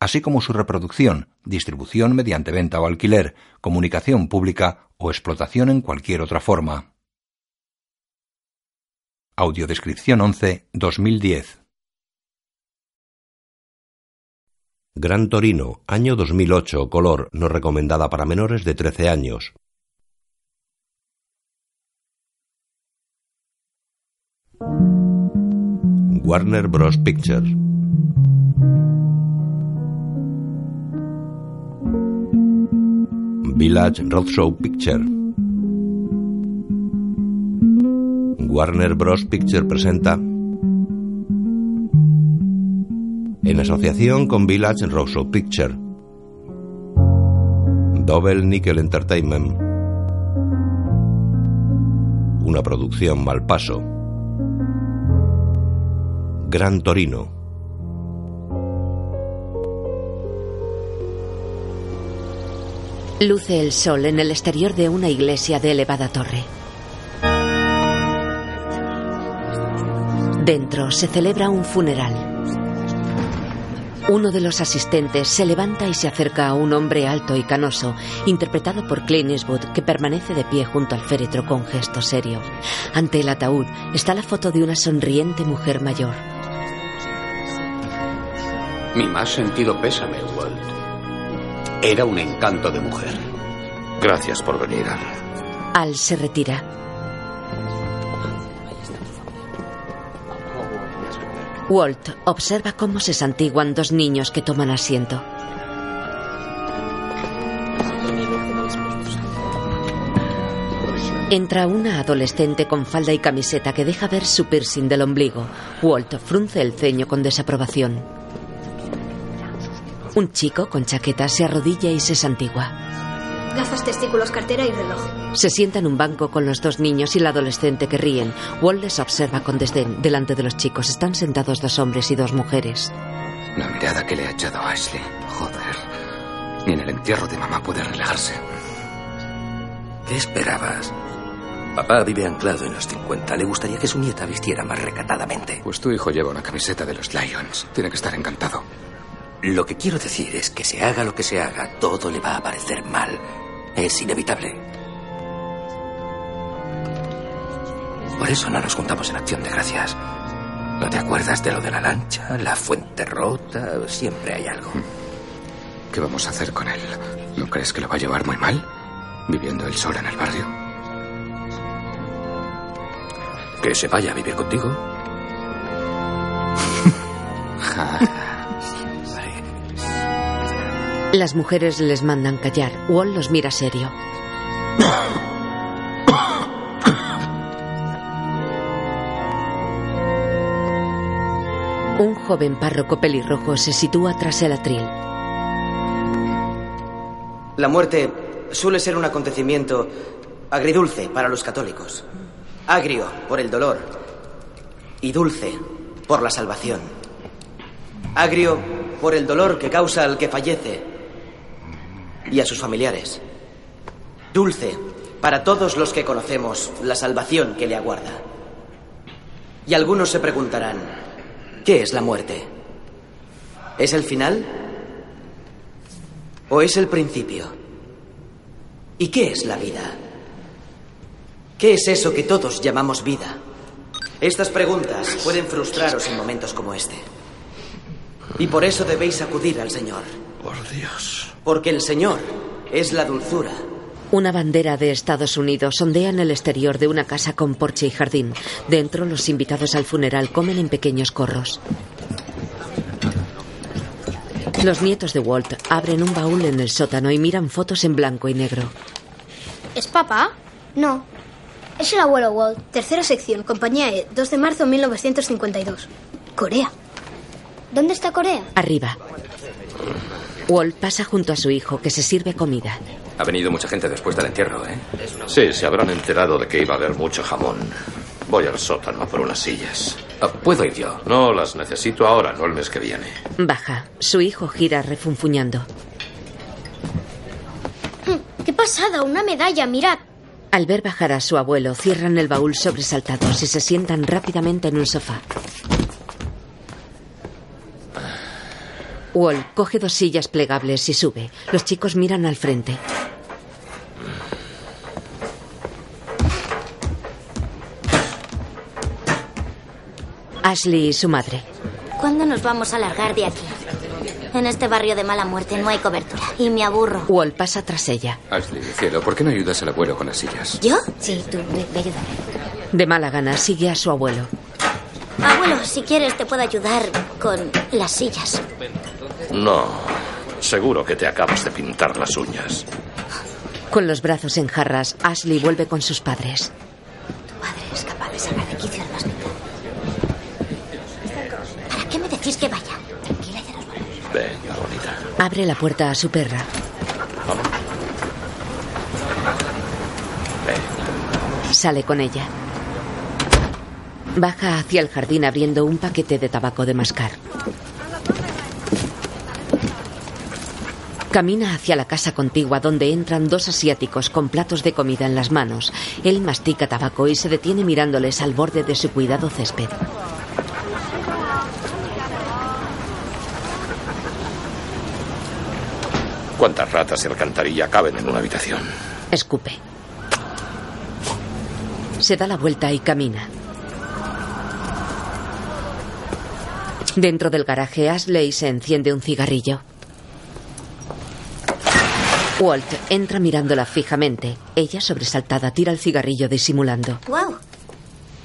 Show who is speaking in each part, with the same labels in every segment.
Speaker 1: así como su reproducción, distribución mediante venta o alquiler, comunicación pública o explotación en cualquier otra forma. Audiodescripción 11 2010
Speaker 2: Gran Torino, año 2008, color, no recomendada para menores de 13 años. Warner Bros. Pictures. Village Roadshow Picture. Warner Bros. Picture presenta. En asociación con Village Roadshow Picture. Double Nickel Entertainment. Una producción Malpaso. Gran Torino.
Speaker 3: Luce el sol en el exterior de una iglesia de elevada torre. Dentro se celebra un funeral. Uno de los asistentes se levanta y se acerca a un hombre alto y canoso, interpretado por Clint Eastwood, que permanece de pie junto al féretro con gesto serio. Ante el ataúd está la foto de una sonriente mujer mayor.
Speaker 4: Mi más sentido pésame, Walt. Era un encanto de mujer. Gracias por venir, Al.
Speaker 3: Al se retira. Walt observa cómo se santiguan dos niños que toman asiento. Entra una adolescente con falda y camiseta que deja ver su piercing del ombligo. Walt frunce el ceño con desaprobación. Un chico con chaqueta se arrodilla y se santigua.
Speaker 5: Gafas, testículos, cartera y reloj.
Speaker 3: Se sienta en un banco con los dos niños y la adolescente que ríen. Walt les observa con desdén. Delante de los chicos están sentados dos hombres y dos mujeres.
Speaker 6: La mirada que le ha echado a Ashley. Joder. Ni en el entierro de mamá puede relajarse. ¿Qué esperabas? Papá vive anclado en los 50. Le gustaría que su nieta vistiera más recatadamente. Pues tu hijo lleva una camiseta de los Lions. Tiene que estar encantado. Lo que quiero decir es que se haga lo que se haga, todo le va a parecer mal. Es inevitable. Por eso no nos juntamos en acción de gracias. ¿No te acuerdas de lo de la lancha, la fuente rota? Siempre hay algo. ¿Qué vamos a hacer con él? ¿No crees que lo va a llevar muy mal? Viviendo él solo en el barrio. Que se vaya a vivir contigo.
Speaker 3: Las mujeres les mandan callar. Walt los mira serio. Un joven párroco pelirrojo se sitúa tras el atril.
Speaker 7: La muerte suele ser un acontecimiento agridulce para los católicos. Agrio por el dolor y dulce por la salvación. Agrio por el dolor que causa al que fallece y a sus familiares. Dulce para todos los que conocemos la salvación que le aguarda. Y algunos se preguntarán, ¿qué es la muerte? ¿Es el final? ¿O es el principio? ¿Y qué es la vida? ¿Qué es eso que todos llamamos vida? Estas preguntas pueden frustraros en momentos como este. Y por eso debéis acudir al Señor.
Speaker 4: Por Dios.
Speaker 7: Porque el Señor es la dulzura.
Speaker 3: Una bandera de Estados Unidos sondea en el exterior de una casa con porche y jardín. Dentro, los invitados al funeral comen en pequeños corros. Los nietos de Walt abren un baúl en el sótano y miran fotos en blanco y negro.
Speaker 5: ¿Es papá? No. Es el abuelo Walt. Tercera sección, compañía E, 2 de marzo de 1952. Corea. ¿Dónde está Corea?
Speaker 3: Arriba. Walt pasa junto a su hijo, que se sirve comida.
Speaker 6: Ha venido mucha gente después del entierro, ¿eh?
Speaker 4: Sí, se habrán enterado de que iba a haber mucho jamón. Voy al sótano por unas sillas.
Speaker 6: Ah, ¿Puedo ir yo?
Speaker 4: No las necesito ahora, no el mes que viene.
Speaker 3: Baja. Su hijo gira refunfuñando.
Speaker 5: ¡Qué pasada! ¡Una medalla! ¡Mirad!
Speaker 3: Al ver bajar a su abuelo, cierran el baúl sobresaltados y se sientan rápidamente en un sofá. Wall coge dos sillas plegables y sube. Los chicos miran al frente. Ashley y su madre.
Speaker 8: ¿Cuándo nos vamos a largar de aquí? En este barrio de mala muerte no hay cobertura y me aburro.
Speaker 3: Wall pasa tras ella.
Speaker 6: Ashley, cielo, ¿por qué no ayudas al abuelo con las sillas?
Speaker 8: ¿Yo? Sí, tú, ve, ve, ayúdame.
Speaker 3: De mala gana sigue a su abuelo.
Speaker 8: Abuelo, si quieres te puedo ayudar con las sillas.
Speaker 4: No, seguro que te acabas de pintar las uñas.
Speaker 3: Con los brazos en jarras, Ashley vuelve con sus padres.
Speaker 8: Tu padre es capaz de sacar de quicio al más pequeño. ¿Para qué me decís que vaya? Tranquila, ya nos volvemos.
Speaker 4: Venga, bonita.
Speaker 3: Abre la puerta a su perra. Sale con ella. Baja hacia el jardín abriendo un paquete de tabaco de mascar. Camina hacia la casa contigua donde entran dos asiáticos con platos de comida en las manos. Él mastica tabaco y se detiene mirándoles al borde de su cuidado césped.
Speaker 4: ¿Cuántas ratas y alcantarilla caben en una habitación?
Speaker 3: Escupe. Se da la vuelta y camina. Dentro del garaje, Ashley se enciende un cigarrillo. Walt entra mirándola fijamente. Ella, sobresaltada, tira el cigarrillo disimulando.
Speaker 8: ¡Guau!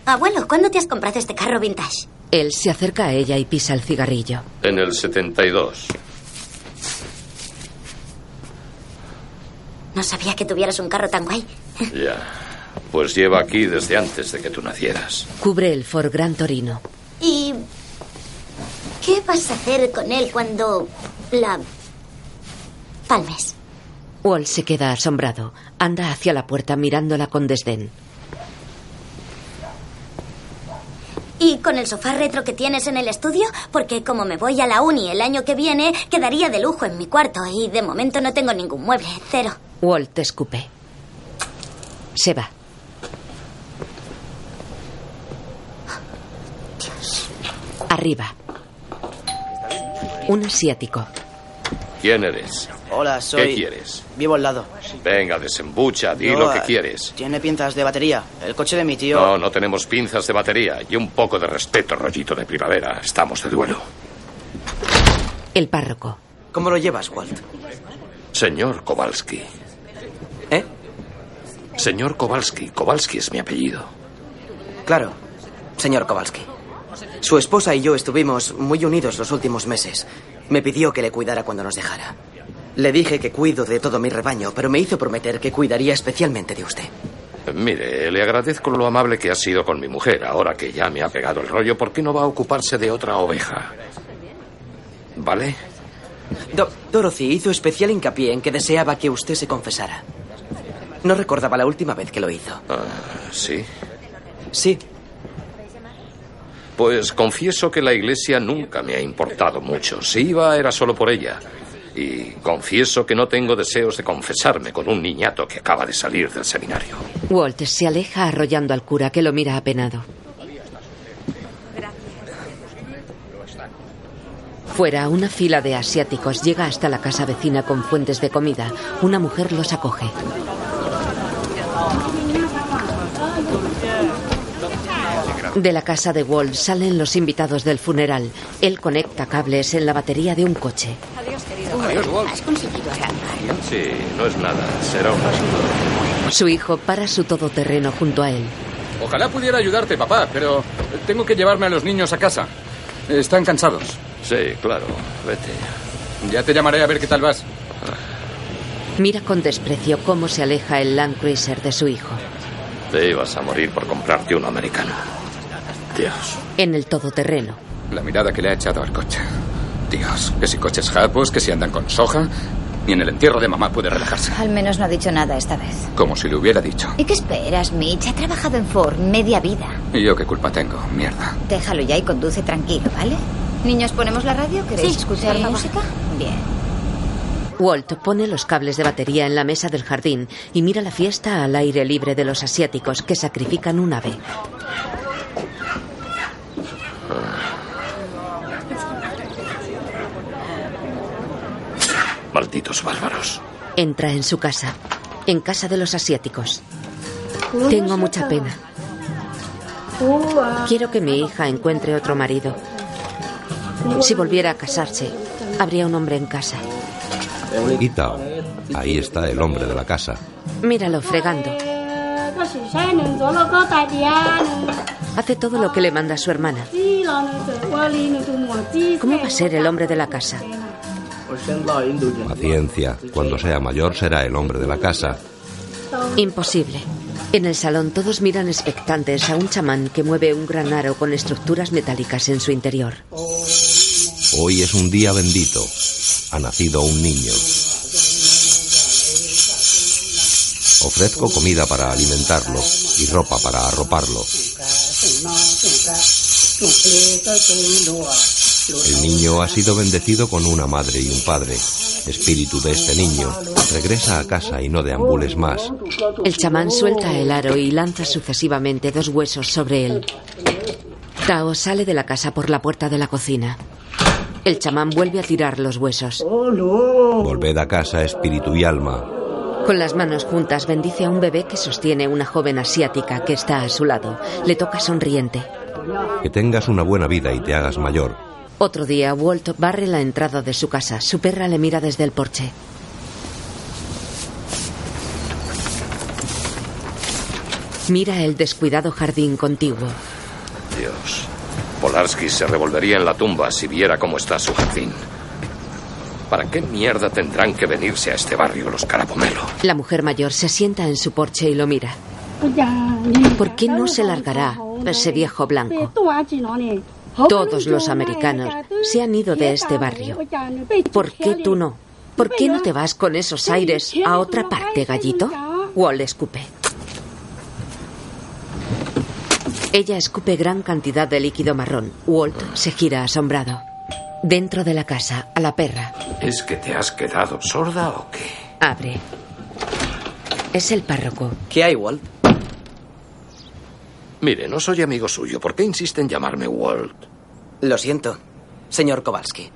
Speaker 8: Abuelo, ¿cuándo te has comprado este carro vintage?
Speaker 3: Él se acerca a ella y pisa el cigarrillo.
Speaker 4: En el 72.
Speaker 8: No sabía que tuvieras un carro tan guay.
Speaker 4: Ya. Pues lleva aquí desde antes de que tú nacieras.
Speaker 3: Cubre el Ford Gran Torino.
Speaker 8: ¿Y qué vas a hacer con él cuando la palmes?
Speaker 3: Walt se queda asombrado. Anda hacia la puerta mirándola con desdén.
Speaker 8: ¿Y con el sofá retro que tienes en el estudio? Porque como me voy a la uni el año que viene, quedaría de lujo en mi cuarto y de momento no tengo ningún mueble, cero.
Speaker 3: Walt escupe. Se va. Arriba. Un asiático.
Speaker 4: ¿Quién eres?
Speaker 7: Hola, soy.
Speaker 4: ¿Qué quieres?
Speaker 7: Vivo al lado.
Speaker 4: Venga, desembucha, di
Speaker 7: Yo,
Speaker 4: lo que
Speaker 7: ah,
Speaker 4: quieres.
Speaker 7: Tiene pinzas de batería. El coche de mi tío.
Speaker 4: No, no tenemos pinzas de batería y un poco de respeto, rollito de primavera. Estamos de duelo.
Speaker 3: El párroco.
Speaker 7: ¿Cómo lo llevas, Walt?
Speaker 4: Señor Kowalski.
Speaker 7: ¿Eh?
Speaker 4: Señor Kowalski. Kowalski es mi apellido.
Speaker 7: Claro, señor Kowalski. Su esposa y yo estuvimos muy unidos los últimos meses. Me pidió que le cuidara cuando nos dejara. Le dije que cuido de todo mi rebaño, pero me hizo prometer que cuidaría especialmente de usted.
Speaker 4: Mire, le agradezco lo amable que ha sido con mi mujer. Ahora que ya me ha pegado el rollo, ¿por qué no va a ocuparse de otra oveja? ¿Vale?
Speaker 7: Do- Dorothy hizo especial hincapié en que deseaba que usted se confesara. No recordaba la última vez que lo hizo.
Speaker 4: Ah, Sí.
Speaker 7: Sí,
Speaker 4: Pues confieso que la iglesia nunca me ha importado mucho. Si iba era solo por ella. Y confieso que no tengo deseos de confesarme con un niñato que acaba de salir del seminario.
Speaker 3: Walt se aleja arrollando al cura que lo mira apenado. Fuera, una fila de asiáticos llega hasta la casa vecina con fuentes de comida. Una mujer los acoge. De la casa de Walt salen los invitados del funeral. Él conecta cables en la batería de un coche.
Speaker 8: ¿Has conseguido arrancarlo?
Speaker 4: Sí, no es nada. Será un asunto.
Speaker 3: Su hijo para su todoterreno junto a él.
Speaker 9: Ojalá pudiera ayudarte, papá, pero tengo que llevarme a los niños a casa. Están cansados.
Speaker 4: Sí, claro. Vete.
Speaker 9: Ya te llamaré a ver qué tal vas.
Speaker 3: Mira con desprecio cómo se aleja el Land Cruiser de su hijo.
Speaker 4: Te ibas a morir por comprarte uno americano. Dios.
Speaker 3: En el todoterreno,
Speaker 9: La mirada que le ha echado al coche. Dios, que si coches japos, que si andan con soja. Ni en el entierro de mamá puede relajarse.
Speaker 10: Al menos no ha dicho nada esta vez.
Speaker 9: Como si le hubiera dicho.
Speaker 10: ¿Y qué esperas, Mitch? Ha trabajado en Ford media vida.
Speaker 9: ¿Y yo qué culpa tengo? Mierda.
Speaker 10: Déjalo ya y conduce tranquilo, ¿vale? Niños, ¿ponemos la radio? ¿Queréis
Speaker 8: Sí,
Speaker 10: escuchar
Speaker 8: sí, por
Speaker 10: música? Bien.
Speaker 3: Walt pone los cables de batería en la mesa del jardín y mira la fiesta al aire libre de los asiáticos que sacrifican un ave.
Speaker 4: Malditos bárbaros.
Speaker 3: Entra en su casa, en casa de los asiáticos. Tengo mucha pena. Quiero que mi hija encuentre otro marido. Si volviera a casarse, habría un hombre en casa.
Speaker 2: Itao. Ahí está el hombre de la casa.
Speaker 3: Míralo fregando. Hace todo lo que le manda su hermana. ¿Cómo va a ser el hombre de la casa?
Speaker 2: Paciencia. Cuando sea mayor será el hombre de la casa.
Speaker 3: Imposible. En el salón todos miran expectantes a un chamán que mueve un gran aro con estructuras metálicas en su interior.
Speaker 2: Hoy es un día bendito. Ha nacido un niño. Ofrezco comida para alimentarlo y ropa para arroparlo. El niño ha sido bendecido con una madre y un padre. Espíritu de este niño, regresa a casa y no deambules más.
Speaker 3: El chamán suelta el aro y lanza sucesivamente dos huesos sobre él. Tao sale de la casa por la puerta de la cocina. El chamán vuelve a tirar los huesos.
Speaker 2: Volved a casa, espíritu y alma.
Speaker 3: Con las manos juntas bendice a un bebé que sostiene una joven asiática que está a su lado. Le toca sonriente.
Speaker 2: Que tengas una buena vida y te hagas mayor.
Speaker 3: Otro día, Walt barre la entrada de su casa. Su perra le mira desde el porche. Mira el descuidado jardín contiguo.
Speaker 4: Dios. Polarski se revolvería en la tumba si viera cómo está su jardín. ¿Para qué mierda tendrán que venirse a este barrio los carapomelo?
Speaker 3: La mujer mayor se sienta en su porche y lo mira. ¿Por qué no se largará ese viejo
Speaker 11: ¡Eh!
Speaker 3: blanco? Todos los americanos se han ido de este barrio. ¿Por qué tú no? ¿Por qué no te vas con esos aires a otra parte, gallito? Wall escupe. Ella escupe gran cantidad de líquido marrón. Walt se gira asombrado. Dentro de la casa, a la perra.
Speaker 4: ¿Es que te has quedado sorda o qué?
Speaker 3: Abre. Es el párroco.
Speaker 7: ¿Qué hay, Walt?
Speaker 4: Mire, no soy amigo suyo. ¿Por qué insiste en llamarme Walt?
Speaker 7: Lo siento, señor Kowalski.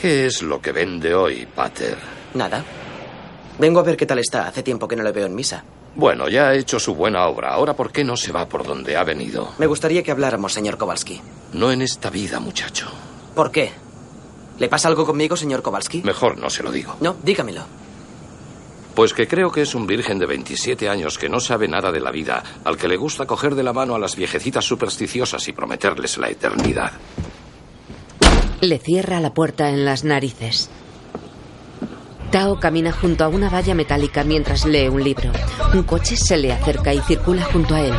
Speaker 4: ¿Qué es lo que vende hoy, Pater?
Speaker 7: Nada. Vengo a ver qué tal está. Hace tiempo que no le veo en misa.
Speaker 4: Bueno, ya ha hecho su buena obra. Ahora, ¿por qué no se va por donde ha venido?
Speaker 7: Me gustaría que habláramos, señor Kowalski.
Speaker 4: No en esta vida, muchacho.
Speaker 7: ¿Por qué? ¿Le pasa algo conmigo, señor Kowalski?
Speaker 4: Mejor no se lo digo.
Speaker 7: No, dígamelo.
Speaker 4: Pues que creo que es un virgen de 27 años que no sabe nada de la vida, al que le gusta coger de la mano a las viejecitas supersticiosas y prometerles la eternidad.
Speaker 3: Le cierra la puerta en las narices. Tao camina junto a una valla metálica mientras lee un libro. Un coche se le acerca y circula junto a él.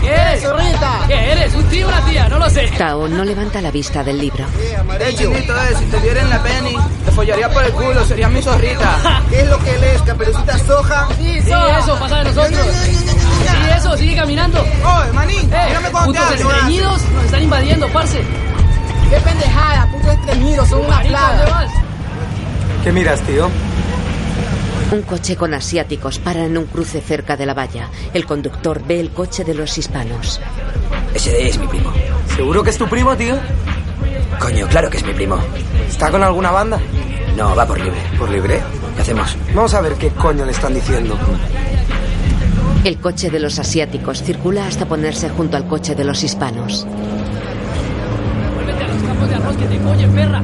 Speaker 11: ¿Qué eres? ¿Qué eres? ¿Un tío o una tía? No lo sé.
Speaker 3: Tao no levanta la vista del libro.
Speaker 12: Eh, chinito, eh, si te viera en la penny, te follaría por el culo, sería mi zorrita. ¿Qué es lo que lees, caperucita soja?
Speaker 11: Sí, eso, pasa de nosotros. Sí, eso, sigue caminando.
Speaker 12: Oye, manín,
Speaker 11: Eh,
Speaker 12: mírame cuando te
Speaker 11: putos
Speaker 12: hablo, ah.
Speaker 11: estreñidos nos están invadiendo, parce.
Speaker 12: Qué pendejada, puto estreñido, son una
Speaker 11: Marito, ¿dónde
Speaker 12: plaga.
Speaker 11: vas?
Speaker 12: ¿Qué miras, tío?
Speaker 3: Un coche con asiáticos para en un cruce cerca de la valla. El conductor ve el coche de los hispanos.
Speaker 6: Ese es mi primo.
Speaker 12: ¿Seguro que es tu primo, tío?
Speaker 6: Coño, claro que es mi primo.
Speaker 12: ¿Está con alguna banda?
Speaker 6: No, va por libre.
Speaker 12: ¿Por libre?
Speaker 6: ¿Qué hacemos?
Speaker 12: Vamos a ver qué coño le están diciendo.
Speaker 3: El coche de los asiáticos circula hasta ponerse junto al coche de los hispanos.
Speaker 11: Vete a los campos de arroz que te coñen, perra.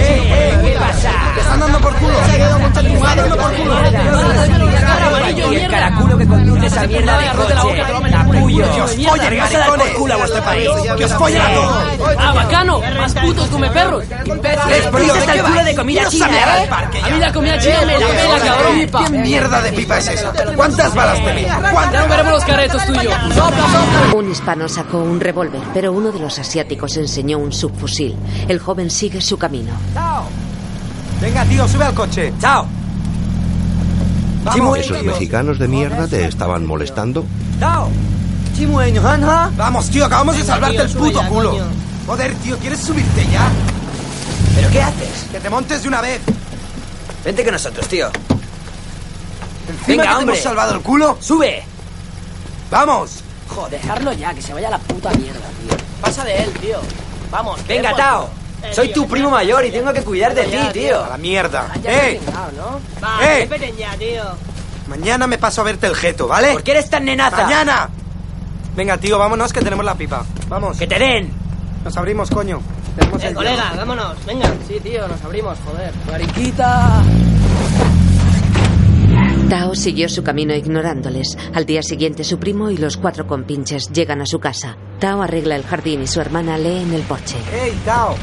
Speaker 11: Eh,
Speaker 12: ¿Qué pasa? Te están dando por culo. Dando por culo.
Speaker 11: Déjalo, amarillo,
Speaker 6: Y el
Speaker 11: mierda.
Speaker 6: caraculo que conduce esa
Speaker 11: Te colgaba
Speaker 6: mierda de
Speaker 11: el arroz de la
Speaker 6: coche.
Speaker 11: boca, te lo
Speaker 6: La
Speaker 11: metí. capullo.
Speaker 13: Que os follen,
Speaker 11: Venga, se da por
Speaker 13: maricones.
Speaker 11: culo a vuestro país.
Speaker 13: Que
Speaker 11: Que os follen a todos. Ah, bacano. Más putos come perros.
Speaker 13: Les
Speaker 11: Les
Speaker 13: brío, ¿de
Speaker 11: pusiste
Speaker 13: qué
Speaker 11: el culo
Speaker 13: vais?
Speaker 11: de comida
Speaker 13: Quiero
Speaker 11: china,
Speaker 13: saber al
Speaker 11: ¿eh? A mí la comida china me la pela, cabrón.
Speaker 13: ¿Qué mierda de pipa es esa? ¿Cuántas balas tenía?
Speaker 11: Ya no veremos los caretos tuyos.
Speaker 3: Un hispano sacó un revólver, pero uno de los asiáticos enseñó un subfusil. El joven sigue su camino.
Speaker 14: Venga, tío, sube al coche. Chao. Vamos.
Speaker 2: Esos mexicanos de mierda te estaban molestando.
Speaker 14: Chao. Chimueño, anja. Vamos, tío, acabamos de salvarte el puto culo. Joder, tío, ¿quieres subirte ya? ¿Pero qué haces? Que te montes de una vez.
Speaker 7: Vente con nosotros, tío.
Speaker 14: Venga,
Speaker 7: que te
Speaker 14: hombre.
Speaker 7: hemos salvado el culo.
Speaker 14: ¡Sube! ¡Vamos!
Speaker 11: Joder, dejarlo ya, que se vaya a la puta mierda, tío.
Speaker 14: Pasa de él,
Speaker 11: tío. Vamos.
Speaker 14: Venga, Tao. Eh, Soy tu primo mayor y tengo que cuidar de ti, tío. A la mierda. ¡Eh!
Speaker 11: Va,
Speaker 14: ¡Eh!
Speaker 11: vete ya, tío.
Speaker 14: Mañana me paso a verte el jeto, ¿vale?
Speaker 11: ¿Por qué eres tan nenaza?
Speaker 14: ¡Mañana! Venga, tío, vámonos que tenemos la pipa. Vamos. ¡Que te den! Nos abrimos, coño. Tenemos
Speaker 11: Eh,
Speaker 14: el-
Speaker 11: colega, vámonos. Venga. Sí, tío, nos abrimos, joder. Mariquita.
Speaker 3: Tao siguió su camino ignorándoles. Al día siguiente su primo y los cuatro compinches llegan a su casa. Tao arregla el jardín y su hermana lee en el porche.
Speaker 14: ¡Ey, Tao!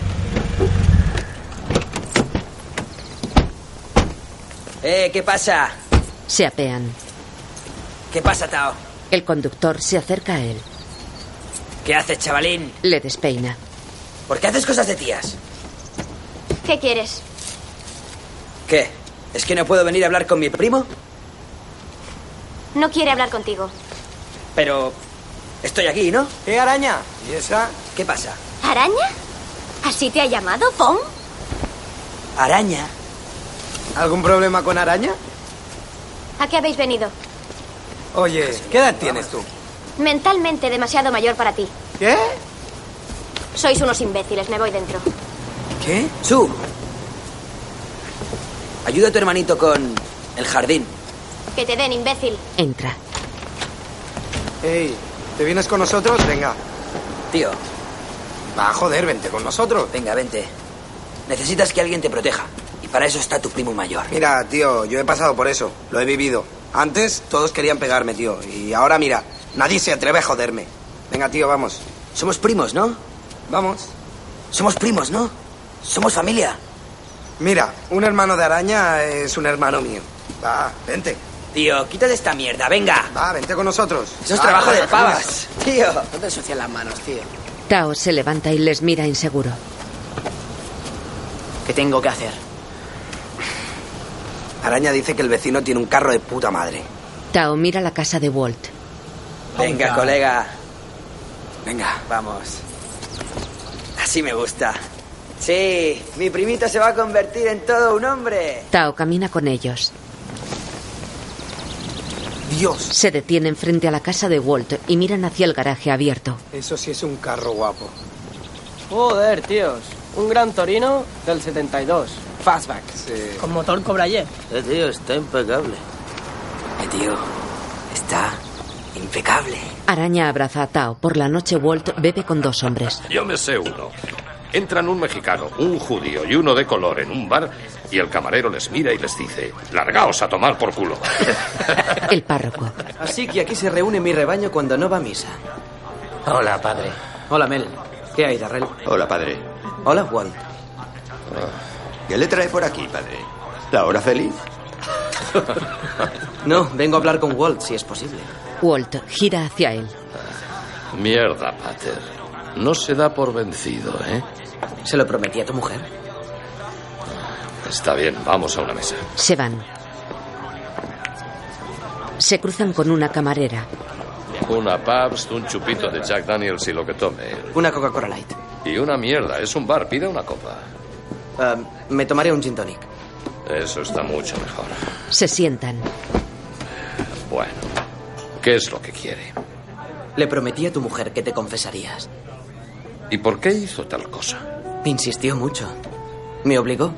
Speaker 7: Eh, ¿qué pasa?
Speaker 3: Se apean.
Speaker 7: ¿Qué pasa, Tao?
Speaker 3: El conductor se acerca a él.
Speaker 7: ¿Qué haces, chavalín?
Speaker 3: Le despeina.
Speaker 7: ¿Por qué haces cosas de tías?
Speaker 15: ¿Qué quieres?
Speaker 7: ¿Qué? ¿Es que no puedo venir a hablar con mi primo?
Speaker 15: No quiere hablar contigo.
Speaker 7: Pero estoy aquí, ¿no?
Speaker 14: ¡Eh, araña! ¿Y esa?
Speaker 7: ¿Qué pasa?
Speaker 15: ¿Araña? ¿Así te ha llamado, Pom?
Speaker 14: ¿Araña? ¿Algún problema con araña?
Speaker 15: ¿A qué habéis venido?
Speaker 7: Ah,
Speaker 14: Oye, ¿qué edad tienes tú?
Speaker 15: Mentalmente demasiado mayor para ti.
Speaker 14: ¿Qué?
Speaker 15: Sois unos imbéciles, me voy dentro.
Speaker 7: ¿Qué? Su. Ayuda a tu hermanito con el jardín.
Speaker 15: Que te den, imbécil.
Speaker 3: Entra.
Speaker 14: ¡Ey! ¿Te vienes con nosotros? Venga.
Speaker 7: Tío.
Speaker 14: Va, joder, vente con nosotros.
Speaker 7: Venga, vente. Necesitas que alguien te proteja. Y para eso está tu primo mayor.
Speaker 14: Mira, tío, yo he pasado por eso, lo he vivido. Antes todos querían pegarme, tío, y ahora mira, nadie se atreve a joderme. Venga, tío, vamos.
Speaker 7: Somos primos, ¿no?
Speaker 14: Vamos.
Speaker 7: Somos primos, ¿no? Somos familia.
Speaker 14: Mira, un hermano de araña es un hermano mío. Va, vente.
Speaker 7: Tío, quítate esta mierda, venga.
Speaker 14: Va, vente con nosotros.
Speaker 7: Eso es
Speaker 14: Va,
Speaker 7: trabajo de
Speaker 14: venga,
Speaker 7: pavas. Tío.
Speaker 13: No te ensucias las manos, tío.
Speaker 3: Tao se levanta y les mira inseguro.
Speaker 13: ¿Qué tengo que hacer?
Speaker 14: Araña dice que el vecino tiene un carro de puta madre.
Speaker 3: Tao mira la casa de Walt.
Speaker 7: Venga, colega.
Speaker 14: Venga.
Speaker 7: Vamos. Así me gusta.
Speaker 14: Sí,
Speaker 7: mi primito se va a convertir en todo un hombre.
Speaker 3: Tao camina con ellos.
Speaker 14: Dios.
Speaker 3: Se detienen frente a la casa de Walt y miran hacia el garaje abierto.
Speaker 14: Eso sí es un carro guapo.
Speaker 16: Joder, tíos. Un gran torino del 72. Fastback. Con motor Cobra Jet.
Speaker 7: Eh, tío, está impecable. Eh, tío, está impecable.
Speaker 3: Araña abraza a Tao. Por la noche Walt bebe con dos hombres.
Speaker 4: Yo me sé uno. Entran un mexicano, un judío y uno de color en un bar y el camarero les mira y les dice, largaos a tomar por culo.
Speaker 3: El párroco.
Speaker 7: Así que aquí se reúne mi rebaño cuando no va a misa.
Speaker 17: Hola, padre.
Speaker 7: Hola, Mel. ¿Qué hay, Darrell?
Speaker 17: Hola, padre.
Speaker 7: Hola, Walt.
Speaker 4: Ah,
Speaker 17: ¿Qué le trae por aquí, padre? ¿La hora feliz?
Speaker 7: No, vengo a hablar con Walt, si es posible.
Speaker 3: Walt gira hacia él.
Speaker 4: Mierda, Pater. No se da por vencido, ¿eh?
Speaker 7: ¿Se lo prometí a tu mujer?
Speaker 4: Está bien, vamos a una mesa.
Speaker 3: Se van. Se cruzan con una camarera.
Speaker 4: Una Pabst, un chupito de Jack Daniels y lo que tome.
Speaker 7: Una Coca-Cola Light.
Speaker 4: Y una mierda, es un bar, pida una copa.
Speaker 7: Ah, me tomaré un gin tonic.
Speaker 4: Eso está mucho mejor.
Speaker 3: Se sientan.
Speaker 4: Bueno, ¿qué es lo que quiere?
Speaker 7: Le prometí a tu mujer que te confesarías.
Speaker 4: ¿Y por qué hizo tal cosa?
Speaker 7: Insistió mucho. Me obligó.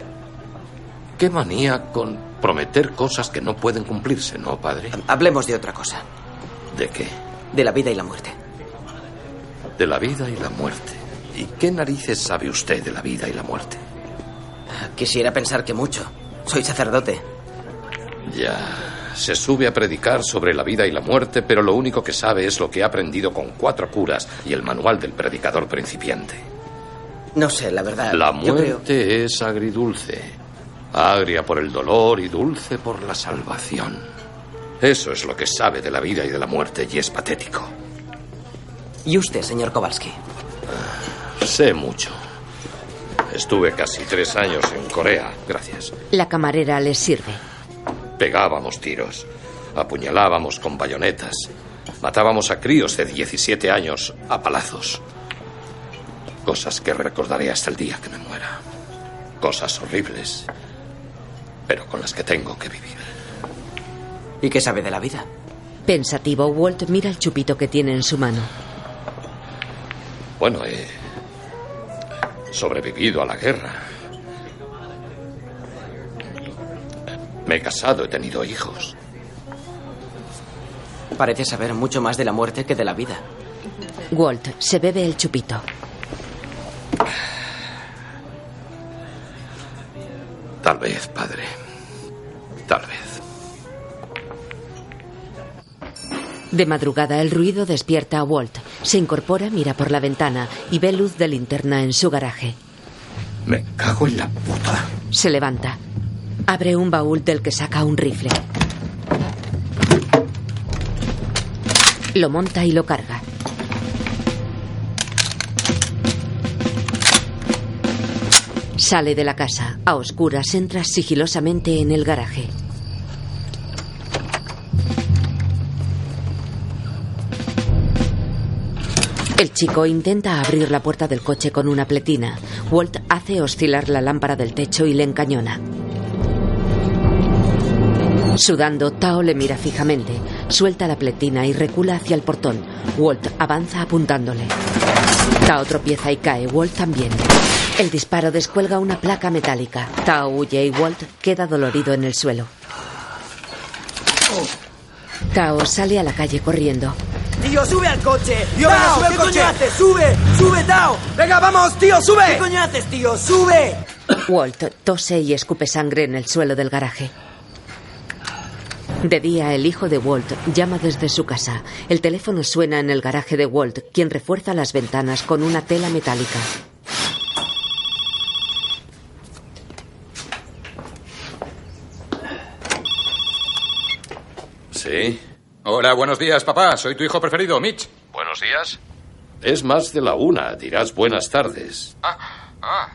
Speaker 4: ¿Qué manía con prometer cosas que no pueden cumplirse, no, padre?
Speaker 7: Hablemos de otra cosa.
Speaker 4: ¿De qué?
Speaker 7: De la vida y la muerte.
Speaker 4: De la vida y la muerte. ¿Y qué narices sabe usted de la vida y la muerte?
Speaker 7: Ah, Quisiera pensar que mucho. Soy sacerdote.
Speaker 4: Ya, Se sube a predicar sobre la vida y la muerte, pero lo único que sabe es lo que ha aprendido con cuatro curas y el manual del predicador principiante.
Speaker 7: No sé, la verdad.
Speaker 4: La
Speaker 7: yo
Speaker 4: muerte
Speaker 7: creo.
Speaker 4: es agridulce. Agria por el dolor y dulce por la salvación. Eso es lo que sabe de la vida y de la muerte y es patético.
Speaker 7: ¿Y usted, señor Kowalski?
Speaker 4: Sé mucho. Estuve casi tres años en Corea, gracias.
Speaker 3: La camarera les sirve.
Speaker 4: Pegábamos tiros, apuñalábamos con bayonetas, matábamos a críos de 17 años a palazos. Cosas que recordaré hasta el día que me muera. Cosas horribles, pero con las que tengo que vivir.
Speaker 7: ¿Y qué sabe de la vida?
Speaker 3: Pensativo, Walt mira el chupito que tiene en su mano.
Speaker 4: Bueno, he sobrevivido a la guerra. Me he casado, he tenido hijos.
Speaker 7: Parece saber mucho más de la muerte que de la vida.
Speaker 3: Walt se bebe el chupito.
Speaker 4: Tal vez, padre. Tal vez.
Speaker 3: De madrugada el ruido despierta a Walt. Se incorpora, mira por la ventana y ve luz de linterna en su garaje.
Speaker 4: Me cago en la...
Speaker 3: Se levanta. Abre un baúl del que saca un rifle. Lo monta y lo carga. Sale de la casa. A oscuras entra sigilosamente en el garaje. El chico intenta abrir la puerta del coche con una pletina. Walt hace oscilar la lámpara del techo y le encañona. Sudando, Tao le mira fijamente, suelta la pletina y recula hacia el portón. Walt avanza apuntándole. Tao tropieza y cae, Walt también. El disparo descuelga una placa metálica. Tao huye y Walt queda dolorido en el suelo. Tao sale a la calle corriendo.
Speaker 12: Tío, sube al coche.
Speaker 14: Tío, venga,
Speaker 12: Tao,
Speaker 14: sube al
Speaker 12: ¿qué
Speaker 14: coche.
Speaker 12: coño haces? Sube, sube, Tao.
Speaker 14: Venga, vamos, tío, sube.
Speaker 12: ¿Qué coño haces, tío? Sube.
Speaker 3: Walt tose y escupe sangre en el suelo del garaje. De día, el hijo de Walt llama desde su casa. El teléfono suena en el garaje de Walt, quien refuerza las ventanas con una tela metálica.
Speaker 4: Sí.
Speaker 9: Hola, buenos días, papá. Soy tu hijo preferido, Mitch.
Speaker 4: Buenos días. Es más de la una. Dirás buenas tardes.
Speaker 18: Ah,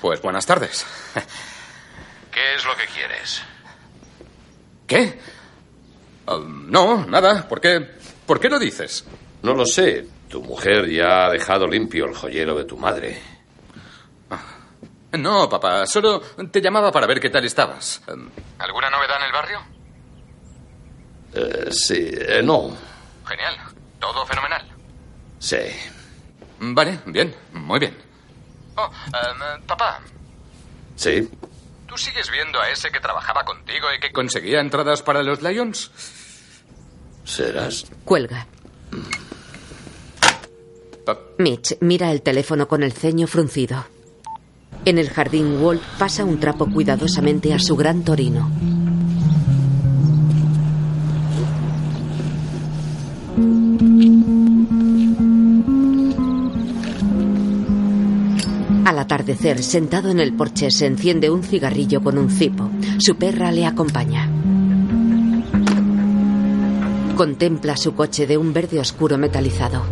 Speaker 9: Pues buenas tardes.
Speaker 4: ¿Qué es lo que quieres?
Speaker 9: ¿Qué? Um, no, nada. ¿Por qué? ¿Por qué lo dices?
Speaker 4: No lo sé. Tu mujer ya ha dejado limpio el joyero de tu madre.
Speaker 9: No, papá. Solo te llamaba para ver qué tal estabas. Um,
Speaker 18: ¿Alguna novedad en el barrio?
Speaker 4: Eh, sí, eh, no.
Speaker 18: Genial. Todo fenomenal.
Speaker 4: Sí.
Speaker 9: Vale, bien. Muy bien.
Speaker 18: Oh, em, papá,
Speaker 4: Sí.
Speaker 18: ¿tú sigues viendo a ese que trabajaba contigo y que...
Speaker 9: ¿Conseguía entradas para los Lions?
Speaker 4: ¿Serás?
Speaker 3: Cuelga. Mitch mira el teléfono con el ceño fruncido. En el jardín, Walt pasa un trapo cuidadosamente a su gran torino. Al atardecer, sentado en el porche, se enciende un cigarrillo con un cipo. Su perra le acompaña. Contempla su coche de un verde oscuro metalizado.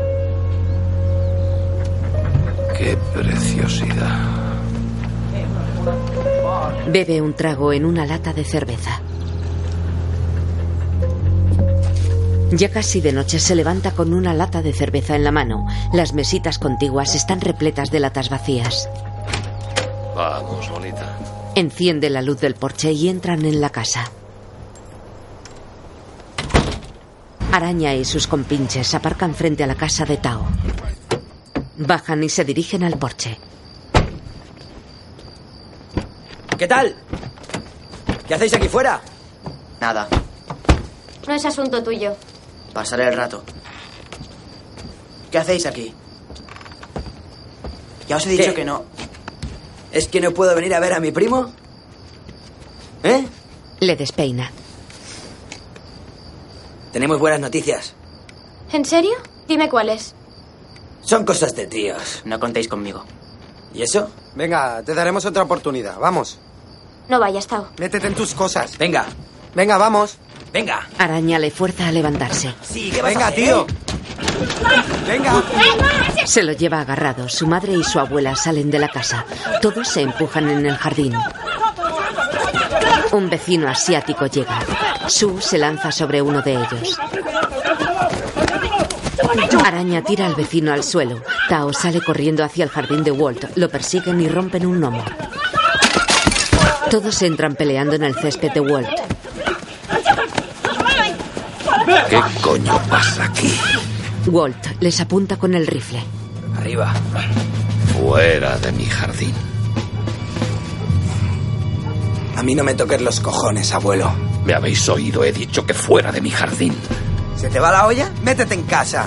Speaker 4: Qué preciosidad.
Speaker 3: Bebe un trago en una lata de cerveza. Ya casi de noche se levanta con una lata de cerveza en la mano. Las mesitas contiguas están repletas de latas vacías.
Speaker 4: Vamos, bonita.
Speaker 3: Enciende la luz del porche y entran en la casa. Araña y sus compinches aparcan frente a la casa de Tao. Bajan y se dirigen al porche.
Speaker 7: ¿Qué tal? ¿Qué hacéis aquí fuera? Nada,
Speaker 8: No es asunto tuyo.
Speaker 7: pasaré el rato. ¿Qué hacéis aquí? Ya os he dicho que no. ¿Es que no puedo venir a ver a mi primo?
Speaker 3: Le despeina.
Speaker 7: Tenemos buenas noticias.
Speaker 15: ¿En serio? Dime cuáles.
Speaker 7: Son cosas de tíos. No contéis conmigo. ¿Y eso?
Speaker 14: Venga, te daremos otra oportunidad. Vamos.
Speaker 15: No vayas, Tao.
Speaker 14: Métete en tus cosas. Venga. Venga, vamos. Venga.
Speaker 3: Araña le fuerza a levantarse.
Speaker 14: Venga, tío. Venga.
Speaker 3: Se lo lleva agarrado. Su madre y su abuela salen de la casa. Todos se empujan en el jardín. Un vecino asiático llega. Su se lanza sobre uno de ellos. Araña tira al vecino al suelo. Tao sale corriendo hacia el jardín de Walt. Lo persiguen y rompen un gnomo. Todos entran peleando en el césped de Walt.
Speaker 4: ¿Qué coño pasa aquí?
Speaker 3: Walt les apunta con el rifle.
Speaker 4: Arriba. Fuera de mi jardín.
Speaker 7: A mí no me toques los cojones, abuelo.
Speaker 4: Me habéis oído, he dicho que fuera de mi jardín.
Speaker 7: ¿Se te va la olla? Métete en casa.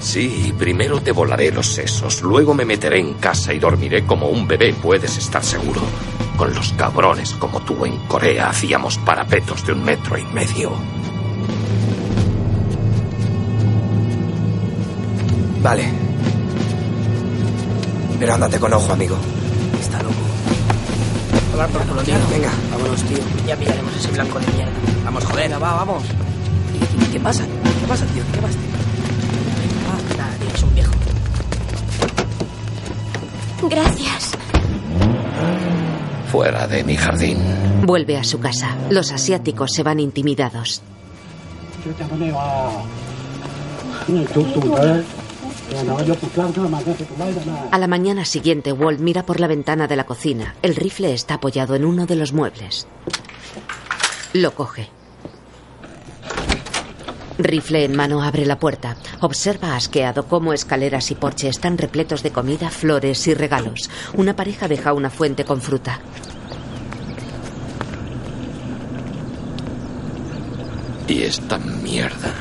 Speaker 4: Sí, primero te volaré los sesos, luego me meteré en casa y dormiré como un bebé, puedes estar seguro. Con los cabrones como tú en Corea hacíamos parapetos de un metro y medio.
Speaker 7: Vale. Pero ándate con ojo, amigo.
Speaker 19: Está loco. Hola, Venga, vámonos, tío. Ya pillaremos ese blanco de mierda. Vamos, joder. va, vamos. ¿Qué, qué pasa? ¿Qué pasa, tío? ¿Qué pasa? Venga, va. Nada, tío, es un viejo.
Speaker 15: Gracias.
Speaker 4: Fuera de mi jardín.
Speaker 3: Vuelve a su casa. Los asiáticos se van intimidados. A la mañana siguiente, Walt mira por la ventana de la cocina. El rifle está apoyado en uno de los muebles. Lo coge. Rifle en mano abre la puerta. Observa asqueado cómo escaleras y porche están repletos de comida, flores y regalos. Una pareja deja una fuente con fruta.
Speaker 4: Y esta mierda.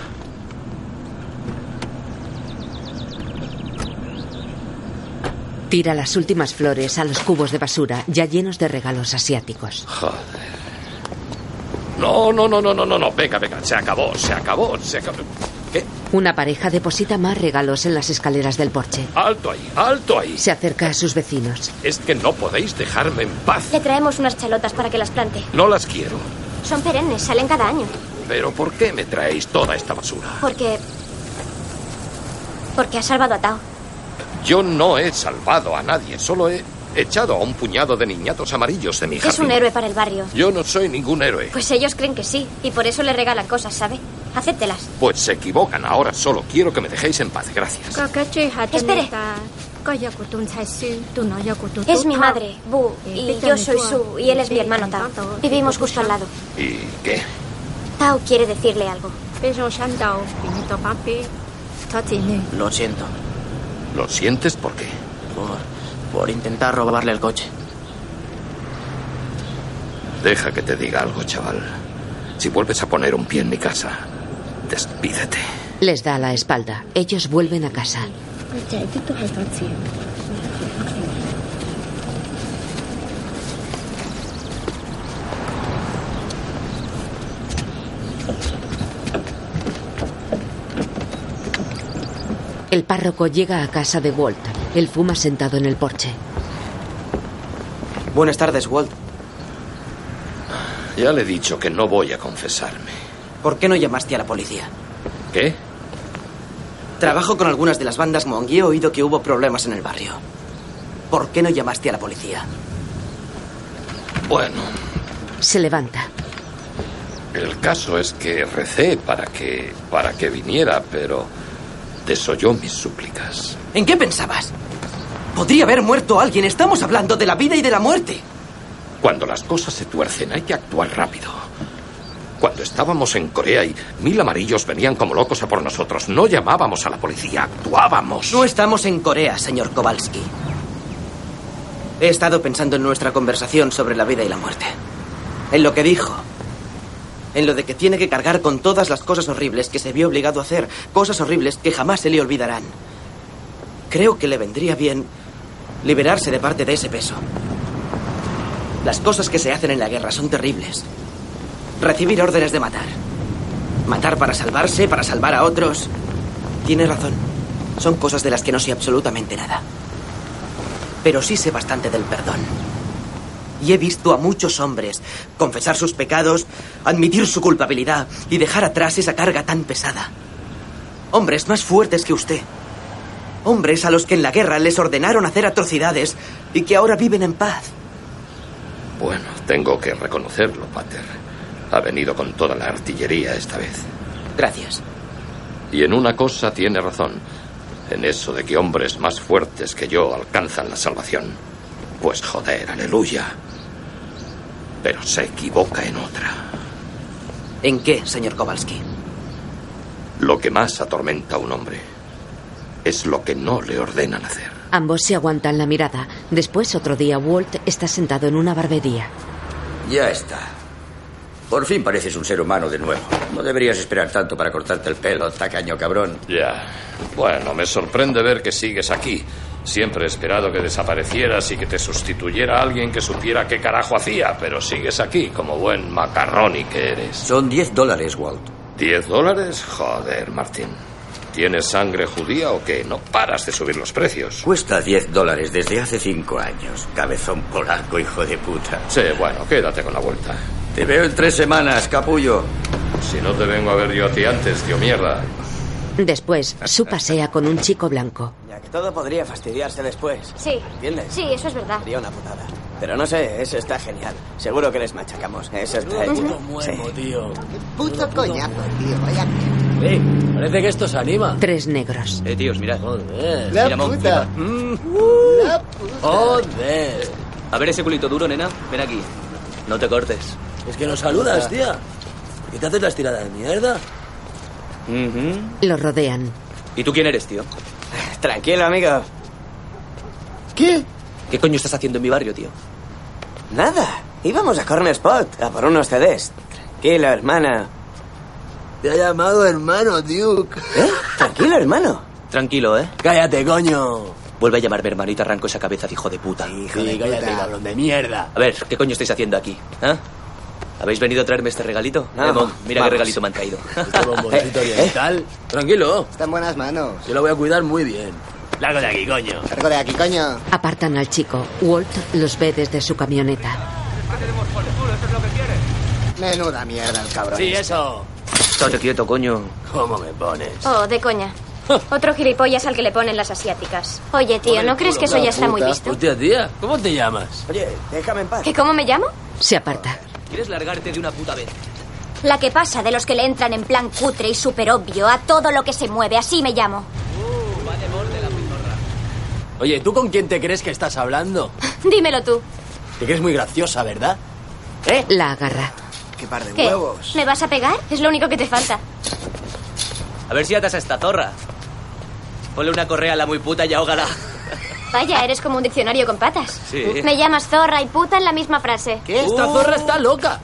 Speaker 3: Tira las últimas flores a los cubos de basura, ya llenos de regalos asiáticos.
Speaker 4: Joder. No, no, no, no, no, no, no. Venga, venga, se acabó, se acabó, se acabó. ¿Qué?
Speaker 3: Una pareja deposita más regalos en las escaleras del porche.
Speaker 4: Alto ahí, alto ahí.
Speaker 3: Se acerca a sus vecinos.
Speaker 4: Es que no podéis dejarme en paz.
Speaker 15: Le traemos unas chalotas para que las plante.
Speaker 4: No las quiero.
Speaker 15: Son perennes, salen cada año.
Speaker 4: Pero ¿por qué me traéis toda esta basura?
Speaker 15: Porque. Porque ha salvado a Tao.
Speaker 4: Yo no he salvado a nadie, solo he echado a un puñado de niñatos amarillos de mi jardín.
Speaker 15: Es un héroe para el barrio.
Speaker 4: Yo no soy ningún héroe.
Speaker 15: Pues ellos creen que sí, y por eso le regalan cosas, ¿sabe? Acéptelas.
Speaker 4: Pues se equivocan, ahora solo quiero que me dejéis en paz, gracias.
Speaker 15: Espere. Es mi madre, Bu, y yo soy Su, y él es mi hermano eh, Tao. Vivimos justo al lado.
Speaker 4: ¿Y qué?
Speaker 15: Tao quiere decirle algo.
Speaker 19: Lo siento.
Speaker 4: ¿Lo sientes por qué?
Speaker 19: Por, por intentar robarle el coche.
Speaker 4: Deja que te diga algo, chaval. Si vuelves a poner un pie en mi casa, despídete.
Speaker 3: Les da la espalda. Ellos vuelven a casa. El párroco llega a casa de Walt. Él fuma sentado en el porche.
Speaker 7: Buenas tardes, Walt.
Speaker 4: Ya le he dicho que no voy a confesarme.
Speaker 7: ¿Por qué no llamaste a la policía?
Speaker 4: ¿Qué?
Speaker 7: Trabajo con algunas de las bandas Moong y he oído que hubo problemas en el barrio. ¿Por qué no llamaste a la policía?
Speaker 4: Bueno,
Speaker 3: Se levanta.
Speaker 4: el caso es que recé para que para que viniera, pero desoyó mis súplicas.
Speaker 7: ¿En qué pensabas? Podría haber muerto alguien. Estamos hablando de la vida y de la muerte.
Speaker 4: Cuando las cosas se tuercen hay que actuar rápido. Cuando estábamos en Corea y mil amarillos venían como locos a por nosotros, no llamábamos a la policía, actuábamos.
Speaker 7: No estamos en Corea, señor Kowalski. He estado pensando en nuestra conversación sobre la vida y la muerte. En lo que dijo. En lo de que tiene que cargar con todas las cosas horribles que se vio obligado a hacer. Cosas horribles que jamás se le olvidarán. Creo que le vendría bien liberarse de parte de ese peso. Las cosas que se hacen en la guerra son terribles. Recibir órdenes de matar. Matar para salvarse, para salvar a otros. Tienes razón. Son cosas de las que no sé absolutamente nada. Pero sí sé bastante del perdón. Y he visto a muchos hombres confesar sus pecados, admitir su culpabilidad y dejar atrás esa carga tan pesada. Hombres más fuertes que usted. Hombres a los que en la guerra les ordenaron hacer atrocidades y que ahora viven en paz.
Speaker 4: Bueno, tengo que reconocerlo, Pater. Ha venido con toda la artillería esta vez.
Speaker 7: Gracias.
Speaker 4: Y en una cosa tiene razón. En eso de que hombres más fuertes que yo alcanzan la salvación. Pues joder, aleluya. Pero se equivoca en otra.
Speaker 7: ¿En qué, señor Kowalski?
Speaker 4: Lo que más atormenta a un hombre es lo que no le ordenan hacer.
Speaker 3: Ambos se aguantan la mirada. Después, otro día, Walt está sentado en una barbería.
Speaker 20: Ya está. Por fin pareces un ser humano de nuevo. No deberías esperar tanto para cortarte el pelo, tacaño cabrón.
Speaker 4: Ya. Bueno, me sorprende ver que sigues aquí. Siempre he esperado que desaparecieras y que te sustituyera alguien que supiera qué carajo hacía, pero sigues aquí como buen macarroni que eres.
Speaker 20: Son 10 dólares, Walt.
Speaker 4: ¿Diez dólares? Joder, Martín. ¿Tienes sangre judía o qué? No paras de subir los precios.
Speaker 20: Cuesta 10 dólares desde hace 5 años. Cabezón polaco, hijo de puta.
Speaker 4: Sí, bueno, quédate con la vuelta.
Speaker 20: Te veo en tres semanas, capullo.
Speaker 4: Si no te vengo a ver yo a ti antes, tío mierda.
Speaker 3: Después, Su pasea con un chico blanco.
Speaker 12: Ya que todo podría fastidiarse después.
Speaker 15: Sí.
Speaker 12: ¿Entiendes?
Speaker 15: Sí, eso es verdad.
Speaker 12: Sería una putada. Pero no sé, eso está genial. Seguro que les machacamos. Eso está hecho.
Speaker 19: Lo muevo, tío.
Speaker 21: Puto coñazo, tío. Vaya
Speaker 19: Eh, parece que esto se anima.
Speaker 3: Tres negros.
Speaker 19: Eh, tíos, mirad. Joder.
Speaker 21: La
Speaker 19: Mira, Mon,
Speaker 21: puta.
Speaker 19: flipa. Mm,
Speaker 21: La puta.
Speaker 19: Joder.
Speaker 22: A ver ese culito duro, nena. Ven aquí. No te cortes.
Speaker 19: Es que nos saludas, tía. ¿Por qué te haces las tiradas de mierda?
Speaker 3: Lo rodean.
Speaker 22: ¿Y tú quién eres, tío?
Speaker 12: Tranquilo, amigo.
Speaker 21: ¿Qué?
Speaker 22: ¿Qué coño estás haciendo en mi barrio, tío?
Speaker 12: Nada. Íbamos a Corner Spot a por unos CDs. Tranquilo, hermano.
Speaker 21: Te ha llamado hermano, Duke.
Speaker 12: Tranquilo, hermano.
Speaker 22: Tranquilo, ¿eh?
Speaker 19: Cállate, coño.
Speaker 22: Vuelve a llamarme hermano y te arranco esa cabeza de hijo de puta. Hijo
Speaker 19: Sí, cállate, cabrón de mierda.
Speaker 22: A ver, ¿qué coño estáis haciendo aquí? ¿Ah? ¿Habéis venido a traerme este regalito?
Speaker 19: No.
Speaker 22: Eh, Mon, mira
Speaker 19: Vamos.
Speaker 22: qué regalito me han traído.
Speaker 19: Este bomboncito oriental. Tranquilo.
Speaker 21: Está en buenas manos.
Speaker 19: Yo lo voy a cuidar muy bien. Largo de aquí, coño.
Speaker 21: Largo de aquí, coño.
Speaker 3: Apartan al chico. Walt los ve desde su camioneta.
Speaker 21: Menuda mierda el cabrón.
Speaker 19: Sí, eso.
Speaker 22: Estate quieto, coño.
Speaker 19: ¿Cómo me pones?
Speaker 15: Oh, de coña. Otro gilipollas al que le ponen las asiáticas. Oye, tío, ¿no crees que eso ya está muy visto?
Speaker 19: Hostia, tía, ¿cómo te llamas?
Speaker 12: Oye, déjame en paz.
Speaker 15: ¿Que cómo me llamo?
Speaker 3: Se aparta.
Speaker 22: ¿Quieres largarte de una puta vez?
Speaker 8: La que pasa de los que le entran en plan cutre y súper obvio a todo lo que se mueve, así me llamo.
Speaker 19: Oye, ¿tú con quién te crees que estás hablando?
Speaker 15: Dímelo tú.
Speaker 19: Te crees muy graciosa, ¿verdad? ¿Eh?
Speaker 3: La agarra.
Speaker 19: Qué par de
Speaker 15: ¿Qué? ¿Me vas a pegar? Es lo único que te falta.
Speaker 22: A ver si atas a esta zorra. Ponle una correa a la muy puta y ahógala.
Speaker 15: Vaya, eres como un diccionario con patas.
Speaker 22: Sí.
Speaker 15: Me llamas zorra y puta en la misma frase.
Speaker 21: ¿Qué? Esta
Speaker 19: Eh. zorra está loca.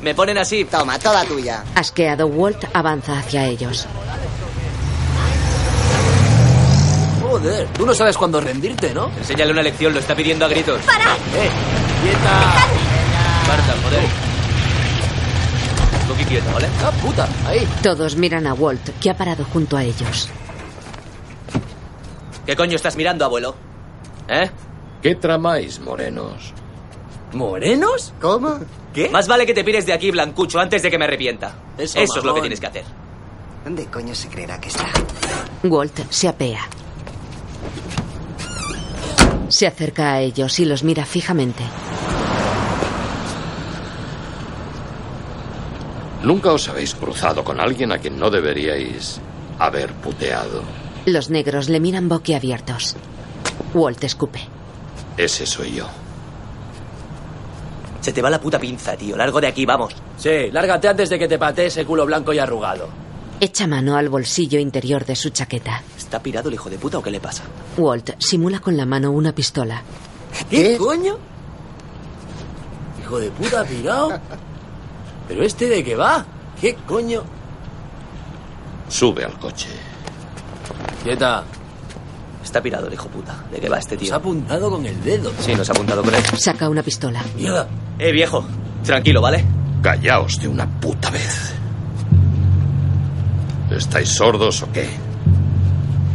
Speaker 22: Me ponen así.
Speaker 21: Toma, toda tuya.
Speaker 3: Asqueado, Walt avanza hacia ellos.
Speaker 19: Joder, tú no sabes cuándo rendirte, ¿no?
Speaker 22: Enséñale una lección, lo está pidiendo a gritos.
Speaker 15: ¡Para!
Speaker 19: ¡Eh! ¡Quieta!
Speaker 22: Marta, joder. Tú aquí quieta, ¿vale?
Speaker 19: ¡Ah, puta! Ahí.
Speaker 3: Todos miran a Walt, que ha parado junto a ellos.
Speaker 22: ¿Qué coño estás mirando, abuelo? ¿Eh?
Speaker 4: ¿Qué tramáis, morenos?
Speaker 22: ¿Morenos?
Speaker 21: ¿Cómo?
Speaker 22: ¿Qué? Más vale que te pires de aquí, Blancucho, antes de que me arrepienta.
Speaker 19: Eso,
Speaker 22: Eso, es lo
Speaker 19: mamón.
Speaker 22: que tienes que hacer.
Speaker 21: ¿Dónde coño se creerá que está?
Speaker 3: Walt se apea. Se acerca a ellos y los mira fijamente.
Speaker 4: Nunca os habéis cruzado con alguien a quien no deberíais haber puteado.
Speaker 3: Los negros le miran boquiabiertos. Walt escupe.
Speaker 4: Ese soy yo.
Speaker 22: Se te va la puta pinza, tío. Largo de aquí, vamos.
Speaker 19: Sí, lárgate antes de que te patee ese culo blanco y arrugado.
Speaker 3: Echa mano al bolsillo interior de su chaqueta.
Speaker 22: ¿Está pirado el hijo de puta o qué le pasa?
Speaker 3: Walt simula con la mano una pistola.
Speaker 19: ¿Qué, coño? Hijo de puta, pirao. ¿Pero este de qué va? ¿Qué coño?
Speaker 4: Sube al coche.
Speaker 19: Quieta.
Speaker 22: Está pirado el hijo puta. ¿De qué va este
Speaker 19: Se ha
Speaker 22: tío?
Speaker 19: apuntado con el dedo.
Speaker 22: Sí, nos ha apuntado con él.
Speaker 3: Saca una pistola.
Speaker 19: Mierda.
Speaker 22: Eh, viejo. Tranquilo, ¿vale?
Speaker 4: Callaos de una puta vez. ¿Estáis sordos o qué?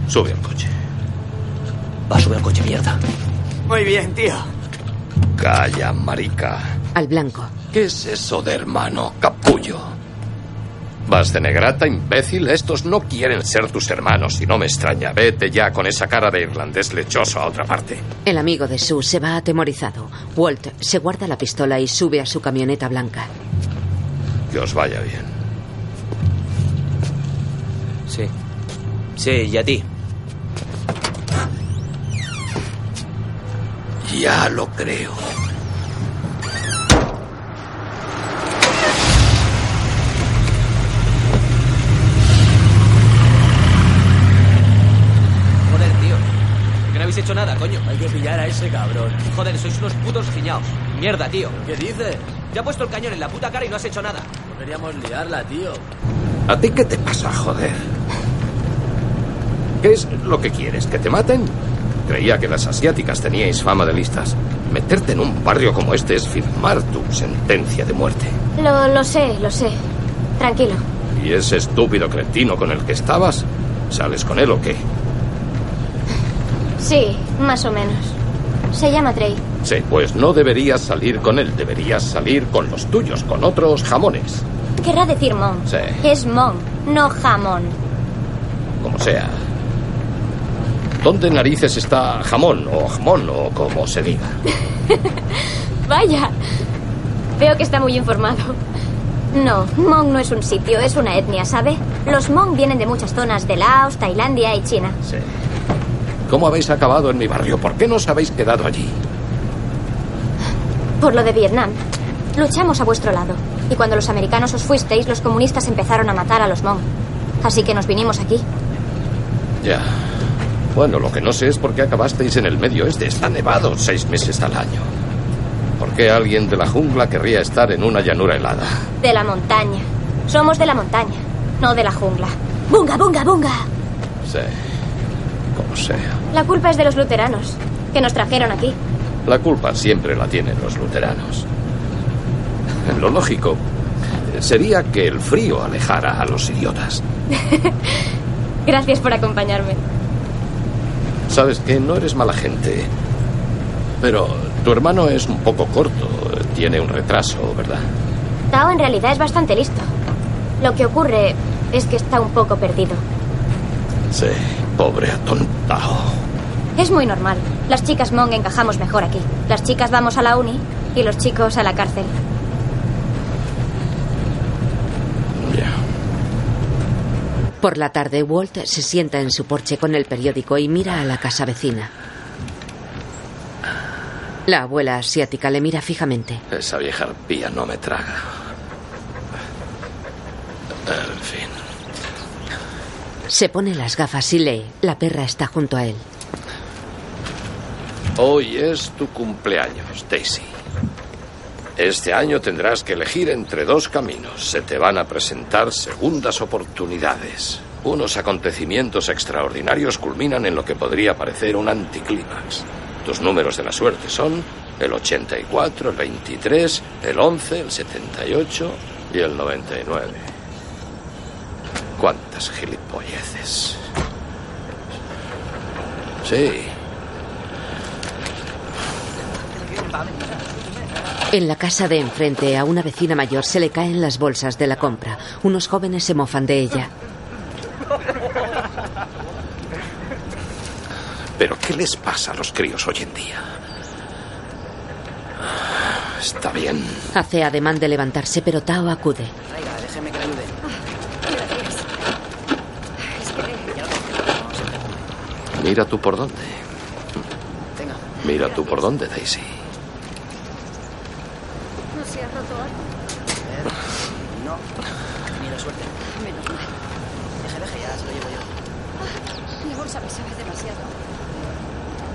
Speaker 4: Sube al coche.
Speaker 6: Va a subir al coche, mierda.
Speaker 4: Muy bien, tío. Calla, marica.
Speaker 3: Al blanco.
Speaker 4: ¿Qué es eso de hermano, capullo? Vas de negrata, imbécil. Estos no quieren ser tus hermanos y no me extraña. Vete ya con esa cara de irlandés lechoso a otra parte.
Speaker 3: El amigo de Sue se va atemorizado. Walt se guarda la pistola y sube a su camioneta blanca.
Speaker 4: Que os vaya bien.
Speaker 22: Sí. Sí, y a ti.
Speaker 4: Ya lo creo.
Speaker 22: Joder, tío. ¿Por qué no habéis hecho nada, coño? Hay que pillar a ese cabrón. Joder, sois unos putos giñaos. Mierda, tío. ¿Qué dices? Te ha puesto el cañón en la puta cara y no has hecho nada. No queríamos liarla, tío.
Speaker 4: ¿A ti qué te pasa, joder? ¿Qué es lo que quieres? ¿Que te maten? Creía que las asiáticas teníais fama de listas. Meterte en un barrio como este es firmar tu sentencia de muerte.
Speaker 15: Lo, lo sé, lo sé. Tranquilo.
Speaker 4: ¿Y ese estúpido cretino con el que estabas? ¿Sales con él o qué?
Speaker 15: Sí, más o menos. Se llama Trey.
Speaker 4: Sí, pues no deberías salir con él, deberías salir con los tuyos, con otros jamones.
Speaker 15: Querrá decir mon.
Speaker 4: Sí,
Speaker 15: Es mon, no jamón.
Speaker 4: como sea. ¿Dónde narices está jamón o jamón o como se diga?
Speaker 15: Vaya. Veo que está muy informado. No, Hmong no es un sitio, es una etnia, ¿sabe? Los Hmong vienen de muchas zonas de Laos, Tailandia y China.
Speaker 4: Sí. ¿Cómo habéis acabado en mi barrio? ¿Por qué no os habéis quedado allí?
Speaker 15: Por lo de Vietnam, luchamos a vuestro lado. Y cuando los americanos os fuisteis, los comunistas empezaron a matar a los Hmong. Así que nos vinimos aquí.
Speaker 4: Ya. Bueno, lo que no sé es por qué acabasteis en el medio este. Está nevado seis meses al año. ¿Por qué alguien de la jungla querría estar en una llanura helada?
Speaker 15: De la montaña. Somos de la montaña, no de la jungla. ¡Bunga, bunga, bunga!
Speaker 4: Sí. Como sea.
Speaker 15: La culpa es de los luteranos, que nos trajeron aquí.
Speaker 4: La culpa siempre la tienen los luteranos. Lo lógico sería que el frío alejara a los idiotas.
Speaker 15: Gracias por acompañarme.
Speaker 4: Sabes que no eres mala gente. Pero tu hermano es un poco corto. Tiene un retraso, ¿verdad?
Speaker 15: Tao en realidad es bastante listo. Lo que ocurre es que está un poco perdido.
Speaker 4: Sí, pobre atontado.
Speaker 15: Es muy normal. Las chicas Hmong encajamos mejor aquí. Las chicas vamos a la uni y los chicos a la cárcel.
Speaker 3: Por la tarde, Walt se sienta en su porche con el periódico y mira a la casa vecina. La abuela asiática le mira fijamente.
Speaker 4: Esa vieja arpía no me traga. En fin.
Speaker 3: Se pone las gafas y lee. La perra está junto a él.
Speaker 4: Hoy es tu cumpleaños, Daisy. Este año tendrás que elegir entre dos caminos. Se te van a presentar segundas oportunidades. Unos acontecimientos extraordinarios culminan en lo que podría parecer un anticlímax. Tus números de la suerte son el 84, el 23, el 11, el 78 y el 99. ¿Cuántas gilipolleces? Sí,
Speaker 3: En la casa de enfrente, a una vecina mayor se le caen las bolsas de la compra. Unos jóvenes se mofan de ella.
Speaker 4: ¿Pero qué les pasa a los críos hoy en día? Está bien.
Speaker 3: Hace ademán de levantarse, pero Tao acude.
Speaker 19: Venga, déjeme que le ayude.
Speaker 4: Mira tú por dónde.
Speaker 19: Venga.
Speaker 4: Mira tú por dónde, Daisy.
Speaker 19: No se ha roto No. Mira, suerte. Menos mal. Deja, deja, ya se lo llevo yo.
Speaker 11: Mi bolsa me sabe demasiado.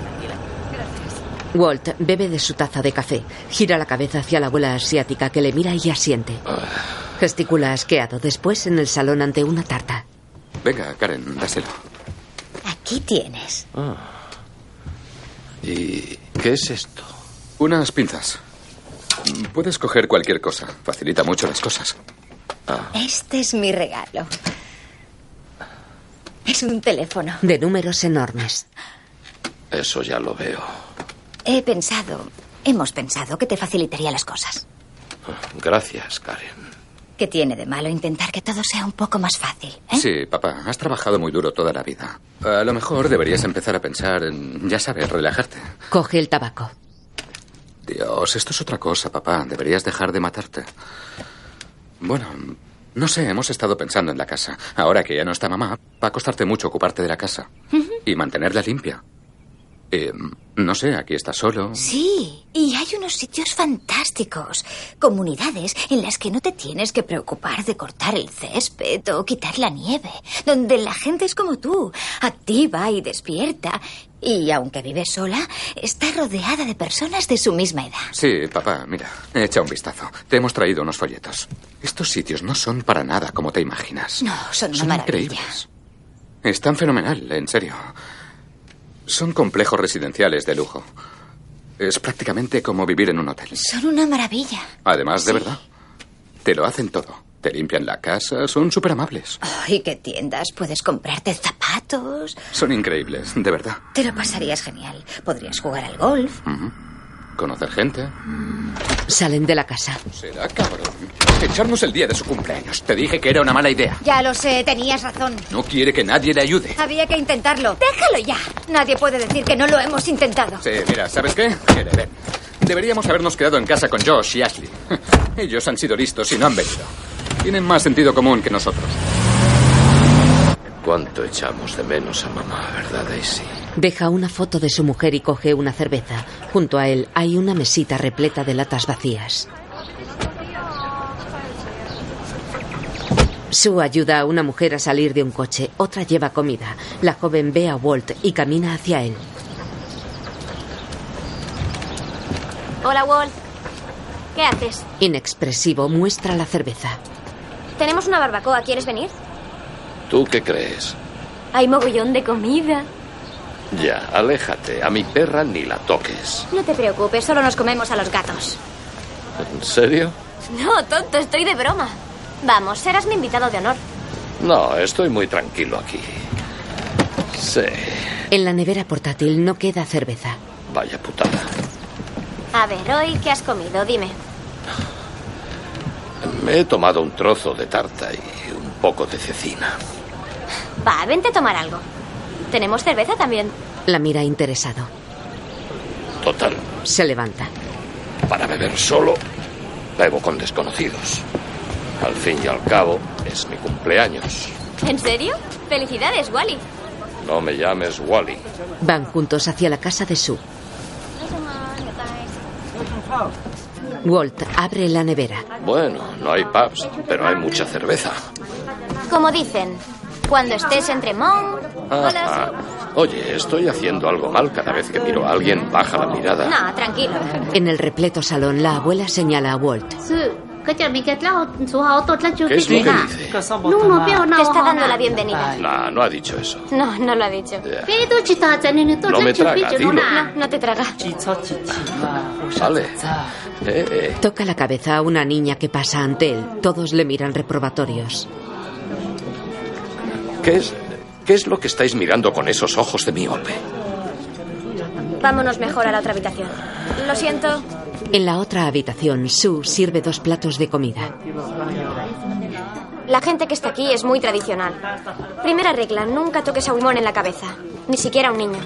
Speaker 11: Tranquila. Gracias.
Speaker 3: Walt bebe de su taza de café, gira la cabeza hacia la abuela asiática que le mira y asiente. Gesticula asqueado después en el salón ante una tarta.
Speaker 6: Venga, Karen, dáselo.
Speaker 3: Aquí tienes.
Speaker 6: ¿Y qué es esto? Unas pinzas. Puedes coger
Speaker 3: Ah,
Speaker 6: cualquier cosa. Facilita mucho las cosas.
Speaker 23: Este es mi regalo.
Speaker 10: Es un teléfono.
Speaker 3: de números enormes.
Speaker 4: Eso ya lo veo.
Speaker 10: He pensado, hemos pensado que te facilitaría las cosas.
Speaker 4: Gracias, Karen.
Speaker 10: ¿Qué tiene de malo intentar que todo sea un poco más fácil?
Speaker 18: Sí, papá, has trabajado muy duro toda la vida. A lo mejor deberías empezar a pensar en, ya sabes, relajarte.
Speaker 3: Coge el tabaco.
Speaker 18: Dios, esto es otra cosa, papá. Deberías dejar de matarte. Bueno, no sé, hemos estado pensando en la casa. Ahora que ya no está mamá, va a costarte mucho ocuparte de la casa y mantenerla limpia. Eh, no sé, aquí estás solo.
Speaker 10: Sí, y hay unos sitios fantásticos, comunidades en las que no te tienes que preocupar de cortar el césped o quitar la nieve, donde la gente es como tú, activa y despierta, y aunque vives sola, está rodeada de personas de su misma edad.
Speaker 18: Sí, papá, mira, echa un vistazo. Te hemos traído unos folletos. Estos sitios no son para nada como te imaginas.
Speaker 10: No, son una
Speaker 18: Son
Speaker 10: maravilla.
Speaker 18: increíbles. Están fenomenal, en serio. Son complejos residenciales de lujo. Es prácticamente como vivir en un hotel.
Speaker 10: Son una maravilla.
Speaker 18: Además, de verdad, te lo hacen todo. Te limpian la casa, son súper amables.
Speaker 10: Oh, ¿Y qué tiendas? Puedes comprarte zapatos.
Speaker 18: Son increíbles, de verdad.
Speaker 10: Te lo pasarías genial. Podrías jugar al golf.
Speaker 18: Ujú. Conocer gente.
Speaker 3: Salen de la casa.
Speaker 18: Será cabrón. Echarnos el día de su cumpleaños. Te dije que era una mala idea.
Speaker 10: Ya lo sé, tenías razón.
Speaker 18: No quiere que nadie le ayude.
Speaker 10: Había que intentarlo. Déjalo ya. Nadie puede decir que no lo hemos intentado.
Speaker 18: Sí, mira, ¿sabes qué? Mire, ven. Deberíamos habernos quedado en casa con Josh y Ashley. Ellos han sido listos y no han venido. Tienen más sentido común que nosotros.
Speaker 4: ¿Cuánto echamos de menos a mamá, verdad, Daisy?
Speaker 3: Deja una foto de su mujer y coge una cerveza. Junto a él hay una mesita repleta de latas vacías. Sue ayuda a una mujer a salir de un coche. Otra lleva comida. La joven ve a Walt y camina hacia él.
Speaker 15: Hola, Walt. ¿Qué haces?
Speaker 3: Inexpresivo muestra la cerveza.
Speaker 15: Tenemos una barbacoa, ¿quieres venir?
Speaker 4: ¿Tú qué crees?
Speaker 15: Hay mogollón de comida.
Speaker 4: Ya, aléjate. A mi perra ni la toques.
Speaker 15: No te preocupes, solo nos comemos a los gatos.
Speaker 4: ¿En serio?
Speaker 15: No, tonto, estoy de broma. Vamos, serás mi invitado de honor.
Speaker 4: No, estoy muy tranquilo aquí. Sí,
Speaker 3: En la nevera portátil no queda cerveza.
Speaker 4: vaya putada.
Speaker 15: A ver, hoy, ¿qué has comido? Dime.
Speaker 4: Me he tomado un trozo de tarta y un poco de cecina.
Speaker 15: Va, vente a tomar algo. Tenemos cerveza también.
Speaker 3: La mira interesado.
Speaker 4: Total,
Speaker 3: Se levanta.
Speaker 4: para beber solo, bebo con desconocidos. Al fin y al cabo, es mi cumpleaños.
Speaker 15: ¿En serio? Felicidades, Wally.
Speaker 4: No me llames Wally.
Speaker 3: Van juntos hacia la casa de Sue. Walt abre la nevera.
Speaker 4: Bueno, no hay pubs, pero hay mucha cerveza.
Speaker 15: Como dicen, cuando estés entre Mon...
Speaker 4: Ah, ah. Oye, estoy haciendo algo mal cada vez que miro a alguien, baja la mirada.
Speaker 15: No, tranquilo.
Speaker 3: En el repleto salón, la abuela señala a Walt.
Speaker 4: ¿Qué es lo que dice?
Speaker 15: Te está dando la bienvenida.
Speaker 4: No, no ha dicho eso.
Speaker 15: No, no lo ha dicho.
Speaker 4: No me traga, dilo.
Speaker 15: No, no te traga.
Speaker 4: Sale. Eh, eh.
Speaker 3: Toca la cabeza a una niña que pasa ante él. Todos le miran reprobatorios.
Speaker 4: ¿Qué es, ¿Qué es lo que estáis mirando con esos ojos de miope?
Speaker 15: Vámonos mejor a la otra habitación. Lo siento.
Speaker 3: En la otra habitación, Sue sirve dos platos de comida.
Speaker 15: La gente que está aquí es muy tradicional. Primera regla, nunca toques a un mon en la cabeza, ni siquiera a un niño.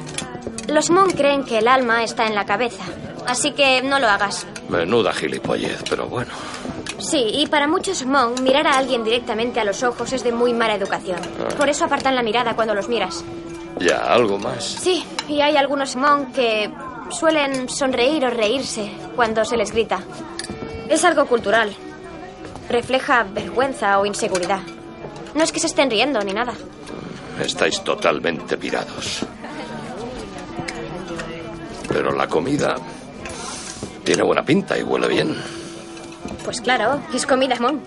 Speaker 15: Los mon creen que el alma está en la cabeza, así que no lo hagas.
Speaker 4: Menuda gilipollez, pero bueno.
Speaker 15: Sí, y para muchos mon, mirar a alguien directamente a los ojos es de muy mala educación. Por eso apartan la mirada cuando los miras.
Speaker 4: Ya, algo más.
Speaker 15: Sí, y hay algunos mon que suelen sonreír o reírse cuando se les grita. Es algo cultural. Refleja vergüenza o inseguridad. No es que se estén riendo ni nada.
Speaker 4: Estáis totalmente pirados. Pero la comida tiene buena pinta y huele bien.
Speaker 15: Pues claro, es comida mon.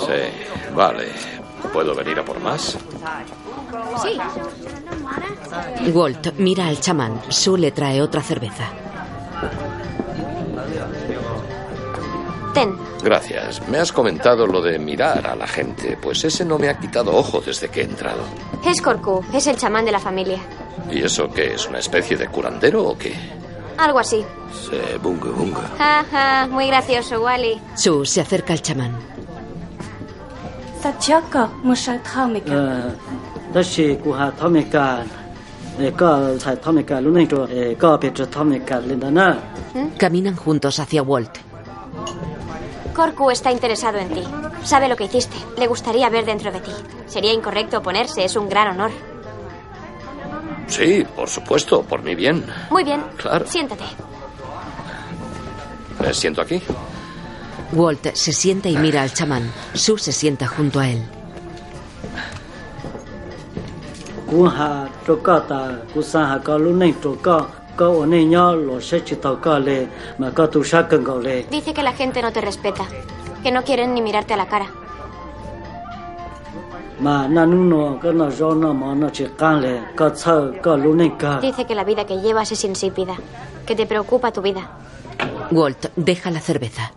Speaker 4: Sí, vale. ¿Puedo venir a por más?
Speaker 15: Sí.
Speaker 3: Walt mira al chamán. Sue le trae otra cerveza.
Speaker 15: Ten.
Speaker 4: Gracias. Me has comentado lo de mirar a la gente, pues ese no me ha quitado ojo desde que he entrado.
Speaker 15: Es Corcu, es el chamán de la familia.
Speaker 4: ¿Y eso qué es? ¿Una especie de curandero o qué?
Speaker 15: Algo así.
Speaker 4: Se bungo bungo.
Speaker 15: Ja, ja, muy gracioso, Wally.
Speaker 3: Su se acerca al chamán.
Speaker 11: Sachaka, Mushathamika.
Speaker 24: Ah. Ờ, Dashi kuha tomika, ka sai tomika lunito, ka petra tomika lindana.
Speaker 15: ¿Mm?
Speaker 3: Caminan juntos hacia Walt.
Speaker 15: Corcu está interesado en ti. Sabe lo que hiciste. Le gustaría ver dentro de ti. Sería incorrecto oponerse, es un gran honor.
Speaker 4: Sí, por supuesto, por mi bien.
Speaker 15: Muy bien.
Speaker 4: Claro.
Speaker 15: Siéntate.
Speaker 4: Me siento aquí.
Speaker 3: Walt se sienta y mira al chamán. Sue se sienta junto a él.
Speaker 24: Kuha tokata, kusaha ka lunito ka, ka onenya lo shechita ka le, ma ka tu shakango le.
Speaker 15: Dice que la gente no te respeta, que no quieren ni mirarte a la cara.
Speaker 24: Ma nanuno ka na jona ma na chikan le, ka tsao ka lunika.
Speaker 15: Dice que la vida que llevas es insípida, que te preocupa tu vida.
Speaker 3: Walt deja la cerveza.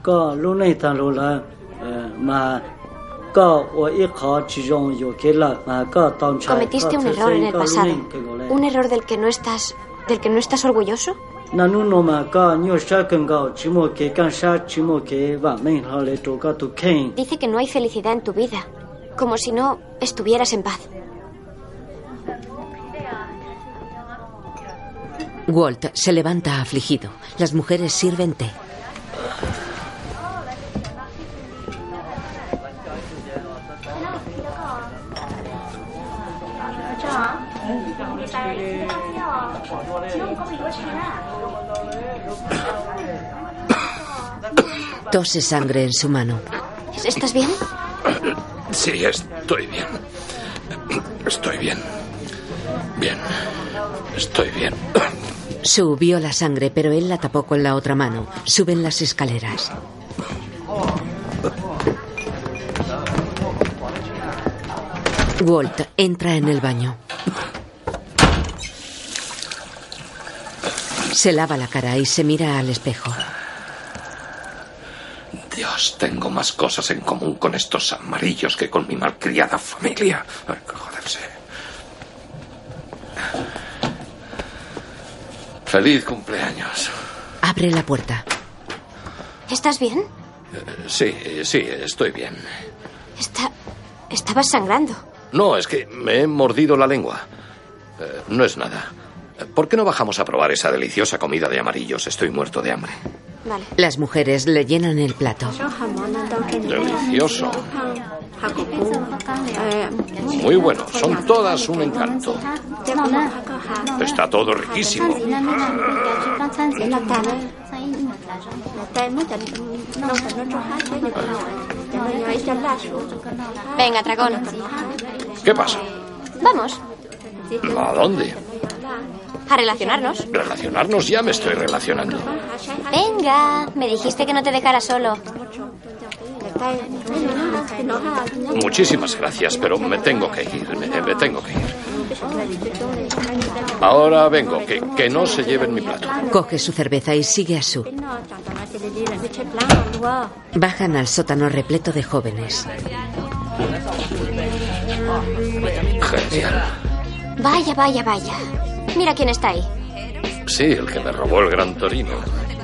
Speaker 24: Ka lunita lo la, eh, ma ka o ikha chijong yo ke la, ma ka tam chai.
Speaker 15: Cometiste
Speaker 24: ka
Speaker 15: un error en
Speaker 24: tsetseng
Speaker 15: el
Speaker 24: ka
Speaker 15: pasado.
Speaker 24: luninka le.
Speaker 15: Un error del que no estás. del que no estás orgulloso.
Speaker 24: nanu no ma ka nyo sha kan ga chimo ke kan sha chimo ke ba men ha le to ka tu ken
Speaker 15: Dice que no hay felicidad en tu vida, como si no estuvieras en paz.
Speaker 3: Walt se levanta afligido. Las mujeres sirven té. Tose sangre en su mano.
Speaker 15: ¿Estás bien?
Speaker 4: Sí, estoy bien. Estoy bien. Bien. Estoy bien.
Speaker 3: Sue vio la sangre, pero él la tapó con la otra mano. Suben las escaleras. Walt entra en el baño. Se lava la cara y se mira al espejo.
Speaker 4: Dios, tengo más cosas en común con estos amarillos que con mi malcriada familia. Ay, que joderse. Feliz cumpleaños.
Speaker 3: Abre la puerta.
Speaker 15: ¿Estás bien?
Speaker 4: Eh, Sí, eh, sí, estoy bien.
Speaker 15: Está... Estabas sangrando.
Speaker 4: No, es que me he mordido la lengua. Eh, no es nada. Eh, ¿Por qué no bajamos a probar esa deliciosa comida de amarillos? Estoy muerto de hambre.
Speaker 3: Las mujeres le llenan el plato.
Speaker 4: Delicioso. Muy bueno. Son todas un encanto. Está todo riquísimo.
Speaker 15: Venga, dragón.
Speaker 4: ¿Qué pasa?
Speaker 15: Vamos
Speaker 4: ¿A dónde?
Speaker 15: a relacionarnos.
Speaker 4: Relacionarnos ya me estoy relacionando.
Speaker 15: Venga, me dijiste que no te dejara solo.
Speaker 4: Muchísimas gracias, pero me tengo que ir. Me, me tengo que ir. Ahora vengo, que, que no se lleven mi plato.
Speaker 3: Coge su cerveza y sigue a Sue. Bajan al sótano repleto de jóvenes.
Speaker 4: Genial.
Speaker 15: Vaya, vaya, vaya. Mira quién está ahí.
Speaker 4: Sí, el que me robó el gran torino.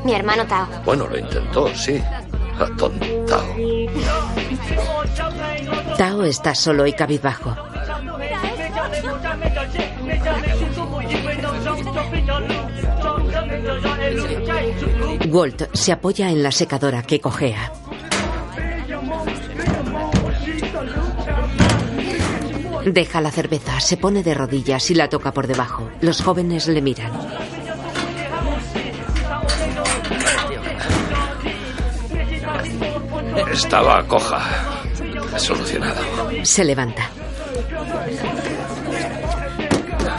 Speaker 15: Mi hermano Tao.
Speaker 4: Bueno, lo intentó, sí. Atontado.
Speaker 3: Tao está solo y cabizbajo. Walt se apoya en la secadora que cojea. Deja la cerveza, se pone de rodillas y la toca por debajo. Los jóvenes le miran.
Speaker 4: Estaba coja. Solucionado.
Speaker 3: Se levanta.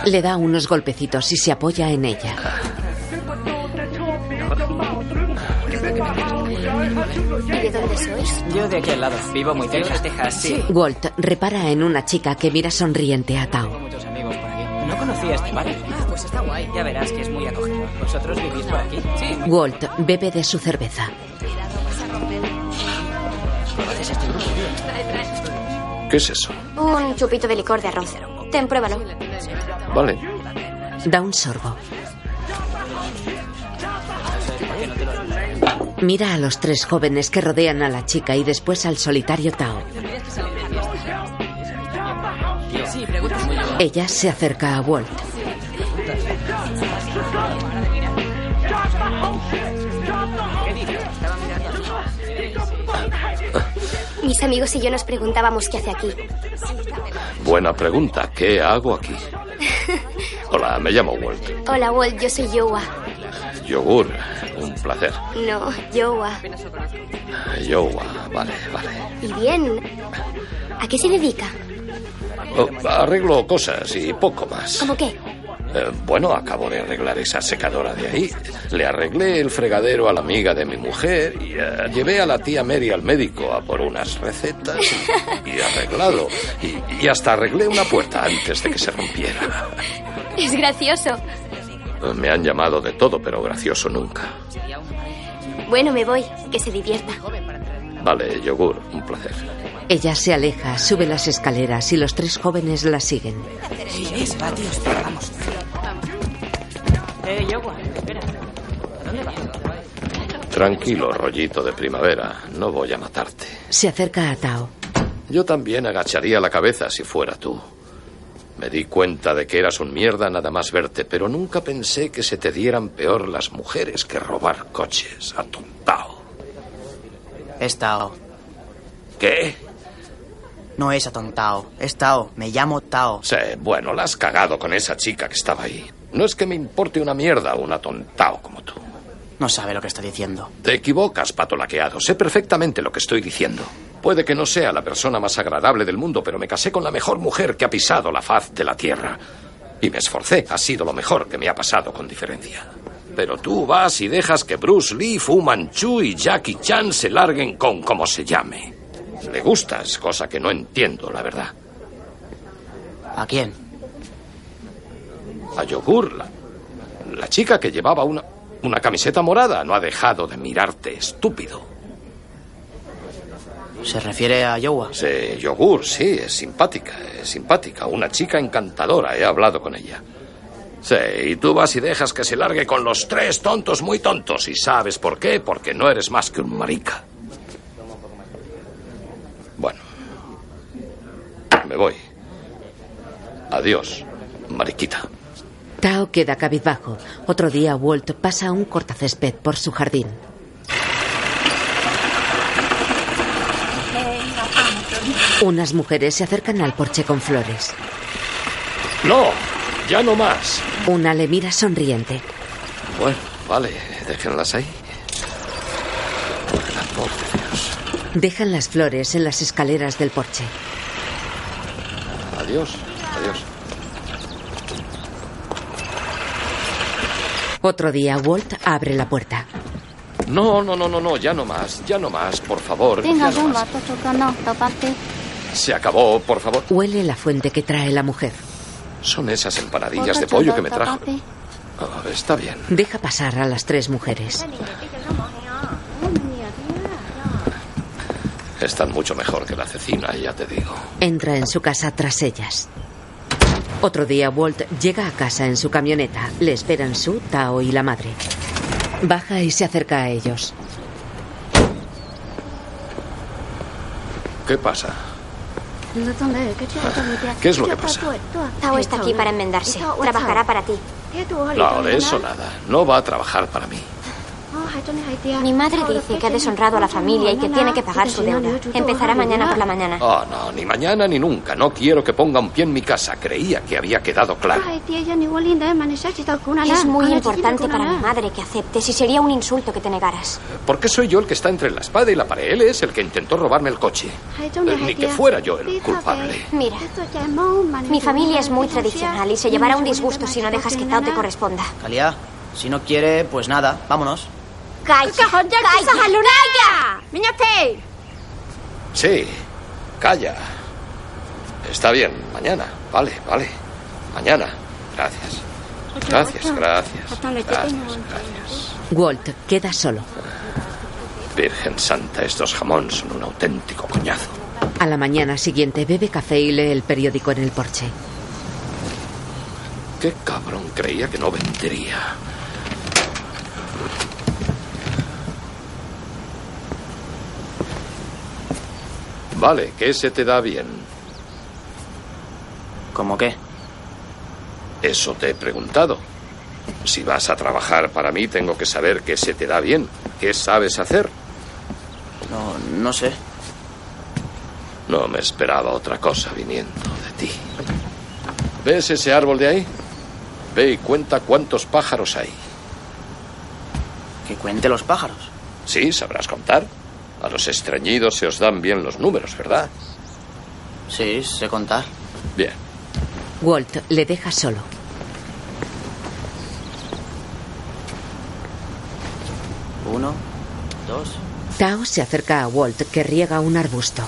Speaker 3: Le da unos golpecitos y se apoya en ella.
Speaker 7: de dónde sois? Yo de aquí al lado. Vivo muy cerca. de Texas, sí.
Speaker 3: Walt repara en una chica que mira sonriente a Tao.
Speaker 7: Muchos amigos por aquí. No conocía este barrio. Ah, pues está guay. Ya verás que es muy acogido. ¿Vosotros vivís por aquí? Sí.
Speaker 3: Walt bebe de su cerveza.
Speaker 19: es esto?
Speaker 4: ¿Qué es eso?
Speaker 15: Un chupito de licor de arroz. Ten, pruébalo.
Speaker 4: Vale.
Speaker 3: Da un sorbo. Mira a los tres jóvenes que rodean a la chica y después al solitario Tao.
Speaker 11: Sí, pregunta.
Speaker 3: Ella se acerca a Walt.
Speaker 15: Mis amigos y yo nos preguntábamos qué hace aquí.
Speaker 4: Buena pregunta. ¿Qué hago aquí? Hola, me llamo Walt.
Speaker 15: Hola, Walt, yo soy Yowa.
Speaker 4: Yogur. Un placer.
Speaker 15: No, Yowa.
Speaker 4: Yowa. Vale, vale.
Speaker 15: Y bien, ¿a qué se dedica?
Speaker 4: Oh, arreglo cosas y poco más.
Speaker 15: ¿Cómo qué?
Speaker 4: Eh, bueno, acabo de arreglar esa secadora de ahí. Le arreglé el fregadero a la amiga de mi mujer y eh, llevé a la tía Mary al médico a por unas recetas y, y arreglado. Y, y hasta arreglé una puerta antes de que se rompiera.
Speaker 15: Es gracioso.
Speaker 4: Eh, Me han llamado de todo, pero gracioso nunca.
Speaker 15: Bueno, me voy. Que se divierta.
Speaker 4: Vale, yogur, un placer.
Speaker 3: Ella se aleja, sube las escaleras y los tres jóvenes la siguen.
Speaker 19: Sí, es, va, tío, espera, vamos.
Speaker 11: Eh, Yagua, espera. ¿A dónde vas?
Speaker 4: Tranquilo, rollito de primavera. No voy a matarte.
Speaker 3: Se acerca a Tao.
Speaker 4: Yo también agacharía la cabeza si fuera tú. Me di cuenta de que eras un mierda nada más verte, pero nunca pensé que se te dieran peor las mujeres que robar coches, atontao.
Speaker 19: Es Tao.
Speaker 4: ¿Qué?
Speaker 19: No es atontao. Es Tao. Me llamo Tao.
Speaker 4: Sí, bueno, la has cagado con esa chica que estaba ahí. No es que me importe una mierda un atontao como tú.
Speaker 19: No sabe lo que está diciendo.
Speaker 4: Te equivocas, pato laqueado. Sé perfectamente lo que estoy diciendo. Puede que no sea la persona más agradable del mundo, pero me casé con la mejor mujer que ha pisado la faz de la tierra. Y me esforcé. Ha sido lo mejor que me ha pasado con diferencia. Pero tú vas y dejas que Bruce Lee, Fu Manchu y Jackie Chan se larguen con como se llame. Le gustas, cosa que no entiendo, la verdad.
Speaker 19: ¿A quién?
Speaker 4: A Yogur, la, la chica que llevaba una, una camiseta morada, no ha dejado de mirarte, estúpido.
Speaker 19: ¿Se refiere a Yowa?
Speaker 4: Sí, Yogur, sí, es simpática, es simpática. Una chica encantadora, he hablado con ella. Sí, y tú vas y dejas que se largue con los tres tontos muy tontos. ¿Y sabes por qué? Porque no eres más que un marica. Bueno, me voy. Adiós, mariquita.
Speaker 3: Tao queda cabizbajo. Otro día Walt pasa un cortacésped por su jardín. Unas mujeres se acercan al porche con flores.
Speaker 4: No, ya no más.
Speaker 3: Una le mira sonriente.
Speaker 4: Bueno, vale, déjenlas ahí. Por el amor de Dios.
Speaker 3: Dejan las flores en las escaleras del porche.
Speaker 4: Adiós, adiós.
Speaker 3: Otro día Walt abre la puerta.
Speaker 4: No, no, no, no, no, ya no más, ya no más, por favor. ya no más. Se acabó, por favor.
Speaker 3: Huele la fuente que trae la mujer.
Speaker 4: Son esas empanadillas de pollo que me trajo. Ah, está bien.
Speaker 3: Deja pasar a las tres mujeres.
Speaker 4: Están mucho mejor que la cecina, ya te digo.
Speaker 3: Entra en su casa tras ellas. Otro día Walt llega a casa en su camioneta. Le esperan Su, Tao y la madre. Baja y se acerca a ellos.
Speaker 4: ¿Qué pasa?
Speaker 15: ¿Qué
Speaker 4: ¿Qué es lo que pasa?
Speaker 15: Tao está aquí para enmendarse. Trabajará para ti.
Speaker 4: No, de eso nada. No va a trabajar para mí.
Speaker 15: Mi madre dice que ha deshonrado a la familia y que tiene que pagar su deuda. Empezará mañana por la mañana.
Speaker 4: Oh, no, ni mañana ni nunca. No quiero que ponga un pie en mi casa. Creía que había quedado claro.
Speaker 15: Es muy importante para mi madre que aceptes y sería un insulto que te negaras.
Speaker 4: ¿Por qué soy yo el que está entre la espada y la pared? Él es el que intentó robarme el coche. Eh, Ni que fuera yo el culpable.
Speaker 15: Mira, mi familia es muy tradicional y se llevará un disgusto si no dejas que Tao te corresponda.
Speaker 19: Calia, si no quiere, pues nada, vámonos.
Speaker 15: ¡Calla! ¡Calla! ¡Miñate!
Speaker 4: Sí, calla. Está bien, mañana. Vale, vale. Mañana. Gracias. Gracias, gracias. Gracias, gracias.
Speaker 3: Walt queda solo.
Speaker 4: Virgen Santa, estos jamón son un auténtico coñazo.
Speaker 3: A la mañana siguiente bebe café y lee el periódico en el porche.
Speaker 4: Qué cabrón creía que no vendría. Vale, ¿qué se te da bien?
Speaker 19: ¿Cómo qué?
Speaker 4: Eso te he preguntado. Si vas a trabajar para mí, tengo que saber qué se te da bien. ¿Qué sabes hacer?
Speaker 19: No, no sé.
Speaker 4: No me esperaba otra cosa viniendo de ti. ¿Ves ese árbol de ahí? Ve y cuenta cuántos pájaros hay.
Speaker 19: ¿Que cuente los pájaros?
Speaker 4: Sí, sabrás contar. A los estreñidos se os dan bien los números, ¿verdad?
Speaker 19: Sí, sé contar.
Speaker 4: Bien.
Speaker 3: Walt le deja solo.
Speaker 19: Uno, dos.
Speaker 3: Tao se acerca a Walt, que riega un arbusto.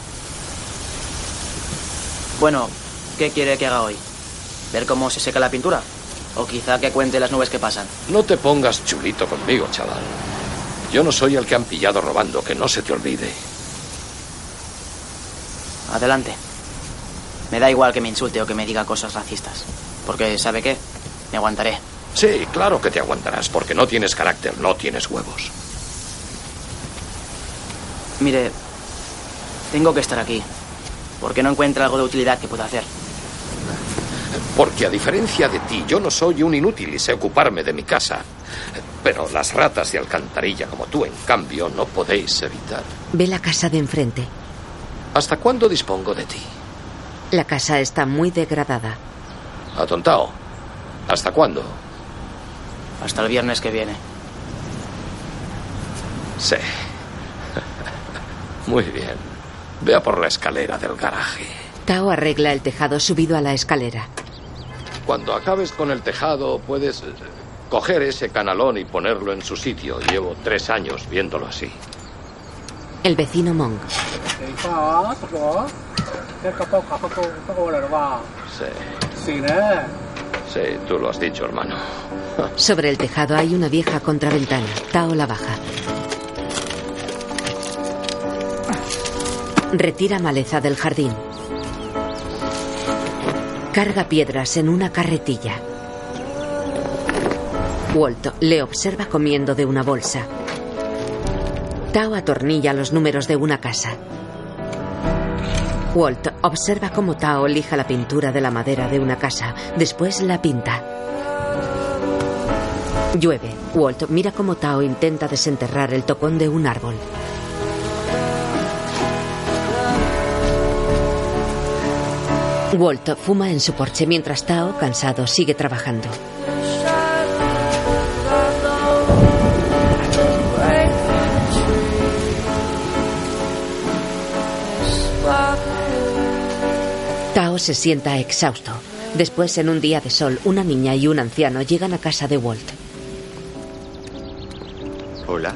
Speaker 19: Bueno, ¿qué quiere que haga hoy? ¿Ver cómo se seca la pintura? ¿O quizá que cuente las nubes que pasan?
Speaker 4: No te pongas chulito conmigo, chaval. Yo no soy el que han pillado robando, que no se te olvide.
Speaker 19: Adelante. Me da igual que me insulte o que me diga cosas racistas. Porque, ¿sabe qué? Me aguantaré.
Speaker 4: Sí, claro que te aguantarás, porque no tienes carácter, no tienes huevos.
Speaker 19: Mire, tengo que estar aquí. Porque no encuentro algo de utilidad que pueda hacer.
Speaker 4: Porque a diferencia de ti, yo no soy un inútil y sé ocuparme de mi casa. Pero las ratas de alcantarilla como tú, en cambio, no podéis evitar.
Speaker 3: Ve la casa de enfrente.
Speaker 4: ¿Hasta cuándo dispongo de ti?
Speaker 3: La casa está muy degradada.
Speaker 4: Atontao. ¿Hasta cuándo?
Speaker 19: Hasta el viernes que viene.
Speaker 4: Sí. Muy bien. Vea por la escalera del garaje.
Speaker 3: Tao arregla el tejado subido a la escalera.
Speaker 4: Cuando acabes con el tejado, puedes eh, coger ese canalón y ponerlo en su sitio. Llevo tres años viéndolo así.
Speaker 3: El vecino Mong.
Speaker 4: Sí, sí, tú lo has dicho, hermano.
Speaker 3: Sobre el tejado hay una vieja contraventana. Tao la baja. Retira maleza del jardín. Carga piedras en una carretilla. Walt le observa comiendo de una bolsa. Tao atornilla los números de una casa. Walt observa cómo Tao lija la pintura de la madera de una casa, después la pinta. Llueve. Walt mira cómo Tao intenta desenterrar el tocón de un árbol. Walt fuma en su porche mientras Tao, cansado, sigue trabajando. Tao se sienta exhausto. Después, en un día de sol, una niña y un anciano llegan a casa de Walt.
Speaker 25: Hola.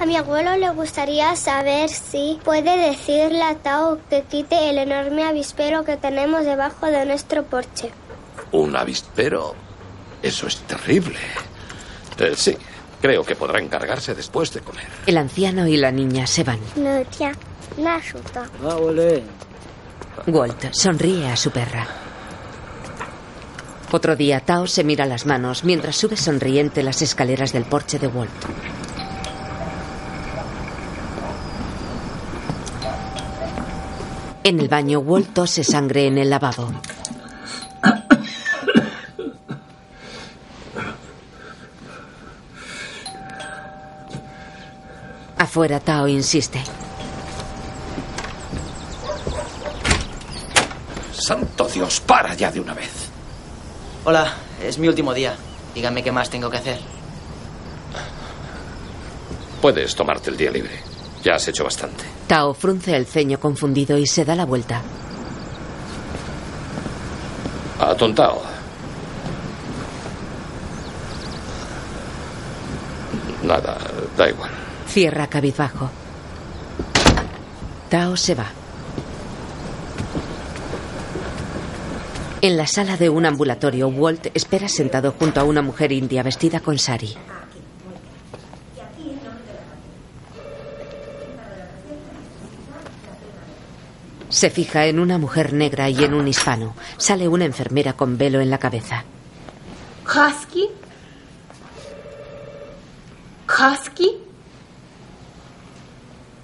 Speaker 1: A mi abuelo le gustaría saber si puede decirle a Tao que quite el enorme avispero que tenemos debajo de nuestro porche.
Speaker 4: Un avispero. Eso es terrible. Eh, sí, creo que podrá encargarse después de comer.
Speaker 3: El anciano y la niña se van.
Speaker 1: No, tía, no asusta.
Speaker 3: Walt sonríe a su perra. Otro día, Tao se mira las manos mientras sube sonriente las escaleras del porche de Walt. En el baño, Walt tose sangre en el lavabo. Afuera, Tao insiste.
Speaker 4: Santo Dios, para ya de una vez.
Speaker 19: Hola, es mi último día. Dígame qué más tengo que hacer.
Speaker 4: Puedes tomarte el día libre. Ya has hecho bastante.
Speaker 3: Tao frunce el ceño confundido y se da la vuelta.
Speaker 4: Atontado. Nada, da igual.
Speaker 3: Cierra cabizbajo. Tao se va. En la sala de un ambulatorio, Walt espera sentado junto a una mujer india vestida con sari. Se fija en una mujer negra y en un hispano. Sale una enfermera con velo en la cabeza.
Speaker 2: Husky. Husky.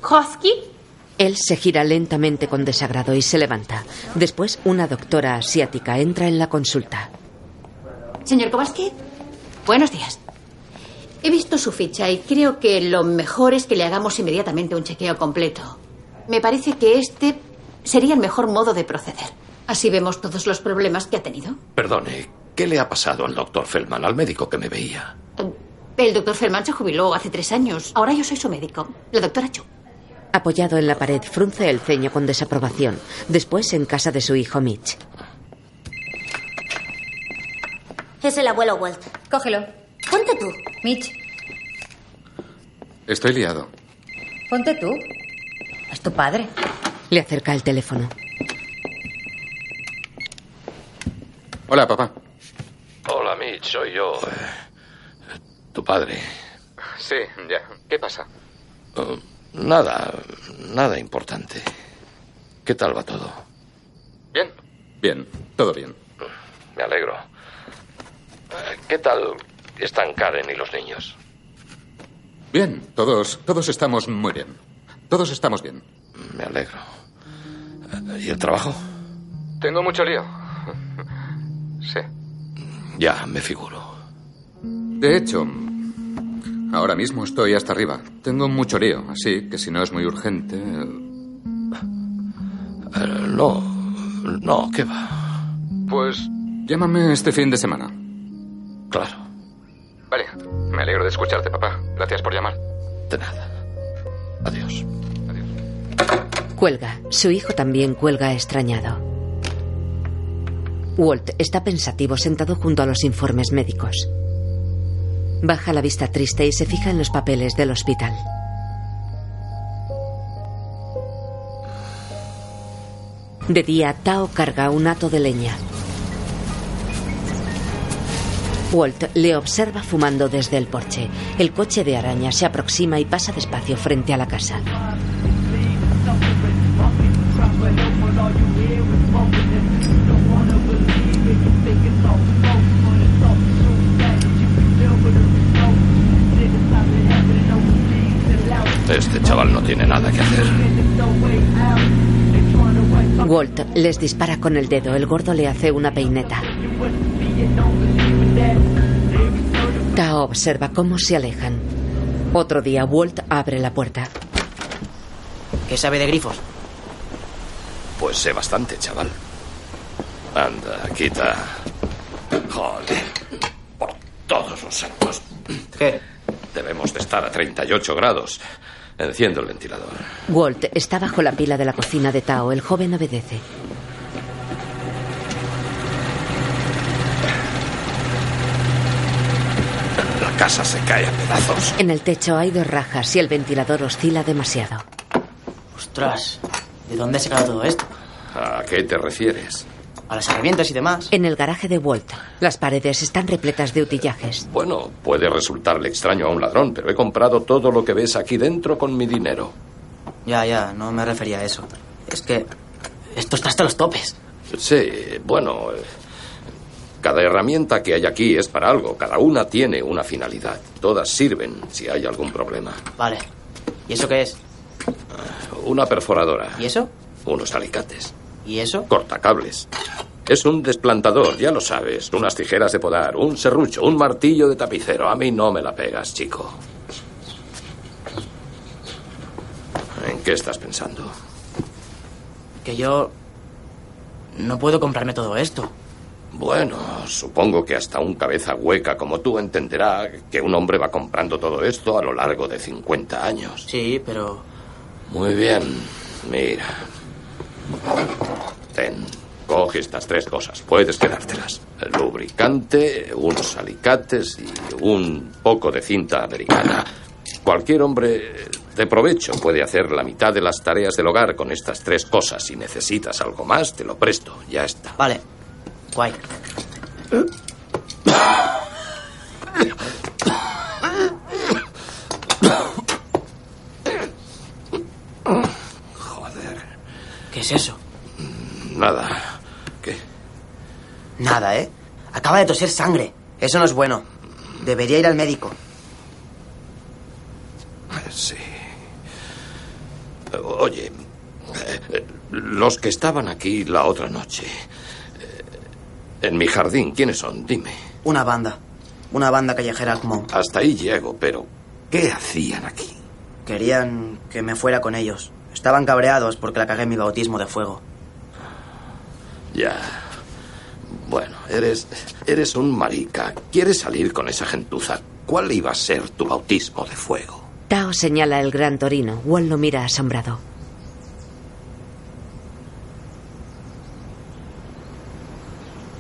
Speaker 2: Husky.
Speaker 3: Él se gira lentamente con desagrado y se levanta. Después, una doctora asiática entra en la consulta.
Speaker 5: Señor Kowalski, buenos días. He visto su ficha y creo que lo mejor es que le hagamos inmediatamente un chequeo completo. Me parece que este sería el mejor modo de proceder. Así vemos todos los problemas que ha tenido.
Speaker 4: Perdone, ¿qué le ha pasado al doctor Feldman, al médico que me veía?
Speaker 5: El doctor Feldman se jubiló hace tres años. Ahora yo soy su médico, la doctora Chu.
Speaker 3: Apoyado en la pared, frunce el ceño con desaprobación. Después, en casa de su hijo Mitch.
Speaker 8: Es el abuelo Walt.
Speaker 26: Cógelo.
Speaker 8: Ponte tú.
Speaker 26: Mitch,
Speaker 18: Estoy liado.
Speaker 26: ponte tú. Es tu padre.
Speaker 3: Le acerca el teléfono.
Speaker 18: Hola, papá.
Speaker 4: Hola, Mitch, soy yo. eh, Tu padre.
Speaker 18: Sí, ya. ¿Qué pasa?
Speaker 4: Eh, nada, nada importante. ¿Qué tal va todo?
Speaker 18: Bien. Bien, todo bien.
Speaker 4: Me alegro. Eh, ¿Qué tal están Karen y los niños?
Speaker 18: Bien, todos, todos estamos muy bien. Todos estamos bien.
Speaker 4: Me alegro. ¿Y el trabajo?
Speaker 18: Tengo mucho lío. Sí.
Speaker 4: Ya, me figuro.
Speaker 18: De hecho, ahora mismo estoy hasta arriba. Tengo mucho lío, así que si no es muy urgente.
Speaker 4: Eh, No, no, ¿qué va?
Speaker 18: Pues llámame este fin de semana.
Speaker 4: Claro.
Speaker 18: Vale, me alegro de escucharte, papá. Gracias por llamar.
Speaker 4: De nada. Adiós.
Speaker 3: Cuelga. Su hijo también cuelga extrañado. Walt está pensativo sentado junto a los informes médicos. Baja la vista triste y se fija en los papeles del hospital. De día, Tao carga un hato de leña. Walt le observa fumando desde el porche. El coche de araña se aproxima y pasa despacio frente a la casa.
Speaker 11: 哎
Speaker 4: Este chaval no tiene nada que hacer.
Speaker 3: Walt les dispara con el dedo. El gordo le hace una peineta. Tao observa cómo se alejan. Otro día, Walt abre la puerta.
Speaker 7: ¿Qué sabe de grifos?
Speaker 4: Pues sé bastante, chaval. Anda, quita. Joder. Por todos los santos.
Speaker 7: ¿Qué?
Speaker 4: Debemos de estar a 38 grados. Enciendo el ventilador.
Speaker 3: Walt está bajo la pila de la cocina de Tao. El joven obedece.
Speaker 4: La casa se cae a pedazos.
Speaker 3: En el techo hay dos rajas y el ventilador oscila demasiado.
Speaker 7: Ostras, ¿de dónde has sacado todo esto?
Speaker 4: ¿A qué te refieres?
Speaker 7: A las herramientas y demás.
Speaker 3: En el garaje de Walt, las paredes están repletas de utillajes.
Speaker 4: Bueno, puede resultarle extraño a un ladrón, pero he comprado todo lo que ves aquí dentro con mi dinero.
Speaker 7: Ya, ya, no me refería a eso. Es que esto está hasta los topes.
Speaker 4: Sí, bueno. eh, Cada herramienta que hay aquí es para algo. Cada una tiene una finalidad. Todas sirven si hay algún problema.
Speaker 7: Vale. ¿Y eso qué es?
Speaker 4: Una perforadora.
Speaker 7: ¿Y eso?
Speaker 4: Unos alicates.
Speaker 7: ¿Y eso?
Speaker 4: Cortacables. Es un desplantador, ya lo sabes. Unas tijeras de podar, un serrucho, un martillo de tapicero. A mí no me la pegas, chico. ¿En qué estás pensando?
Speaker 7: Que yo no puedo comprarme todo esto.
Speaker 4: Bueno, supongo que hasta un cabeza hueca como tú entenderá que un hombre va comprando todo esto a lo largo de 50 años.
Speaker 7: Sí, pero...
Speaker 4: Muy bien, mira. Ten, coge estas tres cosas, puedes quedártelas. El lubricante, unos alicates y un poco de cinta americana. Cualquier hombre de provecho puede hacer la mitad de las tareas del hogar con estas tres cosas. Si necesitas algo más, te lo presto, ya está.
Speaker 7: Vale. Guay.
Speaker 4: Joder.
Speaker 7: ¿Qué es eso?
Speaker 4: nada.
Speaker 9: Nada, ¿eh? Acaba de toser sangre. Eso no es bueno. Debería ir al médico.
Speaker 4: Sí. Oye, eh, los que estaban aquí la otra noche, eh, en mi jardín, ¿quiénes son? Dime.
Speaker 9: Una banda. Una banda callejera como...
Speaker 4: Hasta ahí llego, pero ¿qué hacían aquí?
Speaker 9: Querían que me fuera con ellos. Estaban cabreados porque la cagué en mi bautismo de fuego.
Speaker 4: Ya. Bueno, eres, eres un marica. ¿Quieres salir con esa gentuza? ¿Cuál iba a ser tu bautismo de fuego?
Speaker 3: Tao señala el gran torino. Wall lo mira asombrado.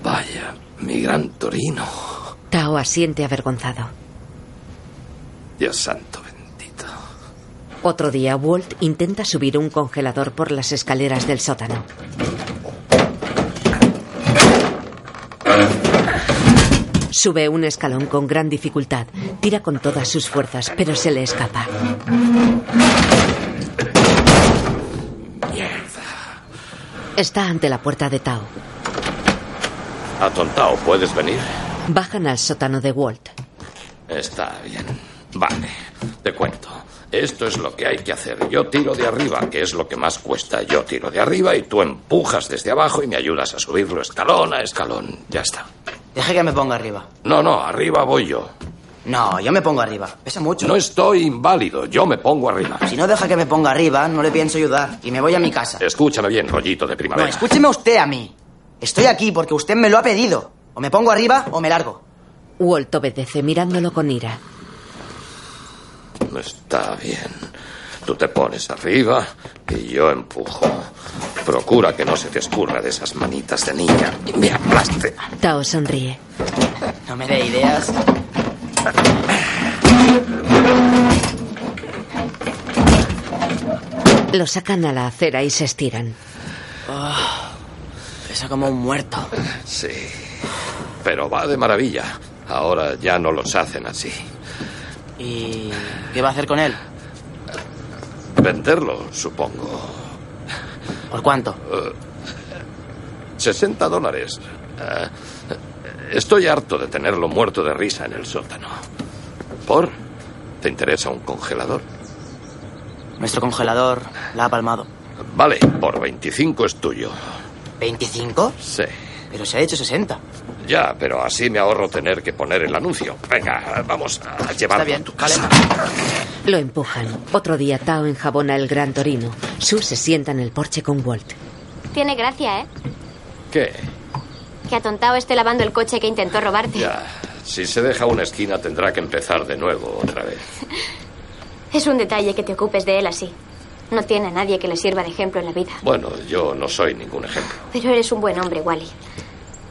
Speaker 4: Vaya, mi gran torino.
Speaker 3: Tao asiente avergonzado.
Speaker 4: Dios santo.
Speaker 3: Otro día, Walt intenta subir un congelador por las escaleras del sótano. Sube un escalón con gran dificultad. Tira con todas sus fuerzas, pero se le escapa. Está ante la puerta de Tao.
Speaker 4: Atontao, ¿puedes venir?
Speaker 3: Bajan al sótano de Walt.
Speaker 4: Está bien. Vale, te cuento. Esto es lo que hay que hacer. Yo tiro de arriba, que es lo que más cuesta. Yo tiro de arriba y tú empujas desde abajo y me ayudas a subirlo escalón a escalón. Ya está.
Speaker 9: Deja que me ponga arriba.
Speaker 4: No, no, arriba voy yo.
Speaker 9: No, yo me pongo arriba. Pesa mucho.
Speaker 4: No estoy inválido, yo me pongo arriba.
Speaker 9: Si no deja que me ponga arriba, no le pienso ayudar. Y me voy a mi casa.
Speaker 4: Escúchame bien, rollito de
Speaker 9: No,
Speaker 4: primavera.
Speaker 9: escúcheme usted a mí. Estoy aquí porque usted me lo ha pedido. O me pongo arriba o me largo.
Speaker 3: Walt obedece mirándolo con ira.
Speaker 4: Está bien. Tú te pones arriba y yo empujo. Procura que no se te escurra de esas manitas de niña y me aplaste.
Speaker 3: Tao sonríe.
Speaker 9: No me dé ideas.
Speaker 3: Lo sacan a la acera y se estiran.
Speaker 9: Ah, pesa como un muerto.
Speaker 4: Sí. Pero va de maravilla. Ahora ya no los hacen así.
Speaker 9: ¿Y qué va a hacer con él?
Speaker 4: Venderlo, supongo.
Speaker 9: ¿Por cuánto?
Speaker 4: 60 dólares. Eh, estoy harto de tenerlo muerto de risa en el sótano. ¿Por? ¿Te interesa un congelador?
Speaker 9: Nuestro congelador la ha palmado.
Speaker 4: Vale, por 25 es tuyo.
Speaker 9: ¿25?
Speaker 4: Sí.
Speaker 9: Pero se ha hecho 60.
Speaker 4: Ya, pero así me ahorro tener que poner el anuncio. Venga, vamos a llevarlo a tu casa.
Speaker 3: Lo empujan. Otro día Tao enjabona el gran torino. Sue se sienta en el porche con Walt.
Speaker 15: Tiene gracia, ¿eh?
Speaker 4: ¿Qué?
Speaker 15: Que atontado esté lavando el coche que intentó robarte.
Speaker 4: Ya. Si se deja una esquina tendrá que empezar de nuevo otra vez.
Speaker 15: Es un detalle que te ocupes de él así. No tiene a nadie que le sirva de ejemplo en la vida.
Speaker 4: Bueno, yo no soy ningún ejemplo.
Speaker 15: Pero eres un buen hombre, Wally.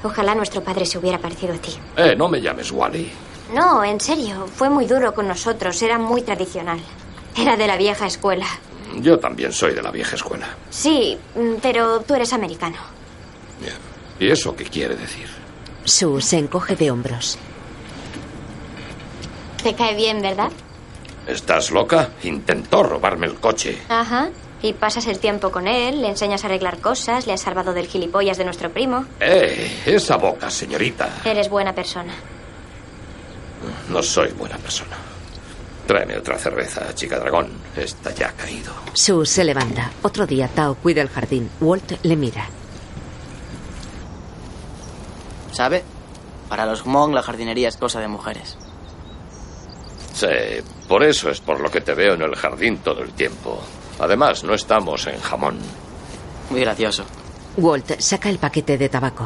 Speaker 15: Ojalá nuestro padre se hubiera parecido a ti.
Speaker 4: Eh, no me llames Wally.
Speaker 15: No, en serio, fue muy duro con nosotros, era muy tradicional. Era de la vieja escuela.
Speaker 4: Yo también soy de la vieja escuela.
Speaker 15: Sí, mm, pero tú eres americano.
Speaker 4: ¿Y eso qué quiere decir?
Speaker 3: Sue se encoge de hombros.
Speaker 15: Te cae bien, ¿verdad?
Speaker 4: ¿Estás loca? Intentó robarme el coche.
Speaker 15: Ajá. Y pasas el tiempo con él, le enseñas a arreglar cosas, le has salvado del gilipollas de nuestro primo.
Speaker 4: ¡Eh! Esa boca, señorita.
Speaker 15: Eres buena persona.
Speaker 4: No soy buena persona. Tráeme otra cerveza, chica dragón. Esta ya ha caído.
Speaker 3: Sue se levanta. Otro día Tao cuida el jardín. Walt le mira.
Speaker 9: ¿Sabe? Para los Hmong la jardinería es cosa de mujeres.
Speaker 4: Sí, por eso es por lo que te veo en el jardín todo el tiempo. Además, no estamos en jamón.
Speaker 9: Muy gracioso.
Speaker 3: Walt saca el paquete de tabaco.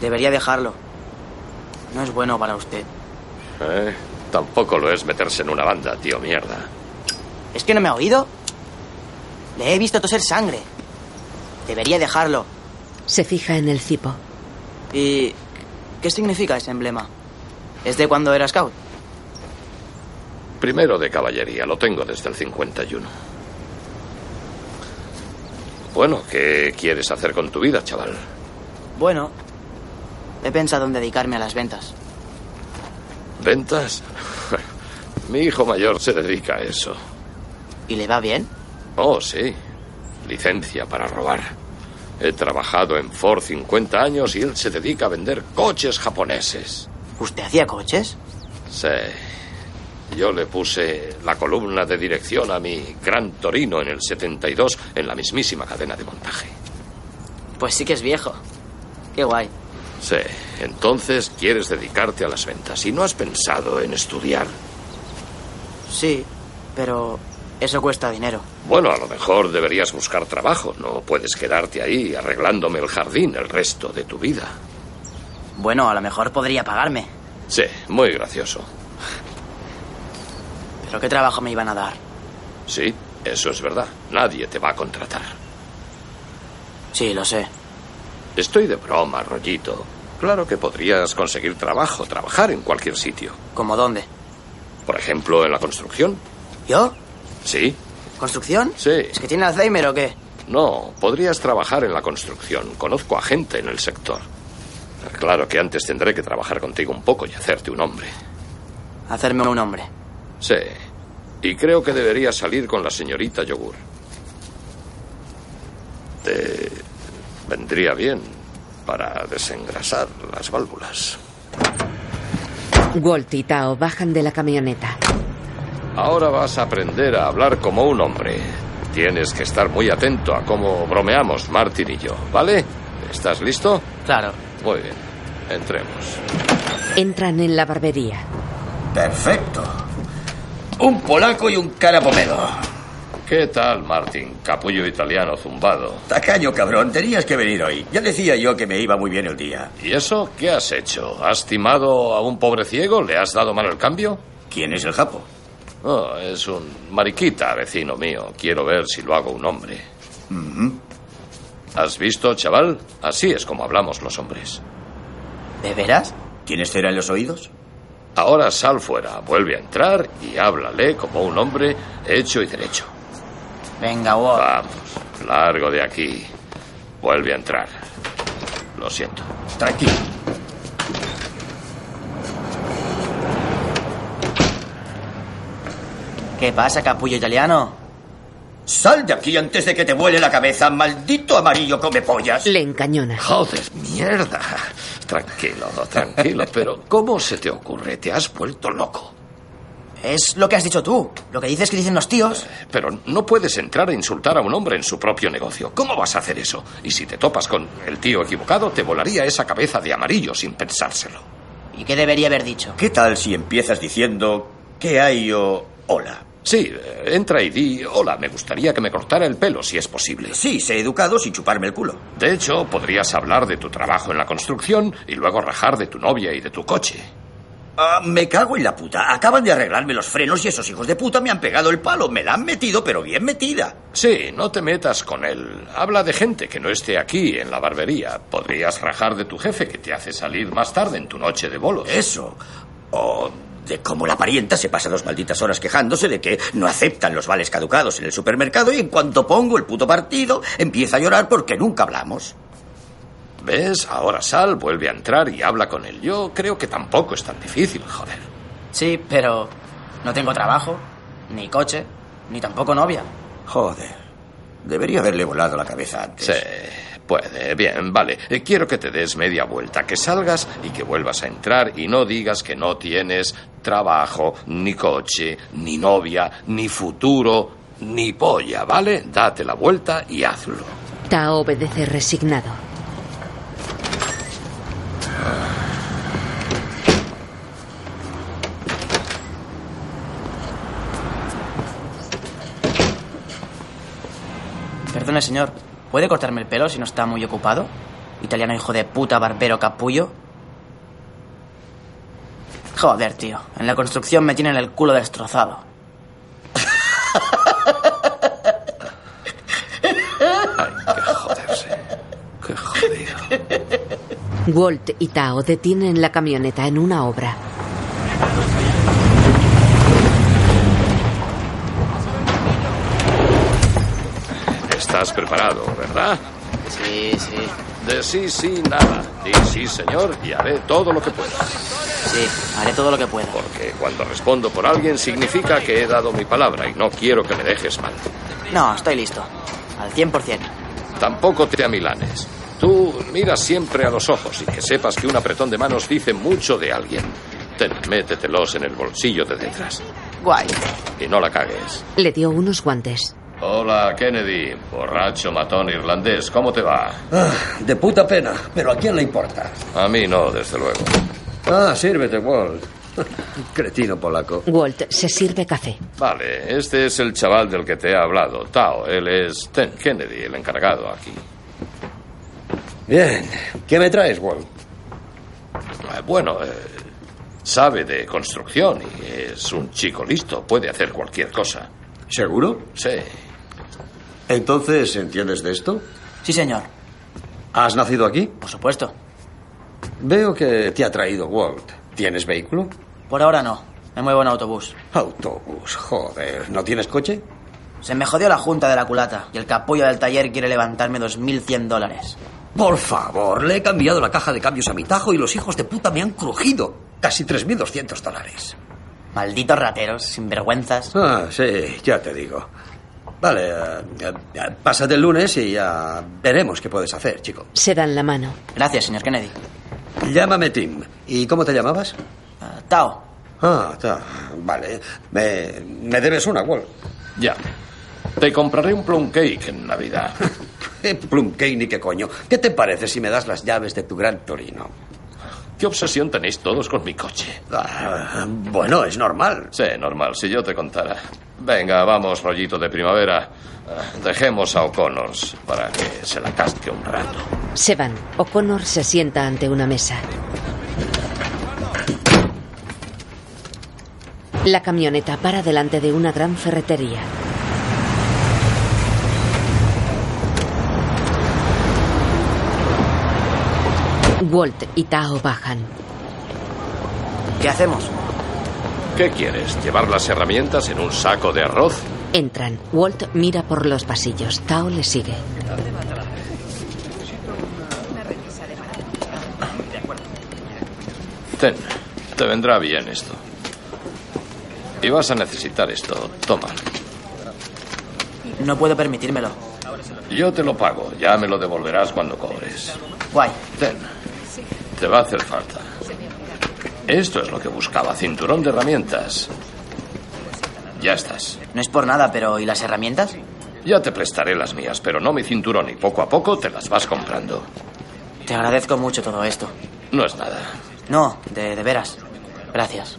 Speaker 9: Debería dejarlo. No es bueno para usted.
Speaker 4: ¿Eh? Tampoco lo es meterse en una banda, tío mierda.
Speaker 9: ¿Es que no me ha oído? Le he visto toser sangre. Debería dejarlo.
Speaker 3: Se fija en el cipo.
Speaker 9: ¿Y qué significa ese emblema? ¿Es de cuando era scout?
Speaker 4: Primero de caballería, lo tengo desde el 51. Bueno, ¿qué quieres hacer con tu vida, chaval?
Speaker 9: Bueno, he pensado en dedicarme a las ventas.
Speaker 4: ¿Ventas? Mi hijo mayor se dedica a eso.
Speaker 9: ¿Y le va bien?
Speaker 4: Oh, sí. Licencia para robar. He trabajado en Ford 50 años y él se dedica a vender coches japoneses.
Speaker 9: ¿Usted hacía coches?
Speaker 4: Sí. Yo le puse la columna de dirección a mi Gran Torino en el 72 en la mismísima cadena de montaje.
Speaker 9: Pues sí que es viejo. Qué guay.
Speaker 4: Sí. Entonces quieres dedicarte a las ventas y no has pensado en estudiar.
Speaker 9: Sí, pero eso cuesta dinero.
Speaker 4: Bueno, a lo mejor deberías buscar trabajo. No puedes quedarte ahí arreglándome el jardín el resto de tu vida.
Speaker 9: Bueno, a lo mejor podría pagarme.
Speaker 4: Sí, muy gracioso.
Speaker 9: ¿Pero qué trabajo me iban a dar?
Speaker 4: Sí, eso es verdad. Nadie te va a contratar.
Speaker 9: Sí, lo sé.
Speaker 4: Estoy de broma, rollito. Claro que podrías conseguir trabajo, trabajar en cualquier sitio.
Speaker 9: ¿Como dónde?
Speaker 4: Por ejemplo, en la construcción.
Speaker 9: ¿Yo?
Speaker 4: Sí.
Speaker 9: ¿Construcción?
Speaker 4: Sí. ¿Es
Speaker 9: que tiene Alzheimer o qué?
Speaker 4: No, podrías trabajar en la construcción. Conozco a gente en el sector. Claro que antes tendré que trabajar contigo un poco y hacerte un hombre.
Speaker 9: Hacerme un hombre.
Speaker 4: Sí. Y creo que deberías salir con la señorita Yogur. Te vendría bien para desengrasar las válvulas.
Speaker 3: Walt y Tao bajan de la camioneta.
Speaker 4: Ahora vas a aprender a hablar como un hombre. Tienes que estar muy atento a cómo bromeamos Martin y yo, ¿vale? ¿Estás listo?
Speaker 9: Claro.
Speaker 4: Muy bien. Entremos.
Speaker 3: Entran en la barbería.
Speaker 14: Perfecto. Un polaco y un carapomedo.
Speaker 4: ¿Qué tal, Martin? Capullo italiano zumbado.
Speaker 14: Tacaño, cabrón, tenías que venir hoy. Ya decía yo que me iba muy bien el día.
Speaker 4: ¿Y eso qué has hecho? ¿Has timado a un pobre ciego? ¿Le has dado mal el cambio?
Speaker 14: ¿Quién es el japo?
Speaker 4: Oh, es un mariquita, vecino mío. Quiero ver si lo hago un hombre.
Speaker 14: Ujú.
Speaker 4: ¿Has visto, chaval? Así es como hablamos los hombres.
Speaker 9: ¿De veras?
Speaker 14: ¿Tienes cera en los oídos?
Speaker 4: Ahora sal fuera, vuelve a entrar y háblale como un hombre hecho y derecho.
Speaker 9: Venga, Walt.
Speaker 4: Vamos, largo de aquí. Vuelve a entrar. Lo siento.
Speaker 14: Tranquilo.
Speaker 9: ¿Qué pasa, capullo italiano?
Speaker 14: Sal de aquí antes de que te vuele la cabeza, maldito amarillo come pollas.
Speaker 3: Le encañona.
Speaker 4: Joder, mierda. Tranquilo, tranquilo, pero ¿cómo se te ocurre? Te has vuelto loco.
Speaker 9: Es lo que has dicho tú. Lo que dices que dicen los tíos.
Speaker 4: Eh, Pero no puedes entrar a insultar a un hombre en su propio negocio. ¿Cómo vas a hacer eso? Y si te topas con el tío equivocado, te volaría esa cabeza de amarillo sin pensárselo.
Speaker 9: ¿Y qué debería haber dicho?
Speaker 14: ¿Qué tal si empiezas diciendo qué hay o hola?
Speaker 4: Sí, eh, entra y di, hola, me gustaría que me cortara el pelo si es posible.
Speaker 14: Sí, sé educado sin chuparme el culo.
Speaker 4: De hecho, podrías hablar de tu trabajo en la construcción y luego rajar de tu novia y de tu coche.
Speaker 14: Ah, me cago en la puta. Acaban de arreglarme los frenos y esos hijos de puta me han pegado el palo. Me la han metido, pero bien metida.
Speaker 4: Sí, no te metas con él. Habla de gente que no esté aquí en la barbería. Podrías rajar de tu jefe que te hace salir más tarde en tu noche de bolos.
Speaker 14: Eso. O de cómo la parienta se pasa dos malditas horas quejándose de que no aceptan los vales caducados en el supermercado y en cuanto pongo el puto partido empieza a llorar porque nunca hablamos.
Speaker 4: ¿Ves? Ahora sal, vuelve a entrar y habla con él. Yo creo que tampoco es tan difícil, joder.
Speaker 9: Sí, pero no tengo trabajo, ni coche, ni tampoco novia.
Speaker 14: Joder. Debería haberle volado la cabeza antes.
Speaker 4: Sí, puede. Bien, vale. Eh, Quiero que te des media vuelta, que salgas y que vuelvas a entrar y no digas que no tienes trabajo, ni coche, ni novia, ni futuro, ni polla, ¿vale? Date la vuelta y hazlo.
Speaker 3: Tao obedece resignado.
Speaker 9: Perdone, señor. ¿Puede cortarme el pelo si no está muy ocupado? Italiano hijo de puta, barbero, capullo. Joder, tío. En la construcción me tienen el culo destrozado.
Speaker 11: 哎
Speaker 3: Walt y Tao detienen la camioneta en una obra.
Speaker 4: Estás preparado, ¿verdad?
Speaker 9: Sí, sí,
Speaker 4: De sí, sí, nada. Di sí, señor, y haré todo lo que pueda.
Speaker 9: sí. Haré todo lo que pueda.
Speaker 4: Porque cuando respondo por alguien significa que he dado mi palabra y no quiero que me dejes mal.
Speaker 9: No, estoy listo. Al 100%.
Speaker 4: Tampoco te amilanes. Tú mira siempre a los ojos y que sepas que un apretón de manos dice mucho de alguien. Ten, métetelos en el bolsillo de detrás.
Speaker 3: Guay.
Speaker 4: Y no la cagues.
Speaker 3: Le dio unos guantes.
Speaker 4: Hola, Kennedy, borracho matón irlandés, ¿cómo te va?
Speaker 7: Ah, de puta pena, pero ¿a quién le importa?
Speaker 4: A mí no, desde luego.
Speaker 7: Ah, sírvete, Walt. Cretino polaco.
Speaker 3: Walt se sirve café.
Speaker 4: Vale, este es el chaval del que te he hablado, Tao. Él es Ten Kennedy, el encargado aquí.
Speaker 7: Bien, ¿qué me traes, Walt?
Speaker 4: Eh, Bueno, eh, sabe de construcción y es un chico listo, puede hacer cualquier cosa.
Speaker 7: ¿Seguro?
Speaker 4: Sí.
Speaker 7: Entonces, ¿entiendes de esto?
Speaker 9: Sí, señor.
Speaker 7: ¿Has nacido aquí?
Speaker 9: Por supuesto.
Speaker 7: Veo que te ha traído Walt. ¿Tienes vehículo?
Speaker 9: Por ahora no. Me muevo en autobús.
Speaker 7: Autobús, joder. ¿No tienes coche?
Speaker 9: Se me jodió la junta de la culata y el capullo del taller quiere levantarme 2.100 dólares.
Speaker 7: Por favor, le he cambiado la caja de cambios a mi tajo y los hijos de puta me han crujido. Casi 3.200 dólares.
Speaker 9: Malditos rateros, sinvergüenzas.
Speaker 7: Ah, sí, ya te digo. Vale, eh, eh, eh, pásate el lunes y ya veremos qué puedes hacer, chico.
Speaker 3: Se dan la mano.
Speaker 9: Gracias, señor Kennedy.
Speaker 7: Llámame Tim. ¿Y cómo te llamabas?
Speaker 9: Tao.
Speaker 7: Ah, Tao. Vale. Me, me debes una, Walt.
Speaker 4: Ya. Te compraré un plum cake en Navidad.
Speaker 7: ¿Qué Eh, plum cake ni qué coño? ¿Qué te parece si me das las llaves de tu gran Torino?
Speaker 4: ¿Qué obsesión tenéis todos con mi coche?
Speaker 7: Ah, bueno, es normal.
Speaker 4: Sí, normal, si yo te contara. Venga, vamos, rollito de primavera. Ah, Dejemos a O'Connors para que se la casque un rato.
Speaker 3: Se van. O'Connor se sienta ante una mesa. La camioneta para delante de una gran ferretería. Walt y Tao bajan.
Speaker 9: ¿Qué hacemos?
Speaker 4: ¿Qué quieres? ¿Llevar las herramientas en un saco de arroz?
Speaker 3: Entran. Walt mira por los pasillos. Tao le sigue.
Speaker 4: Ten, te vendrá bien esto. Y vas a necesitar esto. Toma.
Speaker 9: No puedo permitírmelo.
Speaker 4: Yo te lo pago. Ya me lo devolverás cuando cobres.
Speaker 9: Guay.
Speaker 4: Ten, te va a hacer falta. Esto es lo que buscaba. Cinturón de herramientas. Ya estás.
Speaker 9: No es por nada, pero ¿y las herramientas?
Speaker 4: Ya te prestaré las mías, pero no mi cinturón y poco a poco te las vas comprando.
Speaker 9: Te agradezco mucho todo esto.
Speaker 4: No es nada.
Speaker 9: No, de, de veras. Gracias.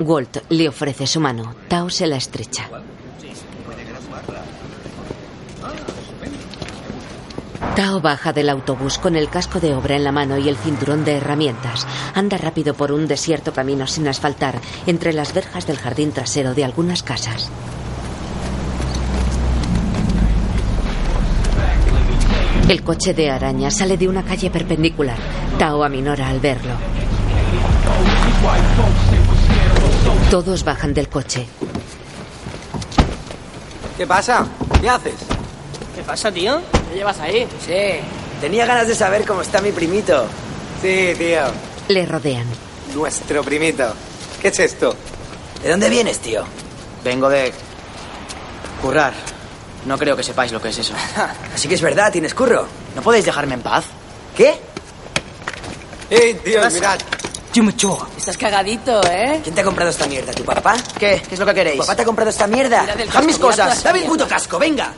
Speaker 3: Walt le ofrece su mano. Tao se la estrecha. Tao baja del autobús con el casco de obra en la mano y el cinturón de herramientas. Anda rápido por un desierto camino sin asfaltar, entre las verjas del jardín trasero de algunas casas. El coche de araña sale de una calle perpendicular. Tao aminora al verlo. Todos bajan del coche.
Speaker 14: ¿Qué pasa? ¿Qué haces? ¿Qué pasa, tío? ¿Qué llevas ahí? Sí. Tenía ganas de saber cómo está mi primito. Sí, tío.
Speaker 3: Le rodean.
Speaker 14: Nuestro primito. ¿Qué es esto? ¿De dónde vienes, tío?
Speaker 9: Vengo de...
Speaker 14: Currar.
Speaker 9: No creo que sepáis lo que es eso.
Speaker 14: Así que es verdad, tienes curro.
Speaker 9: ¿No podéis dejarme en paz?
Speaker 14: ¿Qué? ¡Ey, ¡Eh, tío, mirad!
Speaker 27: Estás cagadito, ¿eh?
Speaker 14: ¿Quién te ha comprado esta mierda? ¿Tu papá?
Speaker 9: ¿Qué? ¿Qué es lo que
Speaker 14: ¿Tu
Speaker 9: queréis?
Speaker 14: papá te ha comprado esta mierda?
Speaker 9: Mira del
Speaker 14: Dejad mis
Speaker 9: casco, mira toda
Speaker 14: cosas.
Speaker 9: esta
Speaker 14: Dame el
Speaker 9: mierda.
Speaker 14: puto casco, venga.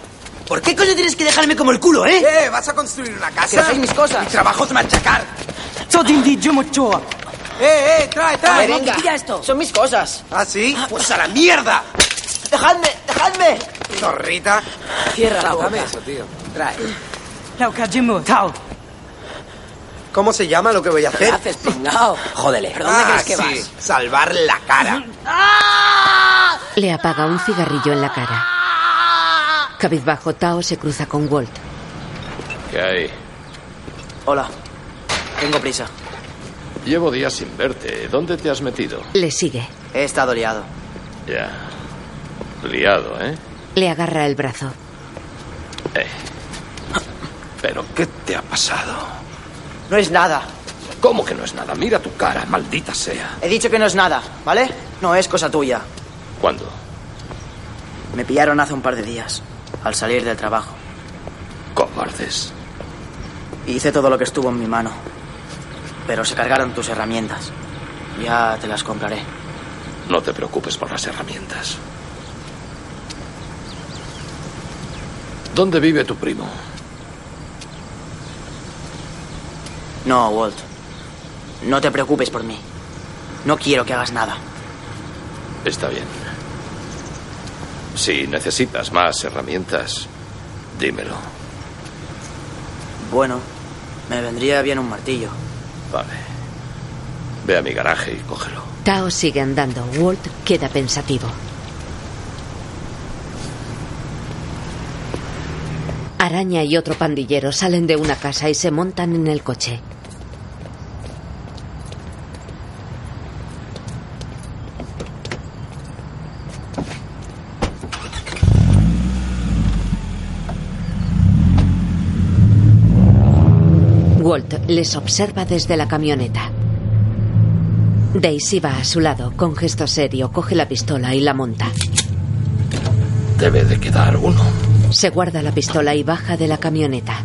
Speaker 14: ¿Por qué coño tienes que dejarme como el culo, eh? ¿Qué? ¿Vas a construir una casa?
Speaker 9: Que dejéis mis cosas.
Speaker 14: Mi trabajo es machacar. ¡Eh, eh! ¡Trae,
Speaker 9: trae!
Speaker 14: ¡Venga!
Speaker 9: Tira
Speaker 14: esto! Son mis cosas. ¿Ah, sí? ¡Pues a la mierda!
Speaker 9: ¡Dejadme! ¡Dejadme!
Speaker 14: ¡Zorrita! Cierra la boca. tío. Trae. ¿Cómo se llama lo que voy a hacer? haces, pingao? Jódele.
Speaker 11: ¿Pero dónde crees que vas?
Speaker 14: Salvar la cara.
Speaker 3: Le apaga un cigarrillo en la cara. Cabizbajo, Tao se cruza con Walt.
Speaker 4: ¿Qué hay?
Speaker 9: Hola. Tengo prisa.
Speaker 4: Llevo días sin verte. ¿Dónde te has metido?
Speaker 3: Le sigue.
Speaker 9: He estado liado.
Speaker 4: Ya. Liado, ¿eh?
Speaker 3: Le agarra el brazo.
Speaker 4: Eh. ¿Pero qué te ha pasado?
Speaker 9: No es nada.
Speaker 4: ¿Cómo que no es nada? Mira tu cara, maldita sea.
Speaker 9: He dicho que no es nada, ¿vale? No es cosa tuya.
Speaker 4: ¿Cuándo?
Speaker 9: Me pillaron hace un par de días, al salir del trabajo.
Speaker 4: tardes.
Speaker 19: Hice todo lo que estuvo en mi mano. Pero se cargaron tus herramientas. Ya te las compraré.
Speaker 4: No te preocupes por las herramientas. ¿Dónde vive tu primo?
Speaker 19: No, Walt. No te preocupes por mí. No quiero que hagas nada.
Speaker 4: Está bien. Si necesitas más herramientas, dímelo.
Speaker 19: Bueno, me vendría bien un martillo.
Speaker 4: Vale. Ve a mi garaje y cógelo.
Speaker 3: Tao sigue andando. Walt queda pensativo. Araña y otro pandillero salen de una casa y se montan en el coche. Walt les observa desde la camioneta. Daisy va a su lado, con gesto serio, coge la pistola y la monta.
Speaker 4: Debe de quedar uno.
Speaker 3: Se guarda la pistola y baja de la camioneta.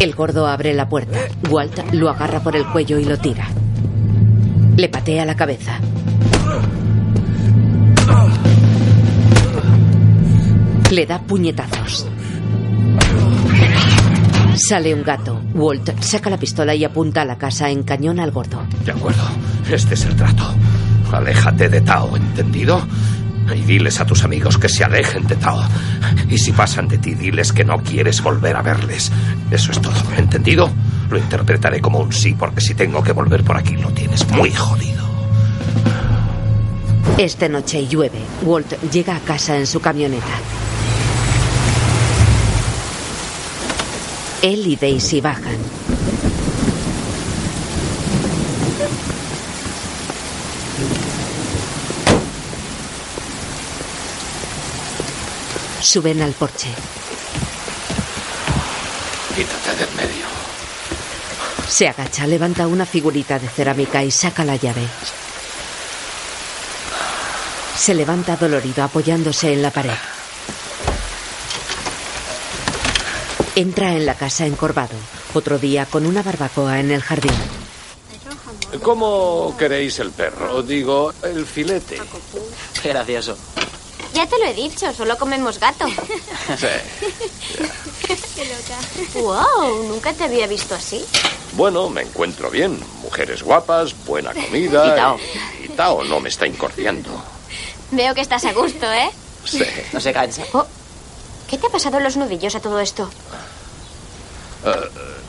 Speaker 3: El gordo abre la puerta. Walt lo agarra por el cuello y lo tira. Le patea la cabeza. Le da puñetazos. Sale un gato. Walt saca la pistola y apunta a la casa en cañón al gordo.
Speaker 4: De acuerdo. Este es el trato. Aléjate de Tao, ¿entendido? Y diles a tus amigos que se alejen de Tao. Y si pasan de ti, diles que no quieres volver a verles. Eso es todo, ¿entendido? Lo interpretaré como un sí, porque si tengo que volver por aquí, lo tienes muy jodido.
Speaker 3: Esta noche llueve. Walt llega a casa en su camioneta. Él y Daisy bajan. Suben al porche.
Speaker 4: Quítate de en medio.
Speaker 3: Se agacha, levanta una figurita de cerámica y saca la llave. Se levanta dolorido apoyándose en la pared. Entra en la casa encorvado, otro día con una barbacoa en el jardín.
Speaker 4: ¿Cómo queréis el perro? Digo, el filete.
Speaker 19: Qué gracioso.
Speaker 15: Ya te lo he dicho, solo comemos gato.
Speaker 20: Qué loca.
Speaker 15: ¡Wow! Nunca te había visto así.
Speaker 4: Bueno, me encuentro bien. Mujeres guapas, buena comida.
Speaker 15: Y Tao.
Speaker 4: Y Tao no me está incordiando.
Speaker 15: Veo que estás a gusto, ¿eh?
Speaker 4: Sí.
Speaker 19: No se cansa.
Speaker 15: Oh, ¿Qué te ha pasado en los nudillos a todo esto?
Speaker 4: Eh,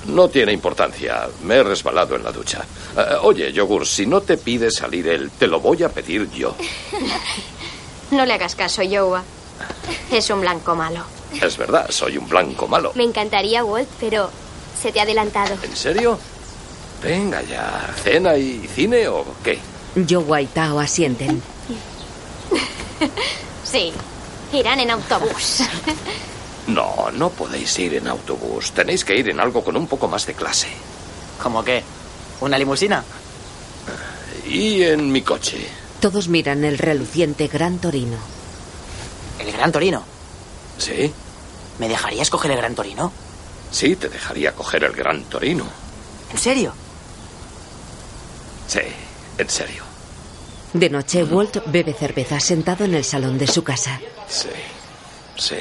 Speaker 4: no tiene importancia. Me he resbalado en la ducha. Eh, oye, Yogur, si no te pide salir él, te lo voy a pedir yo.
Speaker 15: No le hagas caso, Yowa. Es un blanco malo.
Speaker 4: Es verdad, soy un blanco malo.
Speaker 15: Me encantaría, Walt, pero se te ha adelantado.
Speaker 4: ¿En serio? Venga ya, ¿cena y cine o qué?
Speaker 3: Yowa y Tao asienten.
Speaker 15: Sí, irán en autobús.
Speaker 4: No, no podéis ir en autobús. Tenéis que ir en algo con un poco más de clase.
Speaker 19: ¿Cómo qué? ¿Una limusina?
Speaker 4: Y en mi coche.
Speaker 3: Todos miran el reluciente Gran Torino.
Speaker 19: ¿El Gran Torino?
Speaker 4: ¿Sí?
Speaker 19: ¿Me dejarías coger el Gran Torino?
Speaker 4: Sí, te dejaría coger el Gran Torino.
Speaker 19: ¿En serio?
Speaker 4: Sí, en serio.
Speaker 3: De noche, Walt bebe cerveza sentado en el salón de su casa.
Speaker 4: Sí, sí.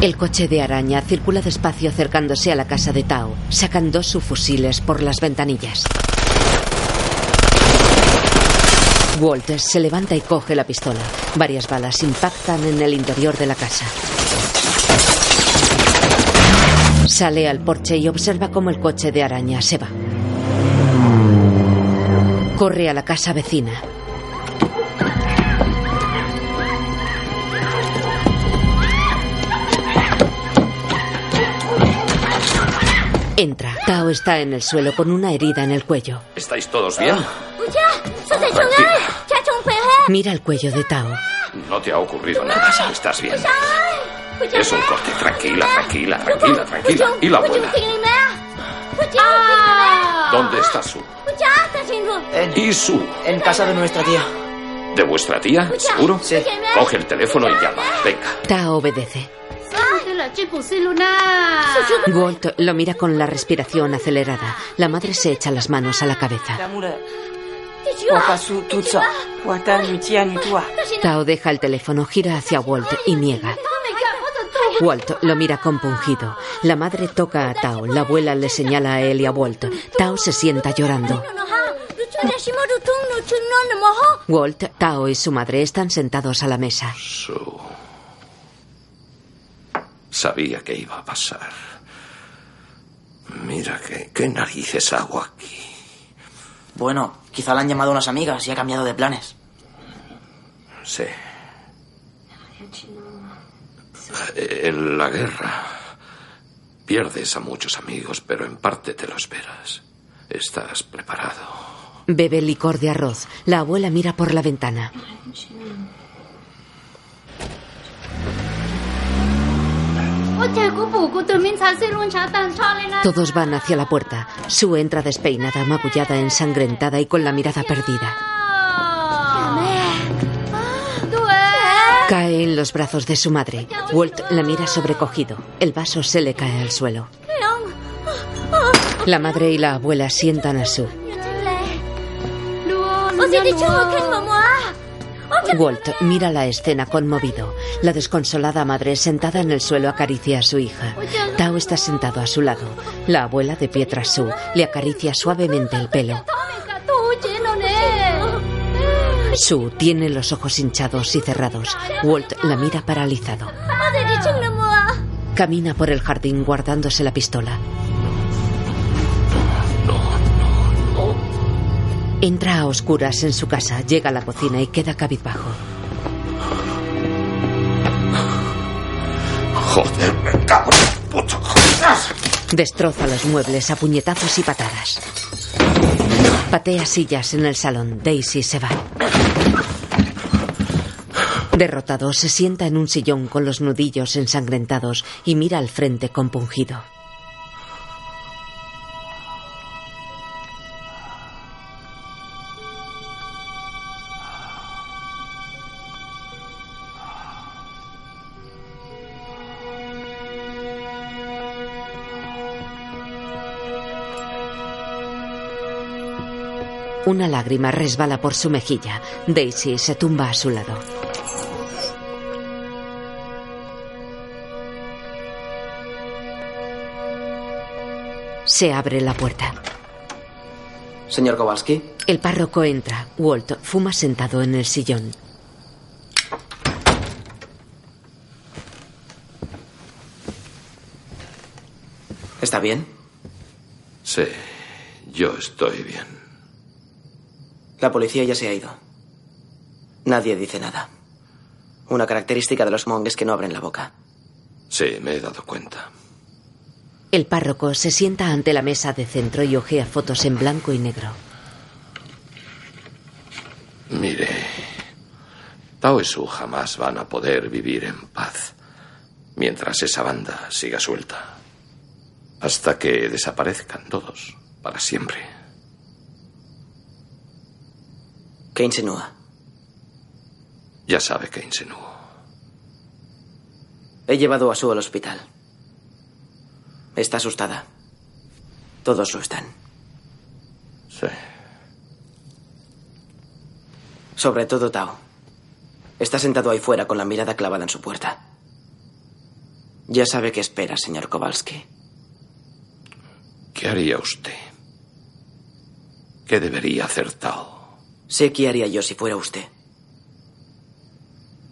Speaker 3: El coche de araña circula despacio acercándose a la casa de Tao. Sacan dos subfusiles por las ventanillas. Walt se levanta y coge la pistola. Varias balas impactan en el interior de la casa. Sale al porche y observa cómo el coche de araña se va. Corre a la casa vecina. Entra. Tao está en el suelo con una herida en el cuello.
Speaker 4: ¿Estáis todos bien?
Speaker 19: Ah.
Speaker 3: Mira el cuello de Tao.
Speaker 4: No te ha ocurrido nada. Estás bien. Es un corte. Tranquila, tranquila, tranquila, tranquila. ¿Y la abuela? ¿Dónde está su?
Speaker 19: En,
Speaker 4: ¿Y su?
Speaker 19: En casa de nuestra tía.
Speaker 4: ¿De vuestra tía? ¿Seguro? Sí. Coge el teléfono y llama. Venga.
Speaker 3: Ta obedece. Walt lo mira con la respiración acelerada. La madre se echa las manos a la cabeza. Tao deja el teléfono, gira hacia Walt y niega. Walt lo mira compungido. La madre toca a Tao, la abuela le señala a él y a Walt. Tao se sienta llorando.
Speaker 7: ah.
Speaker 3: Walt, Tao y su madre están sentados a la mesa.
Speaker 4: Su- Sabía que iba a pasar. Mira qué, qué narices hago aquí.
Speaker 9: Bueno, quizá la han llamado unas amigas y ha cambiado de planes.
Speaker 4: Sí. Eh, En la guerra pierdes a muchos amigos, pero en parte te lo esperas. Estás preparado.
Speaker 3: Bebe licor de arroz. La abuela mira por la ventana. Todos van hacia la puerta. Sue entra despeinada, magullada, ensangrentada y con la mirada perdida. Cae en los brazos de su madre. Walt la mira sobrecogido. El vaso se le cae al suelo. La madre y la abuela sientan a Sue. Walt mira la escena conmovido. La desconsolada madre sentada en el suelo acaricia a su hija. Tao está sentado a su lado. La abuela de pie tras Su le acaricia suavemente el pelo. Su tiene los ojos hinchados y cerrados. Walt la mira paralizado. Camina por el jardín guardándose la pistola. Entra a oscuras en su casa, llega a la cocina y queda cabizbajo.
Speaker 4: Joder, me cago en el puto.
Speaker 3: Destroza los muebles a puñetazos y patadas. Patea sillas en el salón. Daisy se va. Derrotado, se sienta en un sillón con los nudillos ensangrentados y mira al frente compungido. Una lágrima resbala por su mejilla. Daisy se tumba a su lado. Se abre la puerta.
Speaker 7: Señor Kowalski,
Speaker 3: El párroco entra. Walt fuma sentado en el sillón.
Speaker 7: ¿está bien?
Speaker 4: Sí, yo estoy bien.
Speaker 7: La policía ya se ha ido. Nadie dice nada. Una característica de los Hmong es que no abren la boca.
Speaker 4: Sí, me he dado cuenta.
Speaker 3: El párroco se sienta ante la mesa de centro y ojea fotos en blanco y negro.
Speaker 4: Mire, Tao y Su jamás van a poder vivir en paz mientras esa banda siga suelta. Hasta que desaparezcan todos, para siempre.
Speaker 7: ¿Qué insinúa?
Speaker 4: Ya sabe que insinúo.
Speaker 7: He llevado a Sue al hospital. Está asustada. Todos lo están.
Speaker 4: Sí.
Speaker 7: Sobre todo Tao. Está sentado ahí fuera con la mirada clavada en su puerta. Ya sabe qué espera, señor Kowalski.
Speaker 4: ¿Qué haría usted? ¿Qué debería hacer Tao?
Speaker 7: Sé qué haría yo si fuera usted.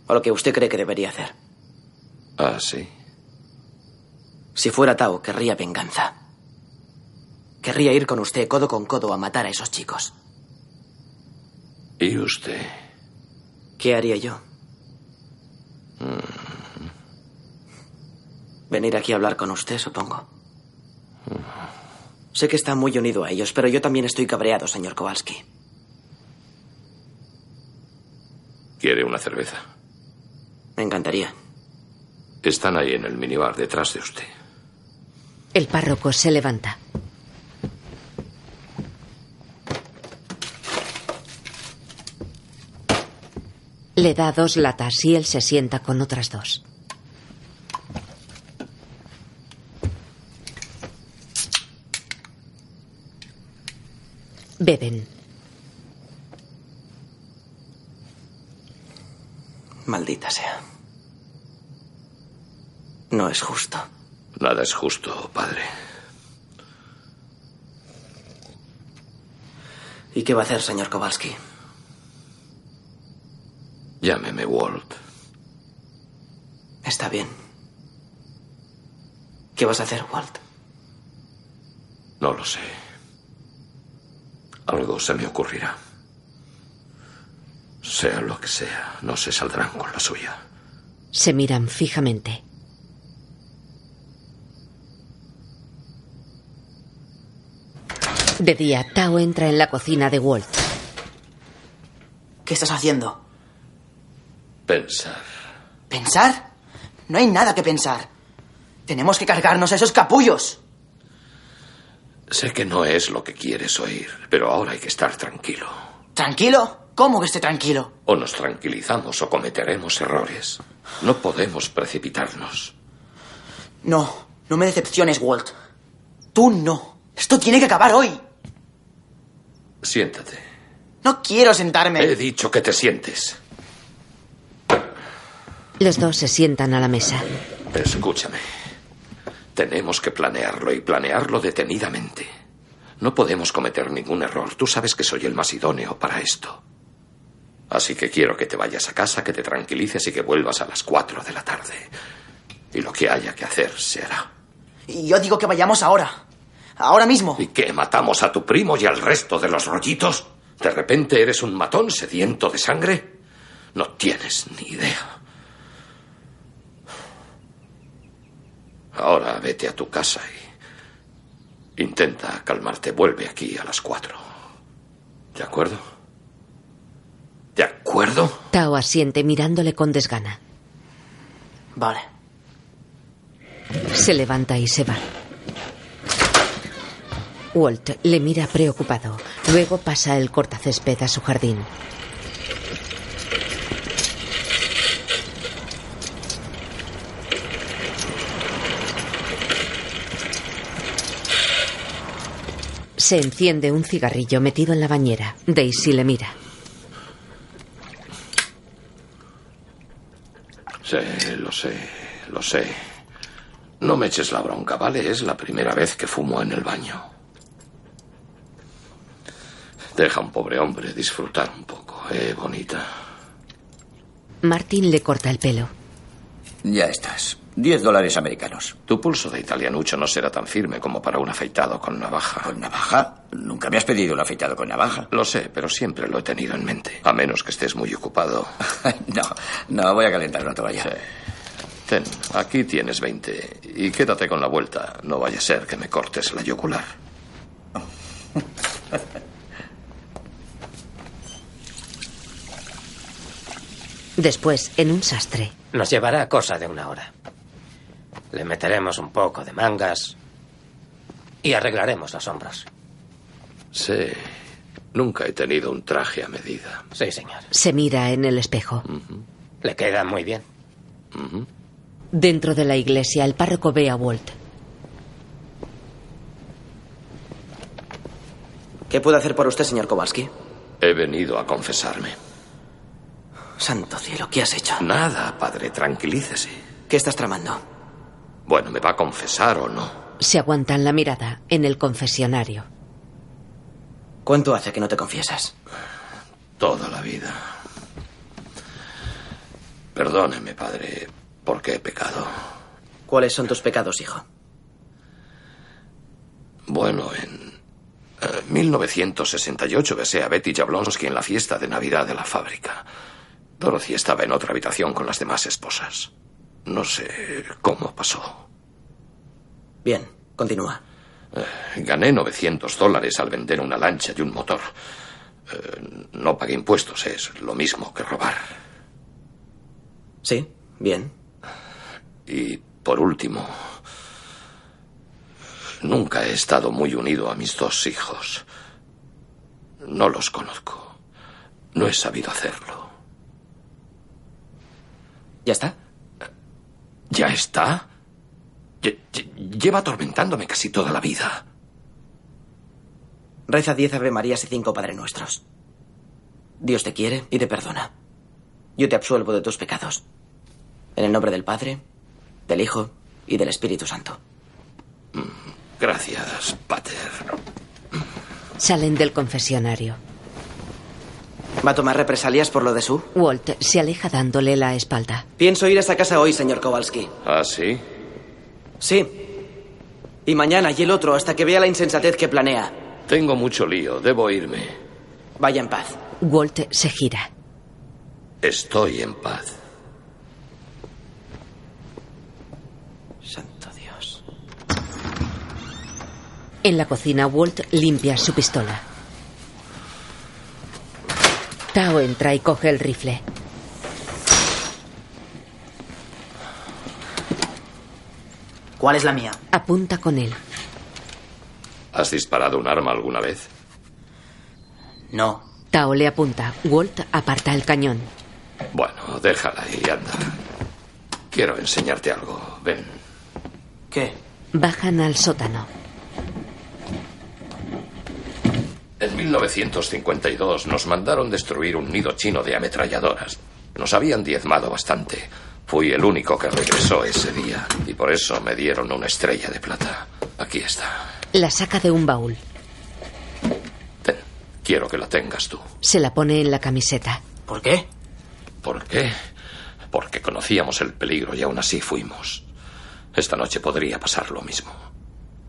Speaker 7: O lo que usted cree que debería hacer.
Speaker 4: Ah, sí.
Speaker 7: Si fuera Tao, querría venganza. Querría ir con usted codo con codo a matar a esos chicos.
Speaker 4: ¿Y usted?
Speaker 7: ¿Qué haría yo?
Speaker 4: Mm.
Speaker 7: Venir aquí a hablar con usted, supongo. Sé que está muy unido a ellos, pero yo también estoy cabreado, señor Kowalski.
Speaker 4: ¿Quiere una cerveza?
Speaker 7: Me encantaría.
Speaker 4: Están ahí en el minibar detrás de usted.
Speaker 3: El párroco se levanta. Le da dos latas y él se sienta con otras dos. Beben.
Speaker 7: Maldita sea. No es justo.
Speaker 4: Nada es justo, Oh, padre.
Speaker 7: ¿Y qué va a hacer, señor Kowalski?
Speaker 4: Llámeme Walt.
Speaker 7: Está bien. ¿Qué vas a hacer, Walt?
Speaker 4: No lo sé. Algo se me ocurrirá. Sea lo que sea, no se saldrán con la suya.
Speaker 3: Se miran fijamente. De día, Tao entra en la cocina de Walt.
Speaker 19: ¿Qué estás haciendo?
Speaker 4: Pensar.
Speaker 19: ¿Pensar? No hay nada que pensar. Tenemos que cargarnos a esos capullos.
Speaker 4: Sé que no es lo que quieres oír, pero ahora hay que estar tranquilo.
Speaker 19: ¿Tranquilo? ¿Cómo que esté tranquilo?
Speaker 4: O nos tranquilizamos o cometeremos errores. No podemos precipitarnos.
Speaker 19: No, no me decepciones, Walt. Tú no. Esto tiene que acabar hoy.
Speaker 4: Siéntate.
Speaker 19: No quiero sentarme.
Speaker 4: He dicho que te sientes.
Speaker 3: Los dos se sientan a la mesa.
Speaker 4: Escúchame. Tenemos que planearlo y planearlo detenidamente. No podemos cometer ningún error. Tú sabes que soy el más idóneo para esto. Así que quiero que te vayas a casa, que te tranquilices y que vuelvas a las cuatro de la tarde. Y lo que haya que hacer se hará.
Speaker 19: Y yo digo que vayamos ahora. Ahora mismo.
Speaker 4: ¿Y qué? ¿Matamos a tu primo y al resto de los rollitos? ¿De repente eres un matón sediento de sangre? No tienes ni idea. Ahora vete a tu casa y intenta calmarte. Vuelve aquí a las cuatro. ¿De acuerdo? ¿De acuerdo?
Speaker 3: Tao asiente mirándole con desgana.
Speaker 19: Vale.
Speaker 3: Se levanta y se va. Walt le mira preocupado. Luego pasa el cortacésped a su jardín. Se enciende un cigarrillo metido en la bañera. Daisy le mira.
Speaker 4: Sí, lo sé, lo sé. No me eches la bronca, ¿vale? Es la primera vez que fumo en el baño. Deja a un pobre hombre disfrutar un poco, eh, bonita.
Speaker 3: Martin le corta el pelo.
Speaker 14: Ya estás. Diez dólares americanos.
Speaker 4: Tu pulso de italianucho no será tan firme como para un afeitado con navaja.
Speaker 14: ¿Con navaja? Nunca me has pedido un afeitado con navaja.
Speaker 4: Lo sé, pero siempre lo he tenido en mente. A menos que estés muy ocupado.
Speaker 14: no, no, voy a calentar una toalla. Sí.
Speaker 4: Ten, aquí tienes 20. Y quédate con la vuelta. No vaya a ser que me cortes la yugular.
Speaker 3: Después, en un sastre.
Speaker 20: Nos llevará cosa de una hora. Le meteremos un poco de mangas y arreglaremos los hombros.
Speaker 4: Sí. Nunca he tenido un traje a medida.
Speaker 20: Sí, señor.
Speaker 3: Se mira en el espejo.
Speaker 20: Uh -huh. Le queda muy bien.
Speaker 4: Uh -huh.
Speaker 3: Dentro de la iglesia, el párroco ve a Walt.
Speaker 7: ¿Qué puedo hacer por usted, señor Kowalski?
Speaker 4: He venido a confesarme.
Speaker 7: Santo cielo, ¿qué has hecho?
Speaker 4: Nada, padre, tranquilícese.
Speaker 7: ¿Qué estás tramando?
Speaker 4: Bueno, ¿me va a confesar o no?
Speaker 3: Se aguantan la mirada en el confesionario.
Speaker 7: ¿Cuánto hace que no te confiesas?
Speaker 4: Toda la vida. Perdóneme, padre, porque he pecado.
Speaker 7: ¿Cuáles son tus pecados, hijo?
Speaker 4: Bueno, en eh, 1968 besé a Betty Jablonsky en la fiesta de Navidad de la fábrica. Dorothy estaba en otra habitación con las demás esposas. No sé cómo pasó.
Speaker 7: Bien, continúa.
Speaker 4: Eh, gané 900 dólares al vender una lancha y un motor. Eh, no pagué impuestos, es lo mismo que robar.
Speaker 7: Sí, bien.
Speaker 4: Y por último, nunca he estado muy unido a mis dos hijos. No los conozco. No he sabido hacerlo.
Speaker 9: ¿Ya está?
Speaker 4: ¿Ya está? Lle- lle- Lleva atormentándome casi toda la vida.
Speaker 7: Reza diez Ave Marías y cinco Padre Nuestros. Dios te quiere y te perdona. Yo te absuelvo de tus pecados. En el nombre del Padre, del Hijo y del Espíritu Santo.
Speaker 4: Mm, Gracias, Pater.
Speaker 3: Salen del confesionario.
Speaker 7: ¿Va a tomar represalias por lo de su?
Speaker 3: Walt se aleja dándole la espalda.
Speaker 7: Pienso ir a esa casa hoy, señor Kowalski.
Speaker 4: ¿Ah, sí?
Speaker 7: Sí. Y mañana y el otro hasta que vea la insensatez que planea.
Speaker 4: Tengo mucho lío, debo irme.
Speaker 7: Vaya en paz.
Speaker 3: Walt se gira.
Speaker 4: Estoy en paz.
Speaker 7: Santo Dios.
Speaker 3: En la cocina, Walt limpia su pistola. Tao entra y coge el rifle.
Speaker 9: ¿Cuál es la mía?
Speaker 3: Apunta con él.
Speaker 4: ¿Has disparado un arma alguna vez?
Speaker 9: No.
Speaker 3: Tao le apunta. Walt aparta el cañón.
Speaker 4: Bueno, déjala y anda. Quiero enseñarte algo. Ven.
Speaker 9: ¿Qué?
Speaker 3: Bajan al sótano.
Speaker 4: En 1952 nos mandaron destruir un nido chino de ametralladoras. Nos habían diezmado bastante. Fui el único que regresó ese día y por eso me dieron una estrella de plata. Aquí está.
Speaker 3: La saca de un baúl.
Speaker 4: Quiero que la tengas tú.
Speaker 3: Se la pone en la camiseta.
Speaker 9: ¿Por qué?
Speaker 4: ¿Por qué? Porque conocíamos el peligro y aún así fuimos. Esta noche podría pasar lo mismo.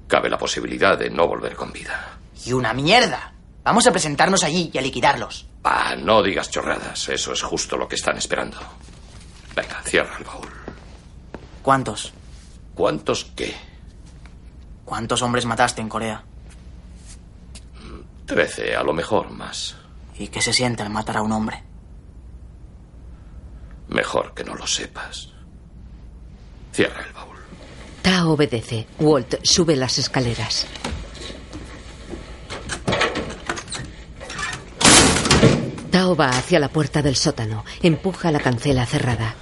Speaker 4: Cabe la posibilidad de no volver con vida.
Speaker 9: Y una mierda. Vamos a presentarnos allí y a liquidarlos.
Speaker 4: Ah, no digas chorradas. Eso es justo lo que están esperando. Venga, cierra el baúl.
Speaker 9: ¿Cuántos?
Speaker 4: ¿Cuántos qué?
Speaker 9: ¿Cuántos hombres mataste en Corea?
Speaker 4: Trece, a lo mejor más.
Speaker 9: ¿Y qué se siente al matar a un hombre?
Speaker 4: Mejor que no lo sepas. Cierra el baúl.
Speaker 3: Tao obedece. Walt sube las escaleras. Tao va hacia la puerta del sótano. Empuja la cancela cerrada.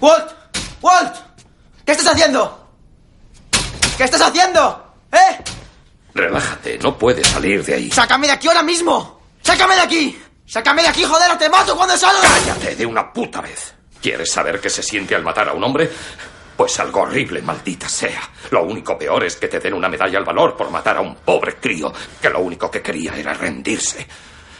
Speaker 9: ¡Walt! ¡Walt! ¿Qué estás haciendo? ¿Qué estás haciendo? ¿Eh?
Speaker 4: Relájate, no puedes salir de ahí.
Speaker 9: ¡Sácame de aquí ahora mismo! ¡Sácame de aquí! ¡Sácame de aquí, joder, o te mato cuando salgas!
Speaker 4: ¡Cállate de una puta vez! ¿Quieres saber qué se siente al matar a un hombre? Pues algo horrible, maldita sea. Lo único peor es que te den una medalla al valor por matar a un pobre crío que lo único que quería era rendirse.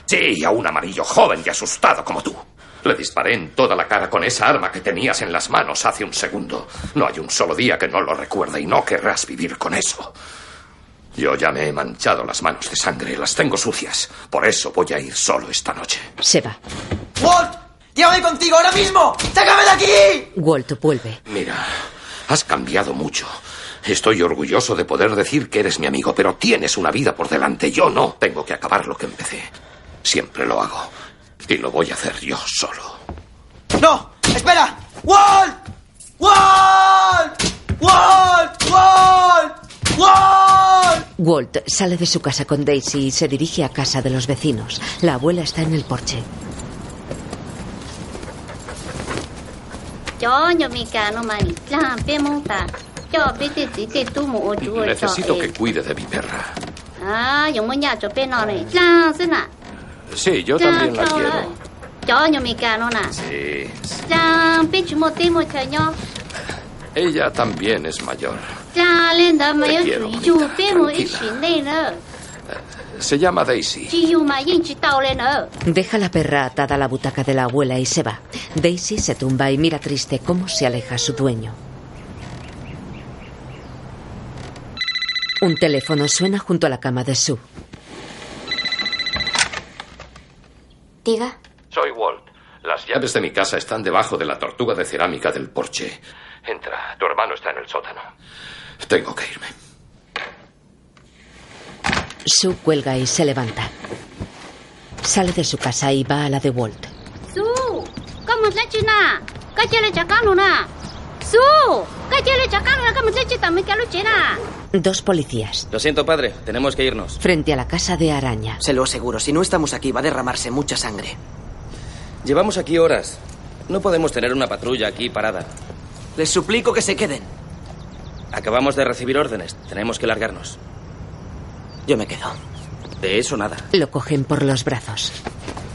Speaker 4: Sí, a un amarillo joven y asustado como tú. Le disparé en toda la cara con esa arma que tenías en las manos hace un segundo. No hay un solo día que no lo recuerde y no querrás vivir con eso. Yo ya me he manchado las manos de sangre, las tengo sucias. Por eso voy a ir solo esta noche.
Speaker 3: Se va.
Speaker 9: ¡Walt! ¡Llévame contigo ahora mismo! ¡Sácame de aquí!
Speaker 3: Walt vuelve.
Speaker 4: Mira, has cambiado mucho. Estoy orgulloso de poder decir que eres mi amigo, pero tienes una vida por delante. Yo no. Tengo que acabar lo que empecé. Siempre lo hago. Y lo voy a hacer yo solo.
Speaker 9: ¡No! ¡Espera! ¡Walt! ¡Walt! ¡Walt! ¡Walt! ¡Walt!
Speaker 3: Walt sale de su casa con Daisy y se dirige a casa de los vecinos. La abuela está en el porche.
Speaker 6: Yo yo mi cano mani plan pe monta. Yo pete tite tu mo otu o
Speaker 4: Necesito que cuide de mi perra.
Speaker 6: Ah, yo mo ya yo pe no re. Plan sena.
Speaker 4: Sí, yo también la quiero.
Speaker 6: Yo yo mi cano na.
Speaker 4: Sí.
Speaker 6: Plan pe chumo te mo cha yo.
Speaker 4: Ella también es mayor.
Speaker 6: Plan le da ma
Speaker 4: Te
Speaker 6: yo
Speaker 4: quiero,
Speaker 6: su yo pe mo i shin le no.
Speaker 4: Se llama Daisy.
Speaker 6: Ji yo ma yin chi tao le no.
Speaker 3: Deja la perra atada a la butaca de la abuela y se va. Daisy se tumba y mira triste cómo se aleja su dueño. Un teléfono suena junto a la cama de Sue.
Speaker 15: Diga.
Speaker 4: Soy Walt. Las llaves de mi casa están debajo de la tortuga de cerámica del porche. Entra, tu hermano está en el sótano. Tengo que irme.
Speaker 3: Sue cuelga y se levanta. Sale de su casa y va a la de Walt.
Speaker 6: Su. Como le chi na. Ka che le cha cano na. Su. Ka che le cha cano na ka mo le chi ta me ka lu chi na.
Speaker 3: Dos policías.
Speaker 7: Lo siento, padre. Tenemos que irnos.
Speaker 3: Frente a la casa de araña.
Speaker 7: Se lo aseguro. Si no estamos aquí, va a derramarse mucha sangre.
Speaker 19: Llevamos aquí horas. No podemos tener una patrulla aquí parada.
Speaker 7: Les suplico que se queden.
Speaker 19: Acabamos de recibir órdenes. Tenemos que largarnos.
Speaker 7: Yo me quedo.
Speaker 19: De eso nada.
Speaker 3: Lo cogen por los brazos.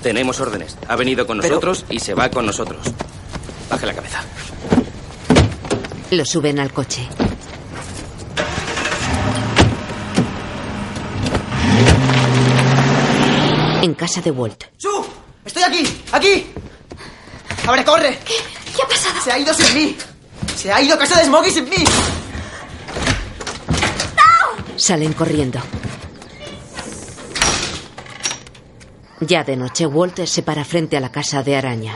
Speaker 19: Tenemos órdenes. Ha venido con
Speaker 7: Pero-
Speaker 19: nosotros y se va con nosotros. Baje la cabeza.
Speaker 3: Lo suben al coche. En casa de Walt.
Speaker 7: ¡Su! ¡Estoy aquí! ¡Aquí! ¡Abre, corre! ¿Qué? ha pasado? Se ha ido sin mí. Se ha ido a casa de Smoggy sin mí.
Speaker 3: Salen corriendo. Ya de noche, Walt se para frente a la casa de araña.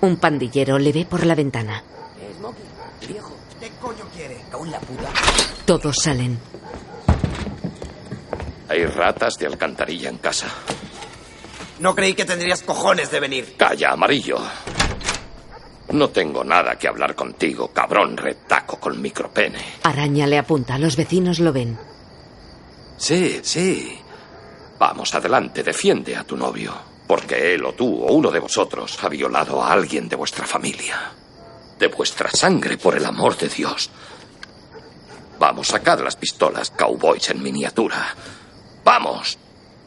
Speaker 3: Un pandillero le ve por la ventana.
Speaker 14: Smokey, viejo. ¿Qué coño quiere? Aún la puta.
Speaker 3: Todos salen.
Speaker 4: Hay ratas de alcantarilla en casa.
Speaker 14: No creí que tendrías cojones de venir.
Speaker 4: Calla, amarillo. No tengo nada que hablar contigo, cabrón retaco con micropene.
Speaker 3: Araña le apunta. Los vecinos lo ven.
Speaker 4: Sí, sí. Vamos adelante, defiende a tu novio. Porque él o tú o uno de vosotros ha violado a alguien de vuestra familia. De vuestra sangre, por el amor de Dios. Vamos, sacad las pistolas, cowboys en miniatura. ¡Vamos!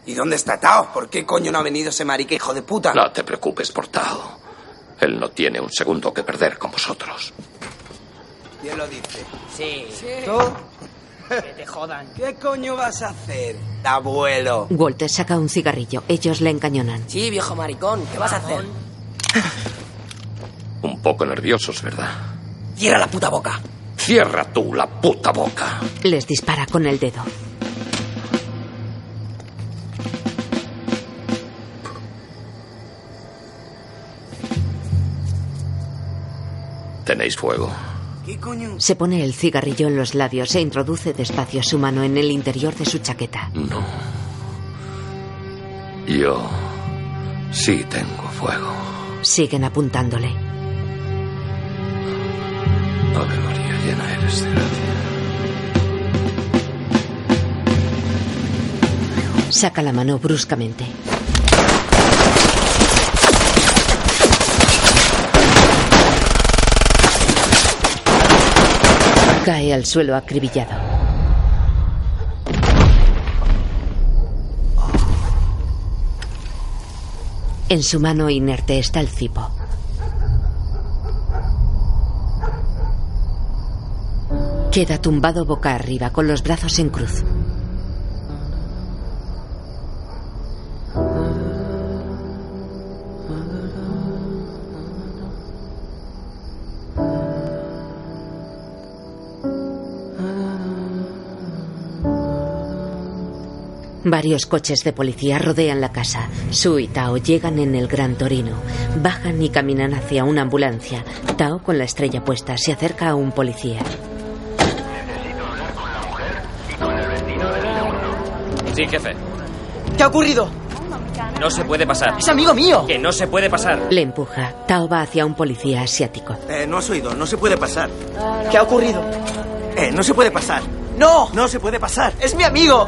Speaker 14: ¿Y dónde está Tao? ¿Por qué coño no ha venido ese marica hijo de puta?
Speaker 4: No te preocupes por Tao. Él no tiene un segundo que perder con vosotros.
Speaker 14: ¿Quién lo dice? Sí. ¿Tú? Que te jodan. ¿Qué coño vas a hacer, abuelo?
Speaker 3: Walt saca un cigarrillo. Ellos le encañonan.
Speaker 28: Sí, viejo maricón, ¿qué vas a hacer?
Speaker 4: Un poco nerviosos, ¿verdad?
Speaker 14: Cierra la puta boca.
Speaker 4: Cierra tú la puta boca.
Speaker 3: Les dispara con el dedo.
Speaker 4: Tenéis fuego.
Speaker 3: Se pone el cigarrillo en los labios e introduce despacio su mano en el interior de su chaqueta.
Speaker 4: No. Yo sí tengo fuego.
Speaker 3: Siguen apuntándole.
Speaker 4: Ave María, llena eres de gracia.
Speaker 3: Saca la mano bruscamente. Cae al suelo acribillado. En su mano inerte está el cipo. Queda tumbado boca arriba con los brazos en cruz. Varios coches de policía rodean la casa. Su y Tao llegan en el Gran Torino. Bajan y caminan hacia una ambulancia. Tao, con la estrella puesta, se acerca a un policía.
Speaker 19: Sí, jefe.
Speaker 7: ¿Qué ha ocurrido?
Speaker 19: No se puede pasar.
Speaker 7: ¡Es amigo mío!
Speaker 19: Que no se puede pasar.
Speaker 3: Le empuja. Tao va hacia un policía asiático.
Speaker 7: Eh, no has oído, no se puede pasar. ¿Qué ha ocurrido? Eh, no se puede pasar. ¡No! No se puede pasar. ¡Es mi amigo!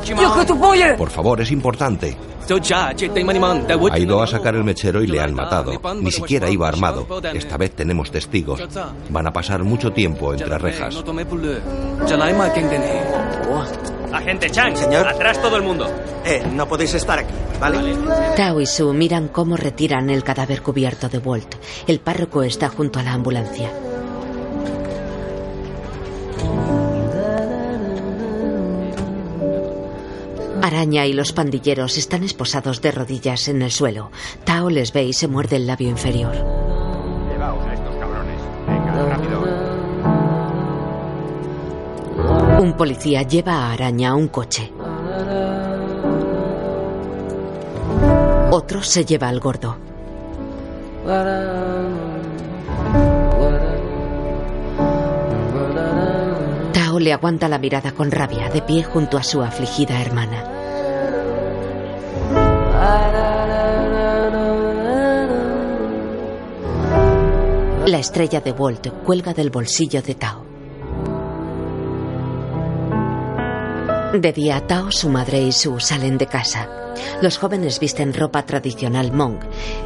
Speaker 2: Por favor, es importante. Ha ido a sacar el mechero y le han matado. Ni siquiera iba armado. Esta vez tenemos testigos. Van a pasar mucho tiempo entre rejas.
Speaker 19: Agente Chang, señor. Atrás todo el mundo.
Speaker 7: Eh, no podéis estar aquí, ¿vale?
Speaker 3: Tao y Su miran cómo retiran el cadáver cubierto de Walt. El párroco está junto a la ambulancia. Araña y los pandilleros están esposados de rodillas en el suelo. Tao les ve y se muerde el labio inferior.
Speaker 11: Llevaos a estos cabrones. Venga, rápido.
Speaker 3: Un policía lleva a Araña a un coche. Otro se lleva al gordo. Tao le aguanta la mirada con rabia, de pie junto a su afligida hermana. La estrella de Walt cuelga del bolsillo de Tao. De día, Tao, su madre y Su salen de casa. Los jóvenes visten ropa tradicional monk.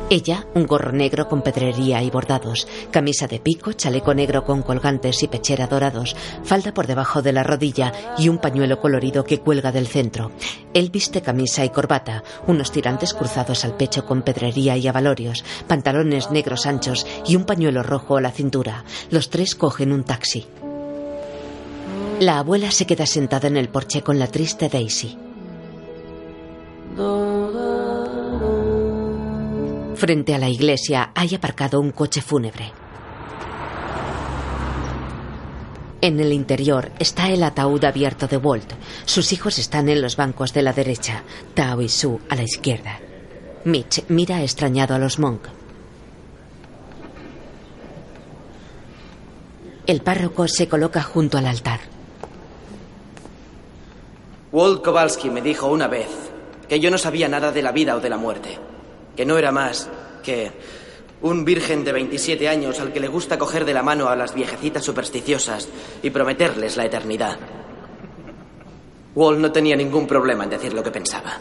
Speaker 3: Ella, un gorro negro con pedrería y bordados, camisa de pico, chaleco negro con colgantes y pechera dorados, falda por debajo de la rodilla y un pañuelo colorido que cuelga del centro. Él viste camisa y corbata, unos tirantes cruzados al pecho con pedrería y abalorios, pantalones negros anchos y un pañuelo rojo a la cintura. Los tres cogen un taxi. La abuela se queda sentada en el porche con la triste Daisy. Frente a la iglesia hay aparcado un coche fúnebre. En el interior está el ataúd abierto de Walt. Sus hijos están en los bancos de la derecha, Tao y Su a la izquierda. Mitch mira extrañado a los Monk. El párroco se coloca junto al altar.
Speaker 7: Walt Kowalski me dijo una vez que yo no sabía nada de la vida o de la muerte, que no era más que un virgen de 27 años al que le gusta coger de la mano a las viejecitas supersticiosas y prometerles la eternidad. Walt no tenía ningún problema en decir lo que pensaba.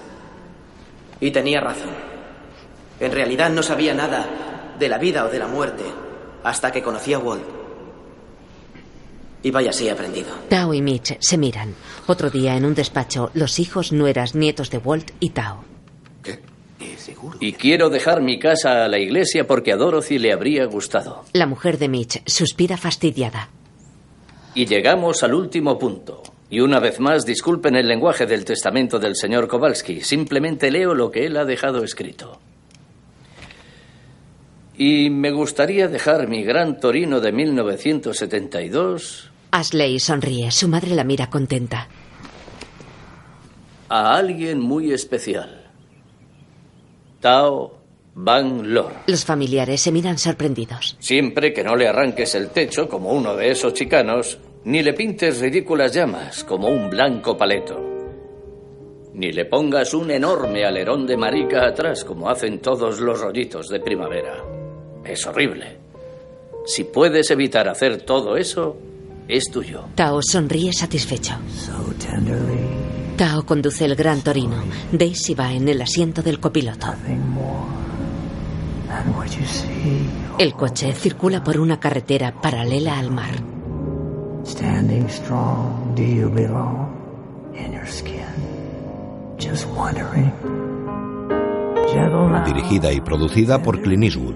Speaker 7: Y tenía razón. En realidad no sabía nada de la vida o de la muerte hasta que conocí a Walt. Y vaya, sí he aprendido.
Speaker 3: Tao y Mitch se miran. Otro día en un despacho, los hijos, nueras, nietos de Walt y Tao.
Speaker 22: Y quiero dejar mi casa a la iglesia porque a Dorothy le habría gustado.
Speaker 3: La mujer de Mitch suspira fastidiada.
Speaker 22: Y llegamos al último punto. Y una vez más, disculpen el lenguaje del testamento del señor Kowalski. Simplemente leo lo que él ha dejado escrito. Y me gustaría dejar mi gran Torino de 1972
Speaker 3: Ashley sonríe. Su madre la mira contenta.
Speaker 22: a alguien muy especial. Tao Van Lor.
Speaker 3: Los familiares se miran sorprendidos.
Speaker 22: Siempre que no le arranques el techo como uno de esos chicanos, ni le pintes ridículas llamas como un blanco paleto, ni le pongas un enorme alerón de marica atrás como hacen todos los rollitos de primavera. Es horrible. Si puedes evitar hacer todo eso, es tuyo.
Speaker 3: Tao sonríe satisfecho. Tao conduce el gran torino. Daisy va en el asiento del copiloto. El coche circula por una carretera paralela al mar.
Speaker 23: Standing strong, do you belong in your skin? Just wondering. Gentle now,
Speaker 2: Dirigida y producida por Clint Eastwood.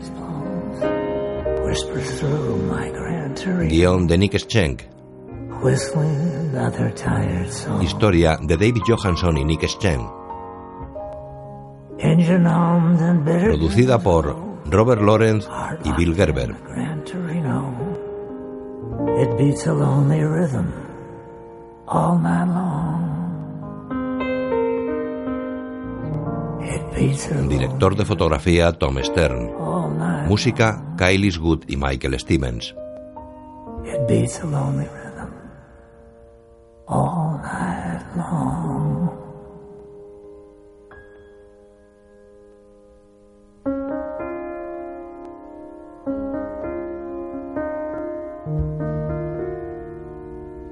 Speaker 23: whisper through my grand turret,
Speaker 2: Guión de Nick Schenk.
Speaker 23: whistling another tired song.
Speaker 2: Historia de David Johanson y Nick Schenk.
Speaker 23: Engine home, then bitter
Speaker 2: Producida por Robert Lawrence y Bill Gerber.
Speaker 23: Gran Torino. It beats a lonely rhythm all night long. It beats a
Speaker 2: Director de fotografía Tom Stern.
Speaker 23: all night.
Speaker 2: Música Kylie Good y Michael Stevens.
Speaker 23: It beats a lonely rhythm all night long.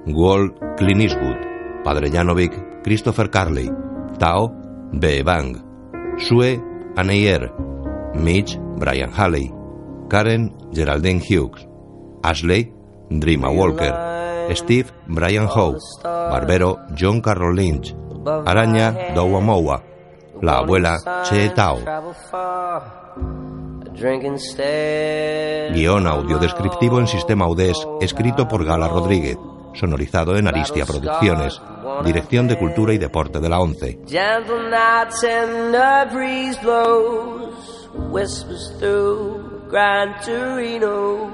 Speaker 2: Wall Clint Eastwood. Padre Janovic, Christopher Carley. Tao B. Bang. Sue Aneyer. Mitch Brian Haley. Karen Geraldine Hughes. Ashley Dreama Walker. Steve Brian Howe. Barbero John Carroll Lynch. Araña Dowa Mowa. La abuela Che Tao.
Speaker 29: Travel far, drink instead.
Speaker 2: Guión audiodescriptivo en sistema Audes, escrito por Gala Rodríguez, sonorizado en Aristia Producciones, Dirección de Cultura y Deporte de la ONCE.
Speaker 29: Gentle nights and the breeze blows, whispers through Gran Torino.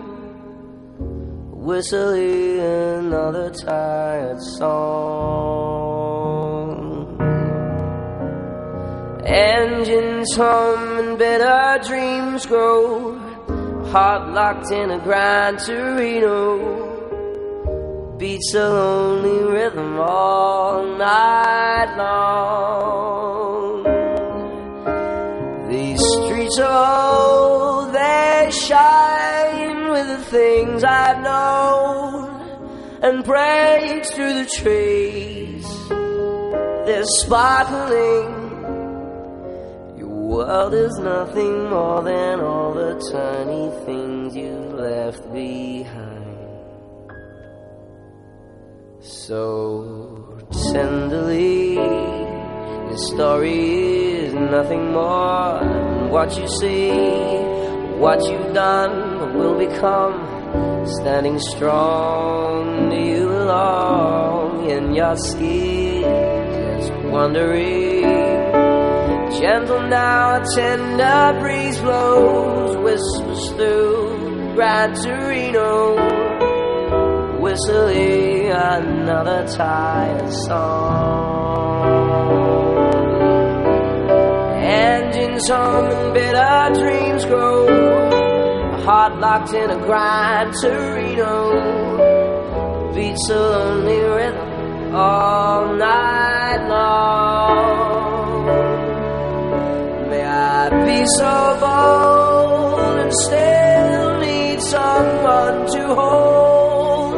Speaker 29: Whistling another tired song. Engines hum and bitter dreams grow. Heart locked in a Gran Torino. Beats a lonely rhythm all night long. These streets are old, they shine with a breaks through the trees. They're sparkling. Your world is nothing more than all the tiny things you left behind. So tenderly, the story is nothing more than what you see. What you've done will become standing strong. You belong in your skin, just wondering. Gentle now, a tender breeze blows, whispers through Gran Torino, whistling another tired song. Engines hum and bitter dreams grow. A heart locked in a grind Torino beats a lonely rhythm all night long. May I be so bold and still need someone to hold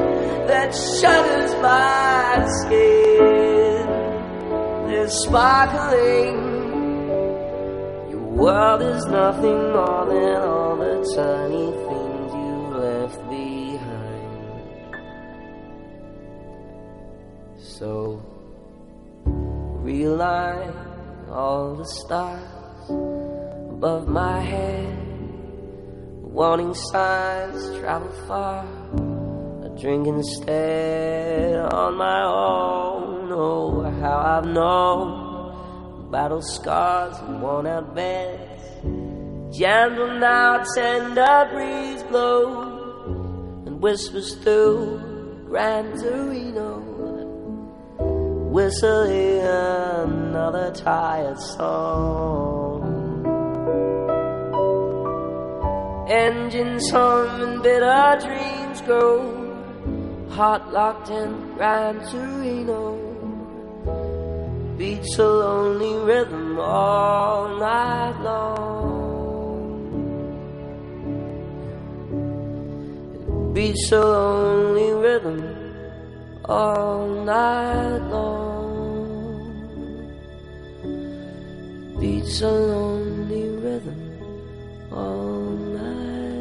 Speaker 29: that shudders my skin. It's sparkling. World is nothing more than all the tiny things you left behind. So realign all the stars above my head. Warning signs travel far. I drink instead on my own. Oh, how I've known battle scars and worn out beds. Gentle now, a tender breeze blows and whispers through Gran Torino, whistling another tired song. Engines hum and bitter dreams grow, heart locked in Gran Torino beats a lonely rhythm all night long. Beats a lonely rhythm all night long. Beats a lonely rhythm all night.